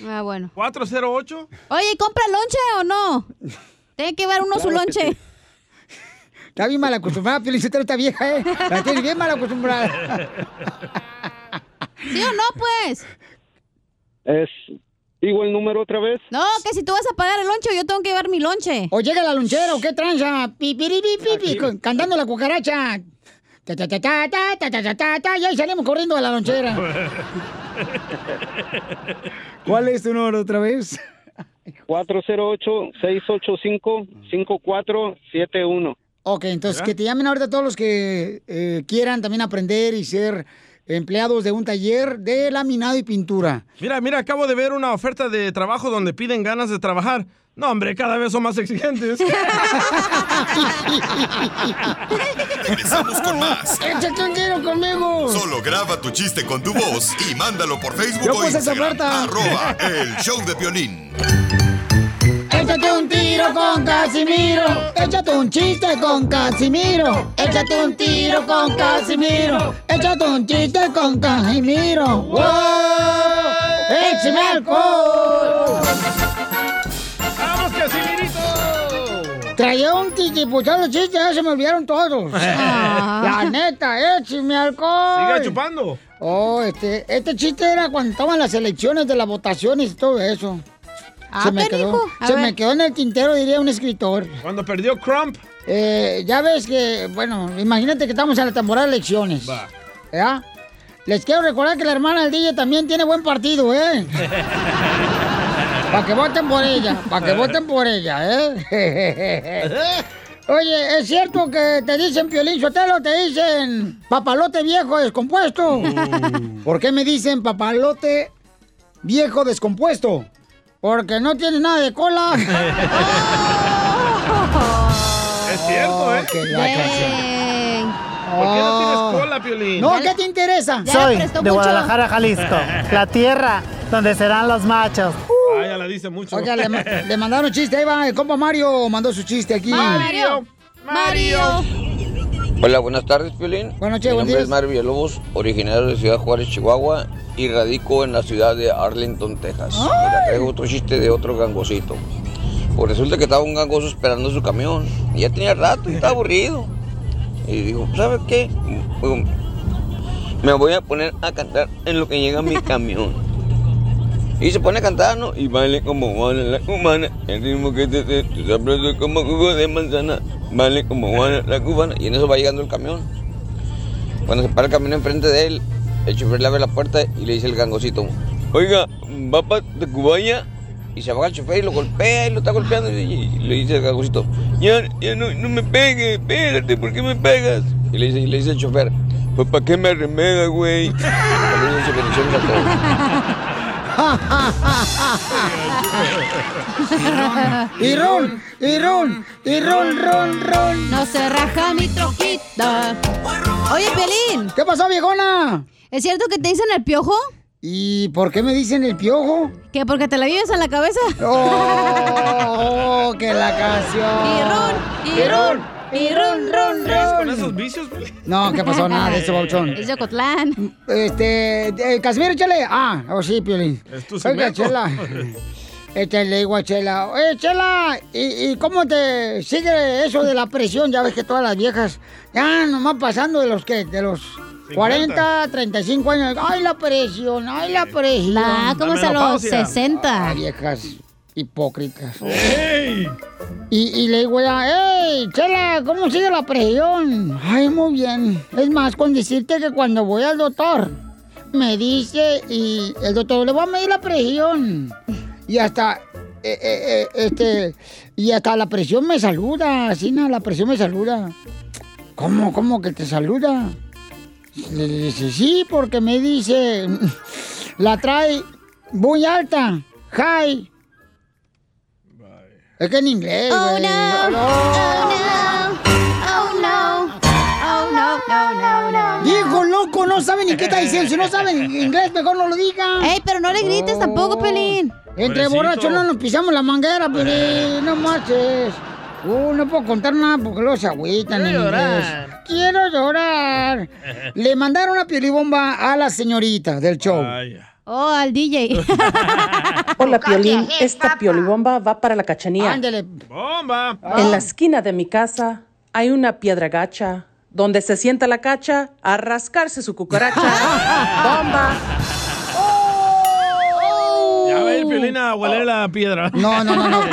[SPEAKER 5] Ah, bueno.
[SPEAKER 2] 408.
[SPEAKER 5] Oye, ¿y ¿compra lonche o no? Tiene que llevar uno su
[SPEAKER 1] Claro que
[SPEAKER 5] lonche.
[SPEAKER 1] Está bien mal acostumbrada, Felicitero, esta vieja, ¿eh? La tiene bien mal acostumbrada.
[SPEAKER 5] ¿Sí o no, pues?
[SPEAKER 12] Es, digo el número otra vez.
[SPEAKER 5] No, que si tú vas a pagar el lonche, yo tengo que llevar mi lonche.
[SPEAKER 1] O llega la lonchera, o qué tranza. Pipiripipipi, con- cantando la cucaracha. Ta, ta, ta, ta, ta, ta, ta, ta, ta, ta, y ahí salimos corriendo a la lonchera. ¿Cuál es tu número otra vez?
[SPEAKER 12] 408-685-5471.
[SPEAKER 1] Ok, entonces
[SPEAKER 12] ¿Ya?
[SPEAKER 1] que te llamen ahorita todos los que eh, quieran también aprender y ser empleados de un taller de laminado y pintura.
[SPEAKER 2] Mira, mira, acabo de ver una oferta de trabajo donde piden ganas de trabajar. No, hombre, cada vez son más exigentes.
[SPEAKER 6] Regresamos con más.
[SPEAKER 1] ¡Échate un tiro conmigo!
[SPEAKER 6] Solo graba tu chiste con tu voz y mándalo por Facebook
[SPEAKER 1] Yo
[SPEAKER 6] o
[SPEAKER 1] puse esa
[SPEAKER 6] Instagram.
[SPEAKER 1] oferta.
[SPEAKER 6] Arroba el show de violín.
[SPEAKER 1] Échate un tiro con Casimiro. Échate un chiste con Casimiro. Échate un tiro con Casimiro. Échate un chiste con Casimiro. ¡Wow! ¡Échame alcohol!
[SPEAKER 2] ¡Vamos, Casimirito!
[SPEAKER 1] Traía un tiquipuchado los chistes, ya se me olvidaron todos. La neta, échame alcohol.
[SPEAKER 2] Siga chupando.
[SPEAKER 1] Oh, este, este chiste era cuando estaban las elecciones de las votaciones y todo eso.
[SPEAKER 2] Ah,
[SPEAKER 1] se me
[SPEAKER 2] canijo.
[SPEAKER 1] quedó,
[SPEAKER 2] A
[SPEAKER 1] se
[SPEAKER 2] ver.
[SPEAKER 1] me quedó en el tintero, diría un escritor.
[SPEAKER 2] Cuando perdió Crump.
[SPEAKER 1] Eh, ya ves que, bueno, imagínate que estamos en la temporada de elecciones. ¿Ya? Les quiero recordar que la hermana del DJ también tiene buen partido, ¿eh? Para que voten por ella, para que voten por ella, ¿eh? Oye, ¿es cierto que te dicen Piolín Sotelo, te dicen papalote viejo descompuesto? ¿Por qué me dicen papalote viejo descompuesto? Porque no tiene nada de cola.
[SPEAKER 2] Es cierto, ¿eh?
[SPEAKER 1] Oh, qué gacha.
[SPEAKER 2] ¿Por qué no
[SPEAKER 19] Oh.
[SPEAKER 2] tienes cola, Piolín?
[SPEAKER 1] No, ¿qué te interesa?
[SPEAKER 19] Soy de Guadalajara, Jalisco, la tierra donde serán los machos.
[SPEAKER 2] Ah, ya la dice mucho.
[SPEAKER 1] Oiga, le, ma- le mandaron un chiste, ahí va, el compa Mario mandó su chiste aquí.
[SPEAKER 2] Mario, Mario.
[SPEAKER 15] Hola, buenas tardes, Piolín.
[SPEAKER 1] Buenas noches,
[SPEAKER 15] Mi
[SPEAKER 1] buenos
[SPEAKER 15] nombre
[SPEAKER 1] días.
[SPEAKER 15] es Mario Villalobos, originario de Ciudad Juárez, Chihuahua, y radico en la ciudad de Arlington, Texas. Mira, traigo otro chiste de otro gangosito. Pues resulta que estaba un gangoso esperando su camión. Y ya tenía rato, y estaba aburrido. Y digo, ¿sabes qué? Mm, Me voy a poner a cantar en lo que llega mi camión. Y se pone a cantar, ¿no? Y vale como vale la cubana, el ritmo que te te, te sabroso como jugo de manzana, vale como vale la cubana. Y en eso va llegando el camión. Cuando se para el camión enfrente de él, el chofer le abre la puerta y le dice el gangosito, oiga, va para Tacubaya. Y se baja el chofer y lo golpea y lo está golpeando y y le dice el gangosito, ya, ya no, no me pegues, espérate, ¿por qué me pegas? Y le dice, y le dice el chofer, pues ¿para qué me arremeda, güey? Y le dice, "Bendiciones a todos".
[SPEAKER 1] Y ron, y ron, y ron, ron, ron.
[SPEAKER 5] No se raja mi troquita. Oye, Pelín.
[SPEAKER 1] ¿Qué pasó, viejona?
[SPEAKER 5] ¿Es cierto que te dicen el piojo?
[SPEAKER 1] ¿Y por qué me dicen el piojo?
[SPEAKER 5] ¿Qué? ¿Porque te la vives a la cabeza?
[SPEAKER 1] ¡Oh! ¡Que la canción!
[SPEAKER 5] Y run, y run, run,
[SPEAKER 2] ¿Sigues
[SPEAKER 5] run.
[SPEAKER 2] con esos vicios?
[SPEAKER 1] No, ¿qué pasó? Nada de eso, Bauchón.
[SPEAKER 5] Es Yocotlán.
[SPEAKER 1] Este, eh, Casimiro, échale. Ah, oh sí, Piolín.
[SPEAKER 5] Es tu
[SPEAKER 1] Oiga,
[SPEAKER 5] segmento.
[SPEAKER 1] Chela. Este le digo a Chela, oye, Chela, ¿y, y cómo te sigue eso de la presión? Ya ves que todas las viejas, ya nomás pasando de los que, de los 40, 35 años. Ay, la presión, ay, la presión.
[SPEAKER 5] Nah, ¿cómo La es a los menopausia. 60?
[SPEAKER 1] Ay, Ah, viejas hipócritas. Y, y le digo ya, hey, Chela, ¿cómo sigue la presión? Ay, muy bien. Es más, con decirte que cuando voy al doctor, me dice y el doctor le va a medir la presión. Y hasta, eh, eh, eh, este, y hasta la presión me saluda, Asina, la presión me saluda. ¿Cómo, cómo que te saluda? Le dice, sí, porque me dice, la trae muy alta, high. Es que en inglés,
[SPEAKER 5] Oh,
[SPEAKER 1] güey.
[SPEAKER 5] no. Oh, no. Oh, no, no, no, no.
[SPEAKER 1] Hijo loco, no saben ni qué está diciendo. Si no saben inglés, mejor no lo digan. Oh.
[SPEAKER 5] Ey, pero no le grites tampoco, Pelín.
[SPEAKER 1] Entre
[SPEAKER 5] Pobrecito.
[SPEAKER 1] borrachos no nos pisamos la manguera, Pelín. No marches. Uh, no puedo contar nada porque luego se agüitan en
[SPEAKER 3] Quiero
[SPEAKER 1] inglés.
[SPEAKER 3] llorar.
[SPEAKER 1] Quiero llorar. Le mandaron a piolibomba a la señorita del show.
[SPEAKER 5] Oh, al DJ.
[SPEAKER 16] Hola, Piolín. Esta piolibomba va para la cachanía.
[SPEAKER 1] Ándale.
[SPEAKER 2] ¡Bomba!
[SPEAKER 16] En la esquina de mi casa hay una piedra gacha. Donde se sienta la cacha a rascarse su cucaracha. ¡Bomba!
[SPEAKER 5] Oh,
[SPEAKER 2] Ya ve, el Piolín a hueler la piedra.
[SPEAKER 1] No, no, no, no.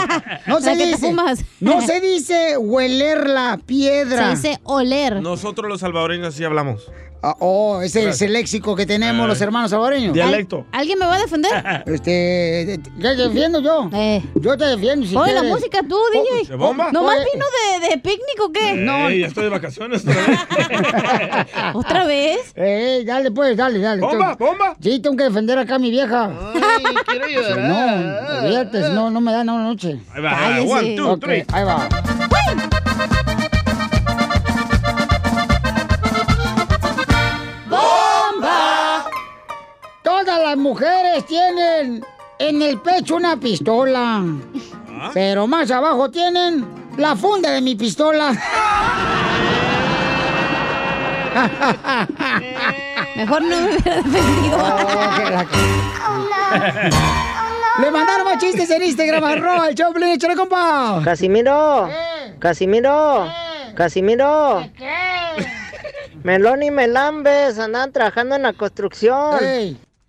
[SPEAKER 1] No se dice. No se dice hueler la piedra.
[SPEAKER 5] Se dice oler.
[SPEAKER 2] Nosotros los salvadoreños así hablamos.
[SPEAKER 1] Ah, oh, ese es el léxico que tenemos
[SPEAKER 2] Eh.
[SPEAKER 1] los hermanos salvadoreños.
[SPEAKER 2] Dialecto.
[SPEAKER 5] ¿Alguien me va a defender?
[SPEAKER 1] Este, ya te defiendo yo. Yo te defiendo si
[SPEAKER 5] Eh. Oye, Pues, la
[SPEAKER 1] quieres.
[SPEAKER 5] música tú, DJ.
[SPEAKER 2] ¿de bomba?
[SPEAKER 5] ¿Nomás
[SPEAKER 2] Oye.
[SPEAKER 5] vino de, de picnic o
[SPEAKER 1] Ah,
[SPEAKER 5] qué?
[SPEAKER 2] No. Ey, estoy de vacaciones.
[SPEAKER 5] ¿Otra vez?
[SPEAKER 1] Eh, dale pues, dale, dale.
[SPEAKER 2] Bomba,
[SPEAKER 1] bomba! Sí, tengo que defender acá a mi vieja.
[SPEAKER 2] Ay, quiero
[SPEAKER 1] Si no, olvídate, si no, no me da no noche.
[SPEAKER 2] Ahí va, Cállese. one, two,
[SPEAKER 1] Ok,
[SPEAKER 2] three.
[SPEAKER 1] Ahí va.
[SPEAKER 3] ¡Bomba!
[SPEAKER 1] Todas las mujeres tienen en el pecho una pistola.
[SPEAKER 2] Ah.
[SPEAKER 1] Pero más abajo tienen la funda de mi pistola.
[SPEAKER 5] Mejor no me hubiera defendido.
[SPEAKER 1] Le mandaron más chistes en Instagram, arroba el Choplin, échale compa. Eh.
[SPEAKER 18] Casimiro, Casimiro, Casimiro. Melón y Melambes andaban trabajando en la construcción.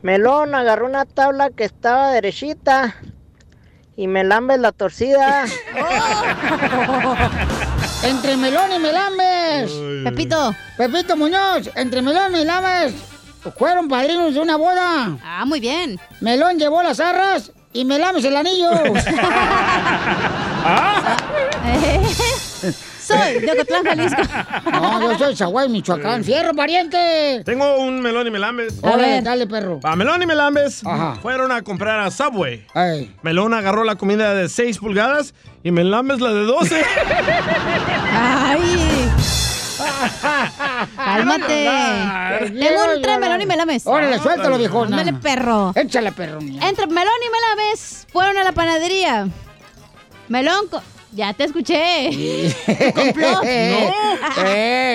[SPEAKER 18] Melón agarró una tabla que estaba derechita y Melambes la torcida.
[SPEAKER 1] Entre Melón y Melambes.
[SPEAKER 5] Pepito.
[SPEAKER 1] Pepito Muñoz, entre Melón y Melambes fueron padrinos de una boda.
[SPEAKER 5] Ah, muy bien.
[SPEAKER 1] Melón llevó las arras y Melambes el anillo.
[SPEAKER 5] Soy de Ocotlán, Jalisco.
[SPEAKER 1] No, yo soy Zaguay, Michoacán. ¡Fierro, pariente!
[SPEAKER 2] Tengo un melón y melambes.
[SPEAKER 1] A Órale, ver. dale, perro.
[SPEAKER 2] A melón y melambes
[SPEAKER 1] Ajá.
[SPEAKER 2] fueron a comprar a Subway.
[SPEAKER 1] Ay.
[SPEAKER 2] Melón agarró la comida de 6 pulgadas y melambes la de 12.
[SPEAKER 5] ¡Ay! Cálmate. Tengo un tren melón y melames.
[SPEAKER 1] Órale, suéltalo, viejona.
[SPEAKER 5] Ándale, perro.
[SPEAKER 1] Échale, perro. mía.
[SPEAKER 5] Entre melón y melames fueron a la panadería. Melón, co- ya te escuché. Complot.
[SPEAKER 3] No.
[SPEAKER 1] Eh,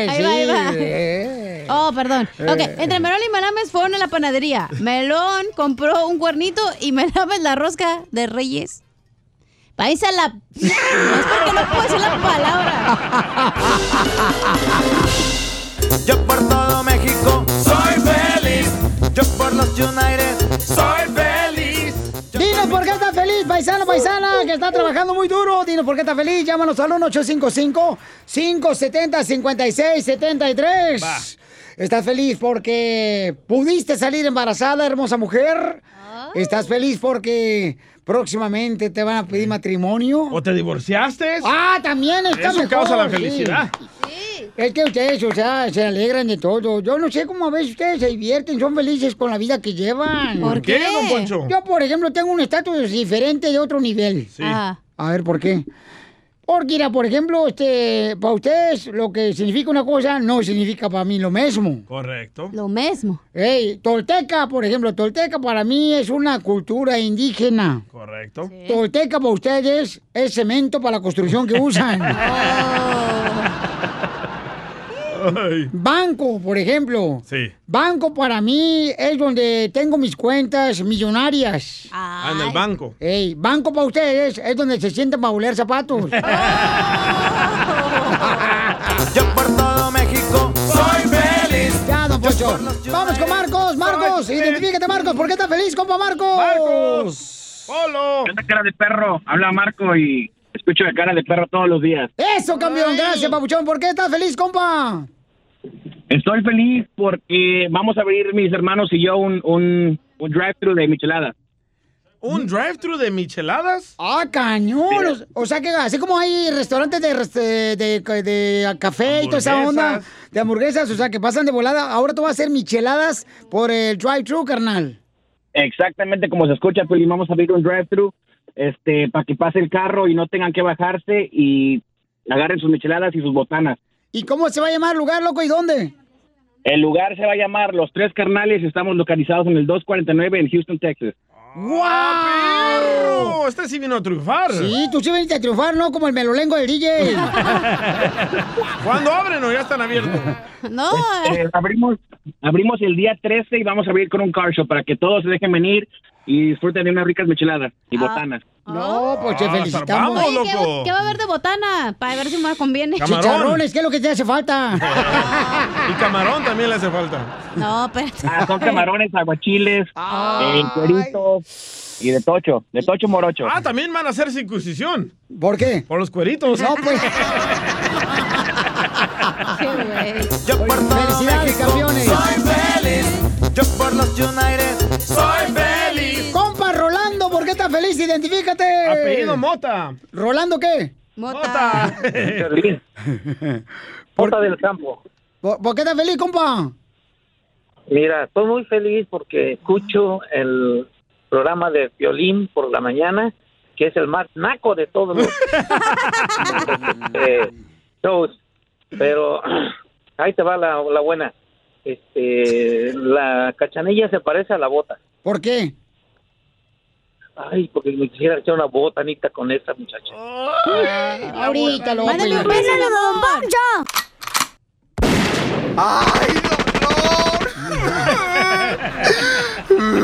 [SPEAKER 5] Ahí va, ahí
[SPEAKER 3] sí,
[SPEAKER 5] va.
[SPEAKER 1] eh.
[SPEAKER 5] Oh, perdón. Ok,
[SPEAKER 3] Eh.
[SPEAKER 5] entre Melón y Melames fueron a la panadería. Melón compró un cuernito y Melames la rosca de Reyes. País a la... No es porque no puedo decir la palabra.
[SPEAKER 3] Yo por todo México soy feliz. Yo por los United soy feliz. Uh.
[SPEAKER 1] Dinos por qué estás feliz, paisano, paisana, que está trabajando muy duro. Dinos por qué estás feliz. Llámanos al 1-855-570-5673. ¿Estás feliz porque pudiste salir embarazada, hermosa mujer?
[SPEAKER 3] Ah.
[SPEAKER 1] ¿Estás feliz porque próximamente te van a pedir matrimonio?
[SPEAKER 2] ¿O te divorciaste?
[SPEAKER 1] Ah, también está
[SPEAKER 2] Eso
[SPEAKER 1] mejor,
[SPEAKER 2] causa la
[SPEAKER 1] sí.
[SPEAKER 2] felicidad.
[SPEAKER 1] Es que ustedes, o sea, se alegran de todo. Yo no sé cómo a veces ustedes se divierten, son felices con la vida que llevan.
[SPEAKER 2] ¿Por qué, don Poncho?
[SPEAKER 1] Yo, por ejemplo, tengo un estatus diferente de otro nivel.
[SPEAKER 2] Ajá.
[SPEAKER 1] A ver, ¿por qué? Porque, mira, por ejemplo, este, para ustedes lo que significa una cosa no significa para mí lo mismo.
[SPEAKER 2] Correcto.
[SPEAKER 1] Lo mismo. Ey, tolteca, por ejemplo, tolteca para mí es una cultura indígena.
[SPEAKER 2] Correcto.
[SPEAKER 1] Tolteca para ustedes es cemento para la construcción que usan.
[SPEAKER 2] Oh.
[SPEAKER 1] Banco, por ejemplo.
[SPEAKER 2] Sí.
[SPEAKER 1] Banco para mí es donde tengo mis cuentas millonarias.
[SPEAKER 2] Ah, en el banco.
[SPEAKER 1] Ey, banco para ustedes es donde se sientan para bolear zapatos.
[SPEAKER 3] Yo por todo México soy feliz.
[SPEAKER 1] Ya, don Pocho. Vamos con Marcos, Marcos. Identifícate, Marcos. ¿Por qué estás feliz, compa Marcos? Marcos.
[SPEAKER 2] ¡Polo!
[SPEAKER 26] Esta cara de perro, habla Marco y escucho de cara de perro todos los días.
[SPEAKER 1] Eso, campeón. Gracias, papuchón. ¿Por qué estás feliz, compa?
[SPEAKER 26] Estoy feliz porque vamos a abrir mis hermanos y yo un, un, un drive-thru de micheladas.
[SPEAKER 2] ¿Un drive-thru de micheladas?
[SPEAKER 1] Ah, cañón. O- O sea que así como hay restaurantes de, rest- de, de- de café y toda esa onda de hamburguesas, o sea que pasan de volada, ahora tú vas a hacer micheladas por el drive-thru, carnal.
[SPEAKER 26] Exactamente como se escucha, Piolín, vamos a abrir un drive-thru este, para que pase el carro y no tengan que bajarse y agarren sus micheladas y sus botanas.
[SPEAKER 1] ¿Y cómo se va a llamar el lugar, loco, y dónde?
[SPEAKER 26] El lugar se va a llamar Los Tres Carnales, estamos localizados en el 249 en Houston, Texas.
[SPEAKER 1] ¡Wow!
[SPEAKER 2] Este sí vino a triunfar.
[SPEAKER 1] Sí, tú sí viniste a triunfar, ¿no? Como el melolengo del DJ.
[SPEAKER 2] ¿Cuándo abren o ya están abiertos?
[SPEAKER 1] no.
[SPEAKER 26] Este, abrimos, abrimos el día 13 y vamos a abrir con un car show para que todos se dejen venir y disfruten de unas ricas micheladas y botanas.
[SPEAKER 1] No, pues te
[SPEAKER 26] Ah,
[SPEAKER 1] felicitamos.
[SPEAKER 26] zarpamos,
[SPEAKER 5] ¿Qué, va- qué va a haber de botana? Para ver si me conviene.
[SPEAKER 1] Chicharrones, ¿qué es lo que te hace falta?
[SPEAKER 2] Y camarón también le hace falta.
[SPEAKER 5] No, espérate.
[SPEAKER 26] Ah, son camarones, aguachiles, eh, cueritos y de tocho, de tocho morocho.
[SPEAKER 2] Ah, también van a hacer circuncisión.
[SPEAKER 1] ¿Por qué?
[SPEAKER 2] Por los cueritos.
[SPEAKER 1] No, pues.
[SPEAKER 3] Yo por todo
[SPEAKER 1] Felicidades,
[SPEAKER 3] México
[SPEAKER 1] campeones.
[SPEAKER 3] soy feliz. Yo por los United soy feliz.
[SPEAKER 1] Compa Rolando, ¿por qué estás feliz? Identifícate.
[SPEAKER 2] Apellido Mota.
[SPEAKER 1] ¿Rolando qué?
[SPEAKER 5] Mota.
[SPEAKER 26] Puerta del campo.
[SPEAKER 1] ¿Por, por qué estás feliz, compa?
[SPEAKER 26] Mira, estoy muy feliz porque escucho el programa de violín por la mañana, que es el más naco de todos los eh, shows. Pero ahí te va la, la buena. Este, la cachanilla se parece a la bota.
[SPEAKER 1] ¿Por qué?
[SPEAKER 26] Ay, porque me quisiera echar una botanita con esa muchacha.
[SPEAKER 1] Ahorita lo voy a
[SPEAKER 3] Mándale un
[SPEAKER 1] pedir.
[SPEAKER 3] beso,
[SPEAKER 5] don
[SPEAKER 3] ¡Ay,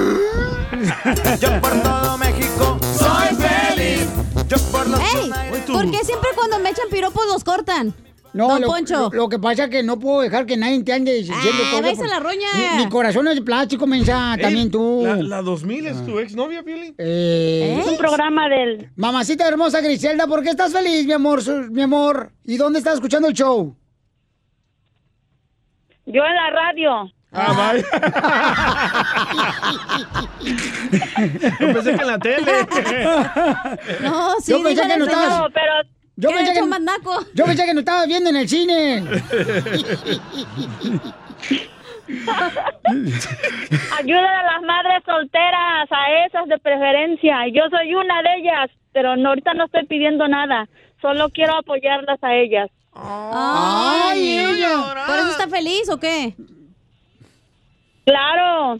[SPEAKER 3] doctor! Yo por todo México soy feliz. Yo por los
[SPEAKER 5] ¡Ey! ¿Por qué siempre cuando me echan piropos los cortan?
[SPEAKER 1] No,
[SPEAKER 5] Don
[SPEAKER 1] lo,
[SPEAKER 5] Poncho.
[SPEAKER 1] lo- lo que pasa es que no puedo dejar que nadie te ande diciendo
[SPEAKER 5] Ah,
[SPEAKER 1] cosas,
[SPEAKER 5] vais a
[SPEAKER 1] porque
[SPEAKER 5] la roña.
[SPEAKER 1] Mi, mi corazón es de plástico, mensa,
[SPEAKER 2] Ey,
[SPEAKER 1] Ah, también tú. Ah.
[SPEAKER 2] La, la 2000 es tu exnovia, Pili.
[SPEAKER 1] Eh,
[SPEAKER 2] Es un programa
[SPEAKER 1] del... Mamacita hermosa Griselda, ¿por qué estás feliz, mi amor? su- mi amor? ¿Y dónde estás escuchando el show?
[SPEAKER 12] Yo en la radio.
[SPEAKER 2] Ah, vaya. Yo pensé que en la tele.
[SPEAKER 5] No, sí,
[SPEAKER 1] Yo pensé
[SPEAKER 5] dígale,
[SPEAKER 1] que no
[SPEAKER 5] señor.
[SPEAKER 1] estabas...
[SPEAKER 5] No,
[SPEAKER 1] pero... Yo
[SPEAKER 5] ¿Qué
[SPEAKER 1] pensé,
[SPEAKER 5] hecho
[SPEAKER 1] que,
[SPEAKER 5] más naco?
[SPEAKER 1] yo pensé que no estabas viendo en el cine.
[SPEAKER 12] Ayuda a las madres solteras, a esas de preferencia. Yo soy una de ellas, pero no, ahorita no estoy pidiendo nada. Solo quiero apoyarlas a ellas.
[SPEAKER 5] Ay, ¿Por eso está feliz o qué?
[SPEAKER 12] Claro.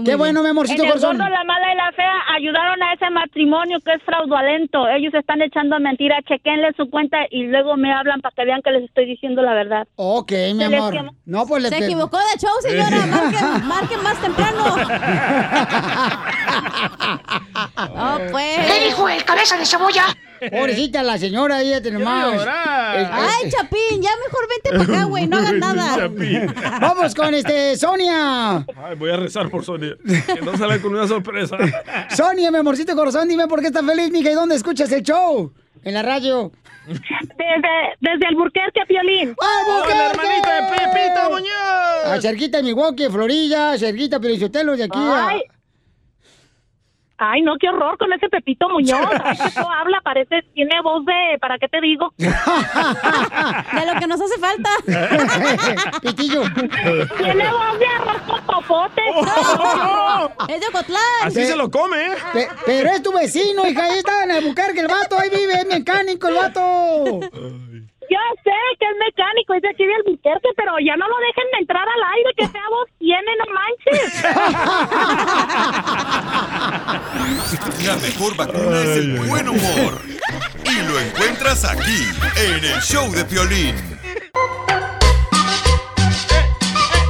[SPEAKER 5] Qué bien. bueno, mi amorcito
[SPEAKER 12] En el
[SPEAKER 5] corazón.
[SPEAKER 12] gordo, la mala y la fea ayudaron a ese matrimonio que es fraudulento. Ellos están echando mentira. Chequenle su cuenta y luego me hablan para que vean que les estoy diciendo la verdad.
[SPEAKER 1] Ok, mi
[SPEAKER 12] Se les
[SPEAKER 1] amor.
[SPEAKER 12] quemó.
[SPEAKER 1] No, pues le-
[SPEAKER 5] Se equivocó de show,
[SPEAKER 8] Eh.
[SPEAKER 5] señora. Marquen, marquen más temprano. No, pues.
[SPEAKER 1] ¿Qué dijo el
[SPEAKER 5] cabeza de cebolla?
[SPEAKER 1] Pobrecita la señora, ahí te nomás. Es- es-
[SPEAKER 5] Ay, Chapín, ya mejor vente
[SPEAKER 1] Pues
[SPEAKER 5] para acá, güey. No hagas nada.
[SPEAKER 1] Vamos con este, Sonia.
[SPEAKER 2] Ay, voy a rezar por Sonia. Que no salga con una sorpresa.
[SPEAKER 1] Sonia, mi amorcito corazón, dime por qué estás feliz, mija, y dónde escuchas el show. En la radio.
[SPEAKER 12] Desde, desde Alburquerque, Piolín.
[SPEAKER 1] ¡Hola,
[SPEAKER 12] hermanita de Pepita Muñoz!
[SPEAKER 1] Ah, A cerquita de Milwaukee, Florida, cerquita de Pelizotelo, de aquí a...
[SPEAKER 12] Ay.
[SPEAKER 8] Ay, no, qué horror con ese Pepito Muñoz. Ay, que todo habla, parece, tiene voz de, ¿para qué te digo?
[SPEAKER 5] De lo que nos hace falta.
[SPEAKER 1] Pitillo.
[SPEAKER 8] Tiene voz de arroz con popote.
[SPEAKER 5] Es de Ocotlán.
[SPEAKER 2] Así se lo come, ¿eh?
[SPEAKER 1] Pe- pero es tu vecino, hija. Ahí está en Albuquerque, el vato. Ahí vive, es mecánico el vato.
[SPEAKER 8] Yo sé que es mecánico, es de aquí de Albuquerque, pero ya no lo dejen de entrar al aire, que sea voz tiene, no manches.
[SPEAKER 6] La mejor vacuna es el buen humor. Y lo encuentras aquí, en el show de Piolín.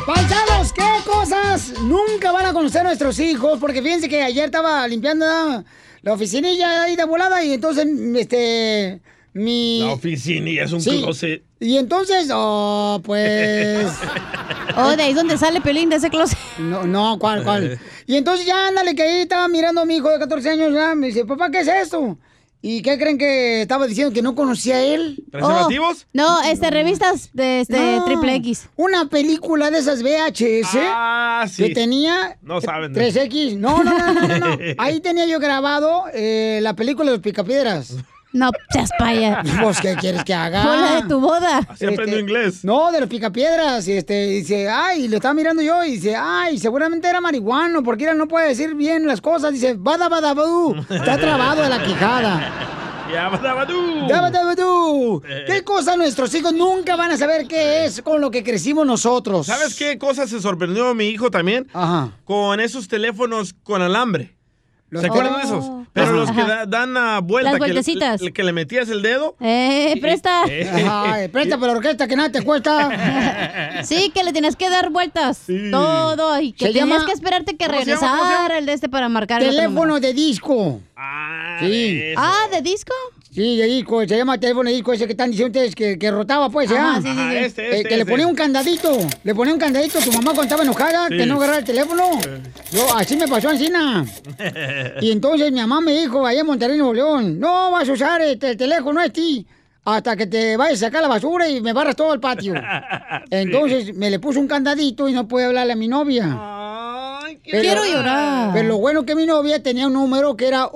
[SPEAKER 1] Paisanos, ¿qué cosas nunca van a conocer nuestros hijos? Porque fíjense que ayer estaba limpiando la, la oficinilla ahí de volada y entonces, este, mi...
[SPEAKER 2] La oficina y es un
[SPEAKER 1] Sí.
[SPEAKER 2] closet.
[SPEAKER 1] Y entonces, oh, pues...
[SPEAKER 5] Oh, de ahí es donde sale Pelín, de ese closet.
[SPEAKER 1] No, no, ¿cuál, cuál? Y entonces ya, ándale, que ahí estaba mirando a mi hijo de 14 años, ya, me dice, papá, ¿qué es esto? ¿Y qué creen que estaba diciendo? ¿Que no conocía a él? Oh.
[SPEAKER 5] ¿Preservativos? no, este, revistas de este, Triple X.
[SPEAKER 1] Una película de esas VHS
[SPEAKER 2] Ah, sí.
[SPEAKER 1] que tenía
[SPEAKER 2] No saben.
[SPEAKER 1] 3X. No, no, no, no, no, no. Ahí tenía yo grabado eh, la película de los Picapiedras.
[SPEAKER 5] No seas paya.
[SPEAKER 1] Pues, ¿qué quieres que haga?
[SPEAKER 5] Pon la de tu boda. Así
[SPEAKER 1] aprendió
[SPEAKER 5] aprendió
[SPEAKER 2] inglés.
[SPEAKER 1] No, de los picapiedras. Y este, y dice, ay, lo estaba mirando yo. Y dice, ay, seguramente era marihuano, porque él no puede decir bien las cosas. Dice, bada, bada, badú. Está trabado de la quijada.
[SPEAKER 2] Ya, badabadú.
[SPEAKER 1] Bada, Eh. bada, badú. ¿Qué cosa nuestros hijos nunca van a saber qué es con lo que crecimos nosotros?
[SPEAKER 2] ¿Sabes qué cosa se sorprendió mi hijo también? Con esos teléfonos con alambre.
[SPEAKER 1] Los-
[SPEAKER 2] ¿Se acuerdan
[SPEAKER 1] Oh.
[SPEAKER 2] de esos? Pero
[SPEAKER 1] Ajá.
[SPEAKER 2] los que da- dan a vuelta.
[SPEAKER 1] Las
[SPEAKER 2] que le-
[SPEAKER 1] vueltecitas.
[SPEAKER 2] le- Que, le metías el dedo.
[SPEAKER 5] Eh, presta.
[SPEAKER 2] Eh.
[SPEAKER 1] Ay, presta para la orquesta que nada te cuesta.
[SPEAKER 5] Sí, que le tenías que dar vueltas. Todo. Y que
[SPEAKER 1] Se
[SPEAKER 5] tenías
[SPEAKER 1] llama-
[SPEAKER 5] que esperarte que
[SPEAKER 1] ¿Cómo se llama? ¿Cómo se llama?
[SPEAKER 5] regresara el de este para marcar el otro
[SPEAKER 1] Teléfono
[SPEAKER 5] número.
[SPEAKER 1] de disco. sí.
[SPEAKER 5] Ah, ¿de disco?
[SPEAKER 1] Sí, de disco, se llama teléfono de disco ese que están diciendo ustedes que, que rotaba, pues,
[SPEAKER 5] Ajá,
[SPEAKER 1] ¿ya?
[SPEAKER 5] sí, sí, sí. Ajá, este,
[SPEAKER 1] Eh,
[SPEAKER 5] este,
[SPEAKER 1] que le
[SPEAKER 5] este.
[SPEAKER 1] ponía un candadito, le ponía un candadito, tu mamá contaba enojada,
[SPEAKER 3] Sí.
[SPEAKER 1] que no agarraba el teléfono. Yo, así me pasó encina. Y entonces mi mamá me dijo, allá en Monterrey, Nuevo León, no vas a usar este, el teléfono este hasta que te vayas a sacar la basura y me barras todo el patio. Entonces me le puso un candadito y no pude hablarle a mi novia.
[SPEAKER 5] Quiero llorar.
[SPEAKER 1] Pero lo bueno que mi novia tenía un número que era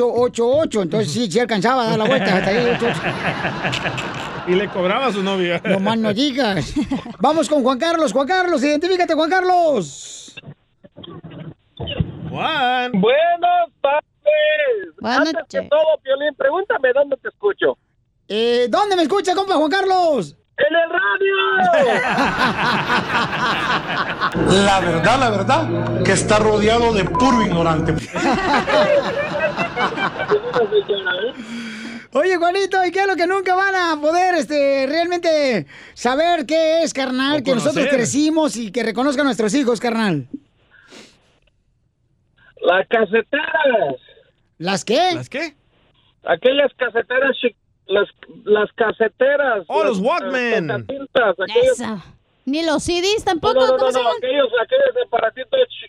[SPEAKER 1] 8888, entonces sí, sí alcanzaba a dar Ah, la vuelta hasta ahí. 8888.
[SPEAKER 2] y le cobraba a su novia.
[SPEAKER 1] No más no digas. Vamos con Juan Carlos. Juan Carlos, identifícate, Juan Carlos.
[SPEAKER 2] Juan.
[SPEAKER 17] Buenas tardes. Antes que todo, Piolín, pregúntame dónde te escucho.
[SPEAKER 1] Eh, ¿Dónde me escucha, compa Juan Carlos?
[SPEAKER 17] En el radio.
[SPEAKER 27] La verdad, la verdad, que está rodeado de puro ignorante.
[SPEAKER 1] Oye, Juanito, ¿y qué es lo que nunca van a poder este, realmente saber qué es, carnal?
[SPEAKER 17] O
[SPEAKER 1] que nosotros
[SPEAKER 17] conocer.
[SPEAKER 1] crecimos y que reconozcan nuestros hijos, carnal.
[SPEAKER 17] Las caseteras.
[SPEAKER 1] ¿Las qué?
[SPEAKER 17] ¿Las
[SPEAKER 2] qué?
[SPEAKER 17] Aquellas caseteras, chi- las, las caseteras.
[SPEAKER 5] Oh,
[SPEAKER 17] las,
[SPEAKER 5] los Walkman.
[SPEAKER 17] Las tocacintas, aquellos,
[SPEAKER 5] Eso. Ni los CDs tampoco.
[SPEAKER 17] no, no, no,
[SPEAKER 5] ¿Cómo
[SPEAKER 17] no,
[SPEAKER 5] se
[SPEAKER 17] no,
[SPEAKER 5] llaman?
[SPEAKER 17] aquellos, aquellos aparatitos, chi-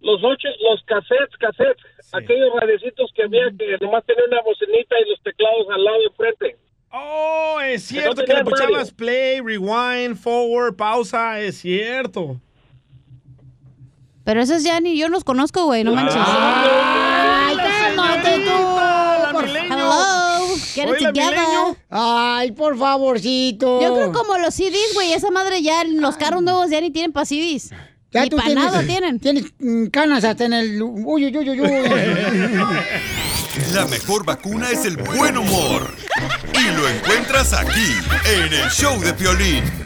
[SPEAKER 17] los ocho, los cassettes, cassettes, aquellos radiecitos que había que nomás tenían una bocinita y los teclados al lado de frente.
[SPEAKER 2] Oh, es
[SPEAKER 17] Que no
[SPEAKER 2] cierto que le
[SPEAKER 17] tenían radio.
[SPEAKER 2] puchabas play, rewind, forward, pausa. Es cierto.
[SPEAKER 5] Pero esos ya ni yo los conozco, güey. No manches.
[SPEAKER 1] ¡Ay, cálmate tú! por-
[SPEAKER 5] Hello, get it together.
[SPEAKER 1] Ay, por favorcito.
[SPEAKER 5] Yo creo como los CDs, güey, esa madre ya, los carros nuevos ya ni tienen para CDs.
[SPEAKER 1] Ya
[SPEAKER 5] ni
[SPEAKER 1] tú
[SPEAKER 5] pa'
[SPEAKER 1] tienes-
[SPEAKER 5] nada tienen.
[SPEAKER 1] Tienes mm, canas hasta en el... Uy, uy, uy, uy, uy.
[SPEAKER 6] La mejor vacuna es el buen humor. Y lo encuentras aquí, en el show de Piolín.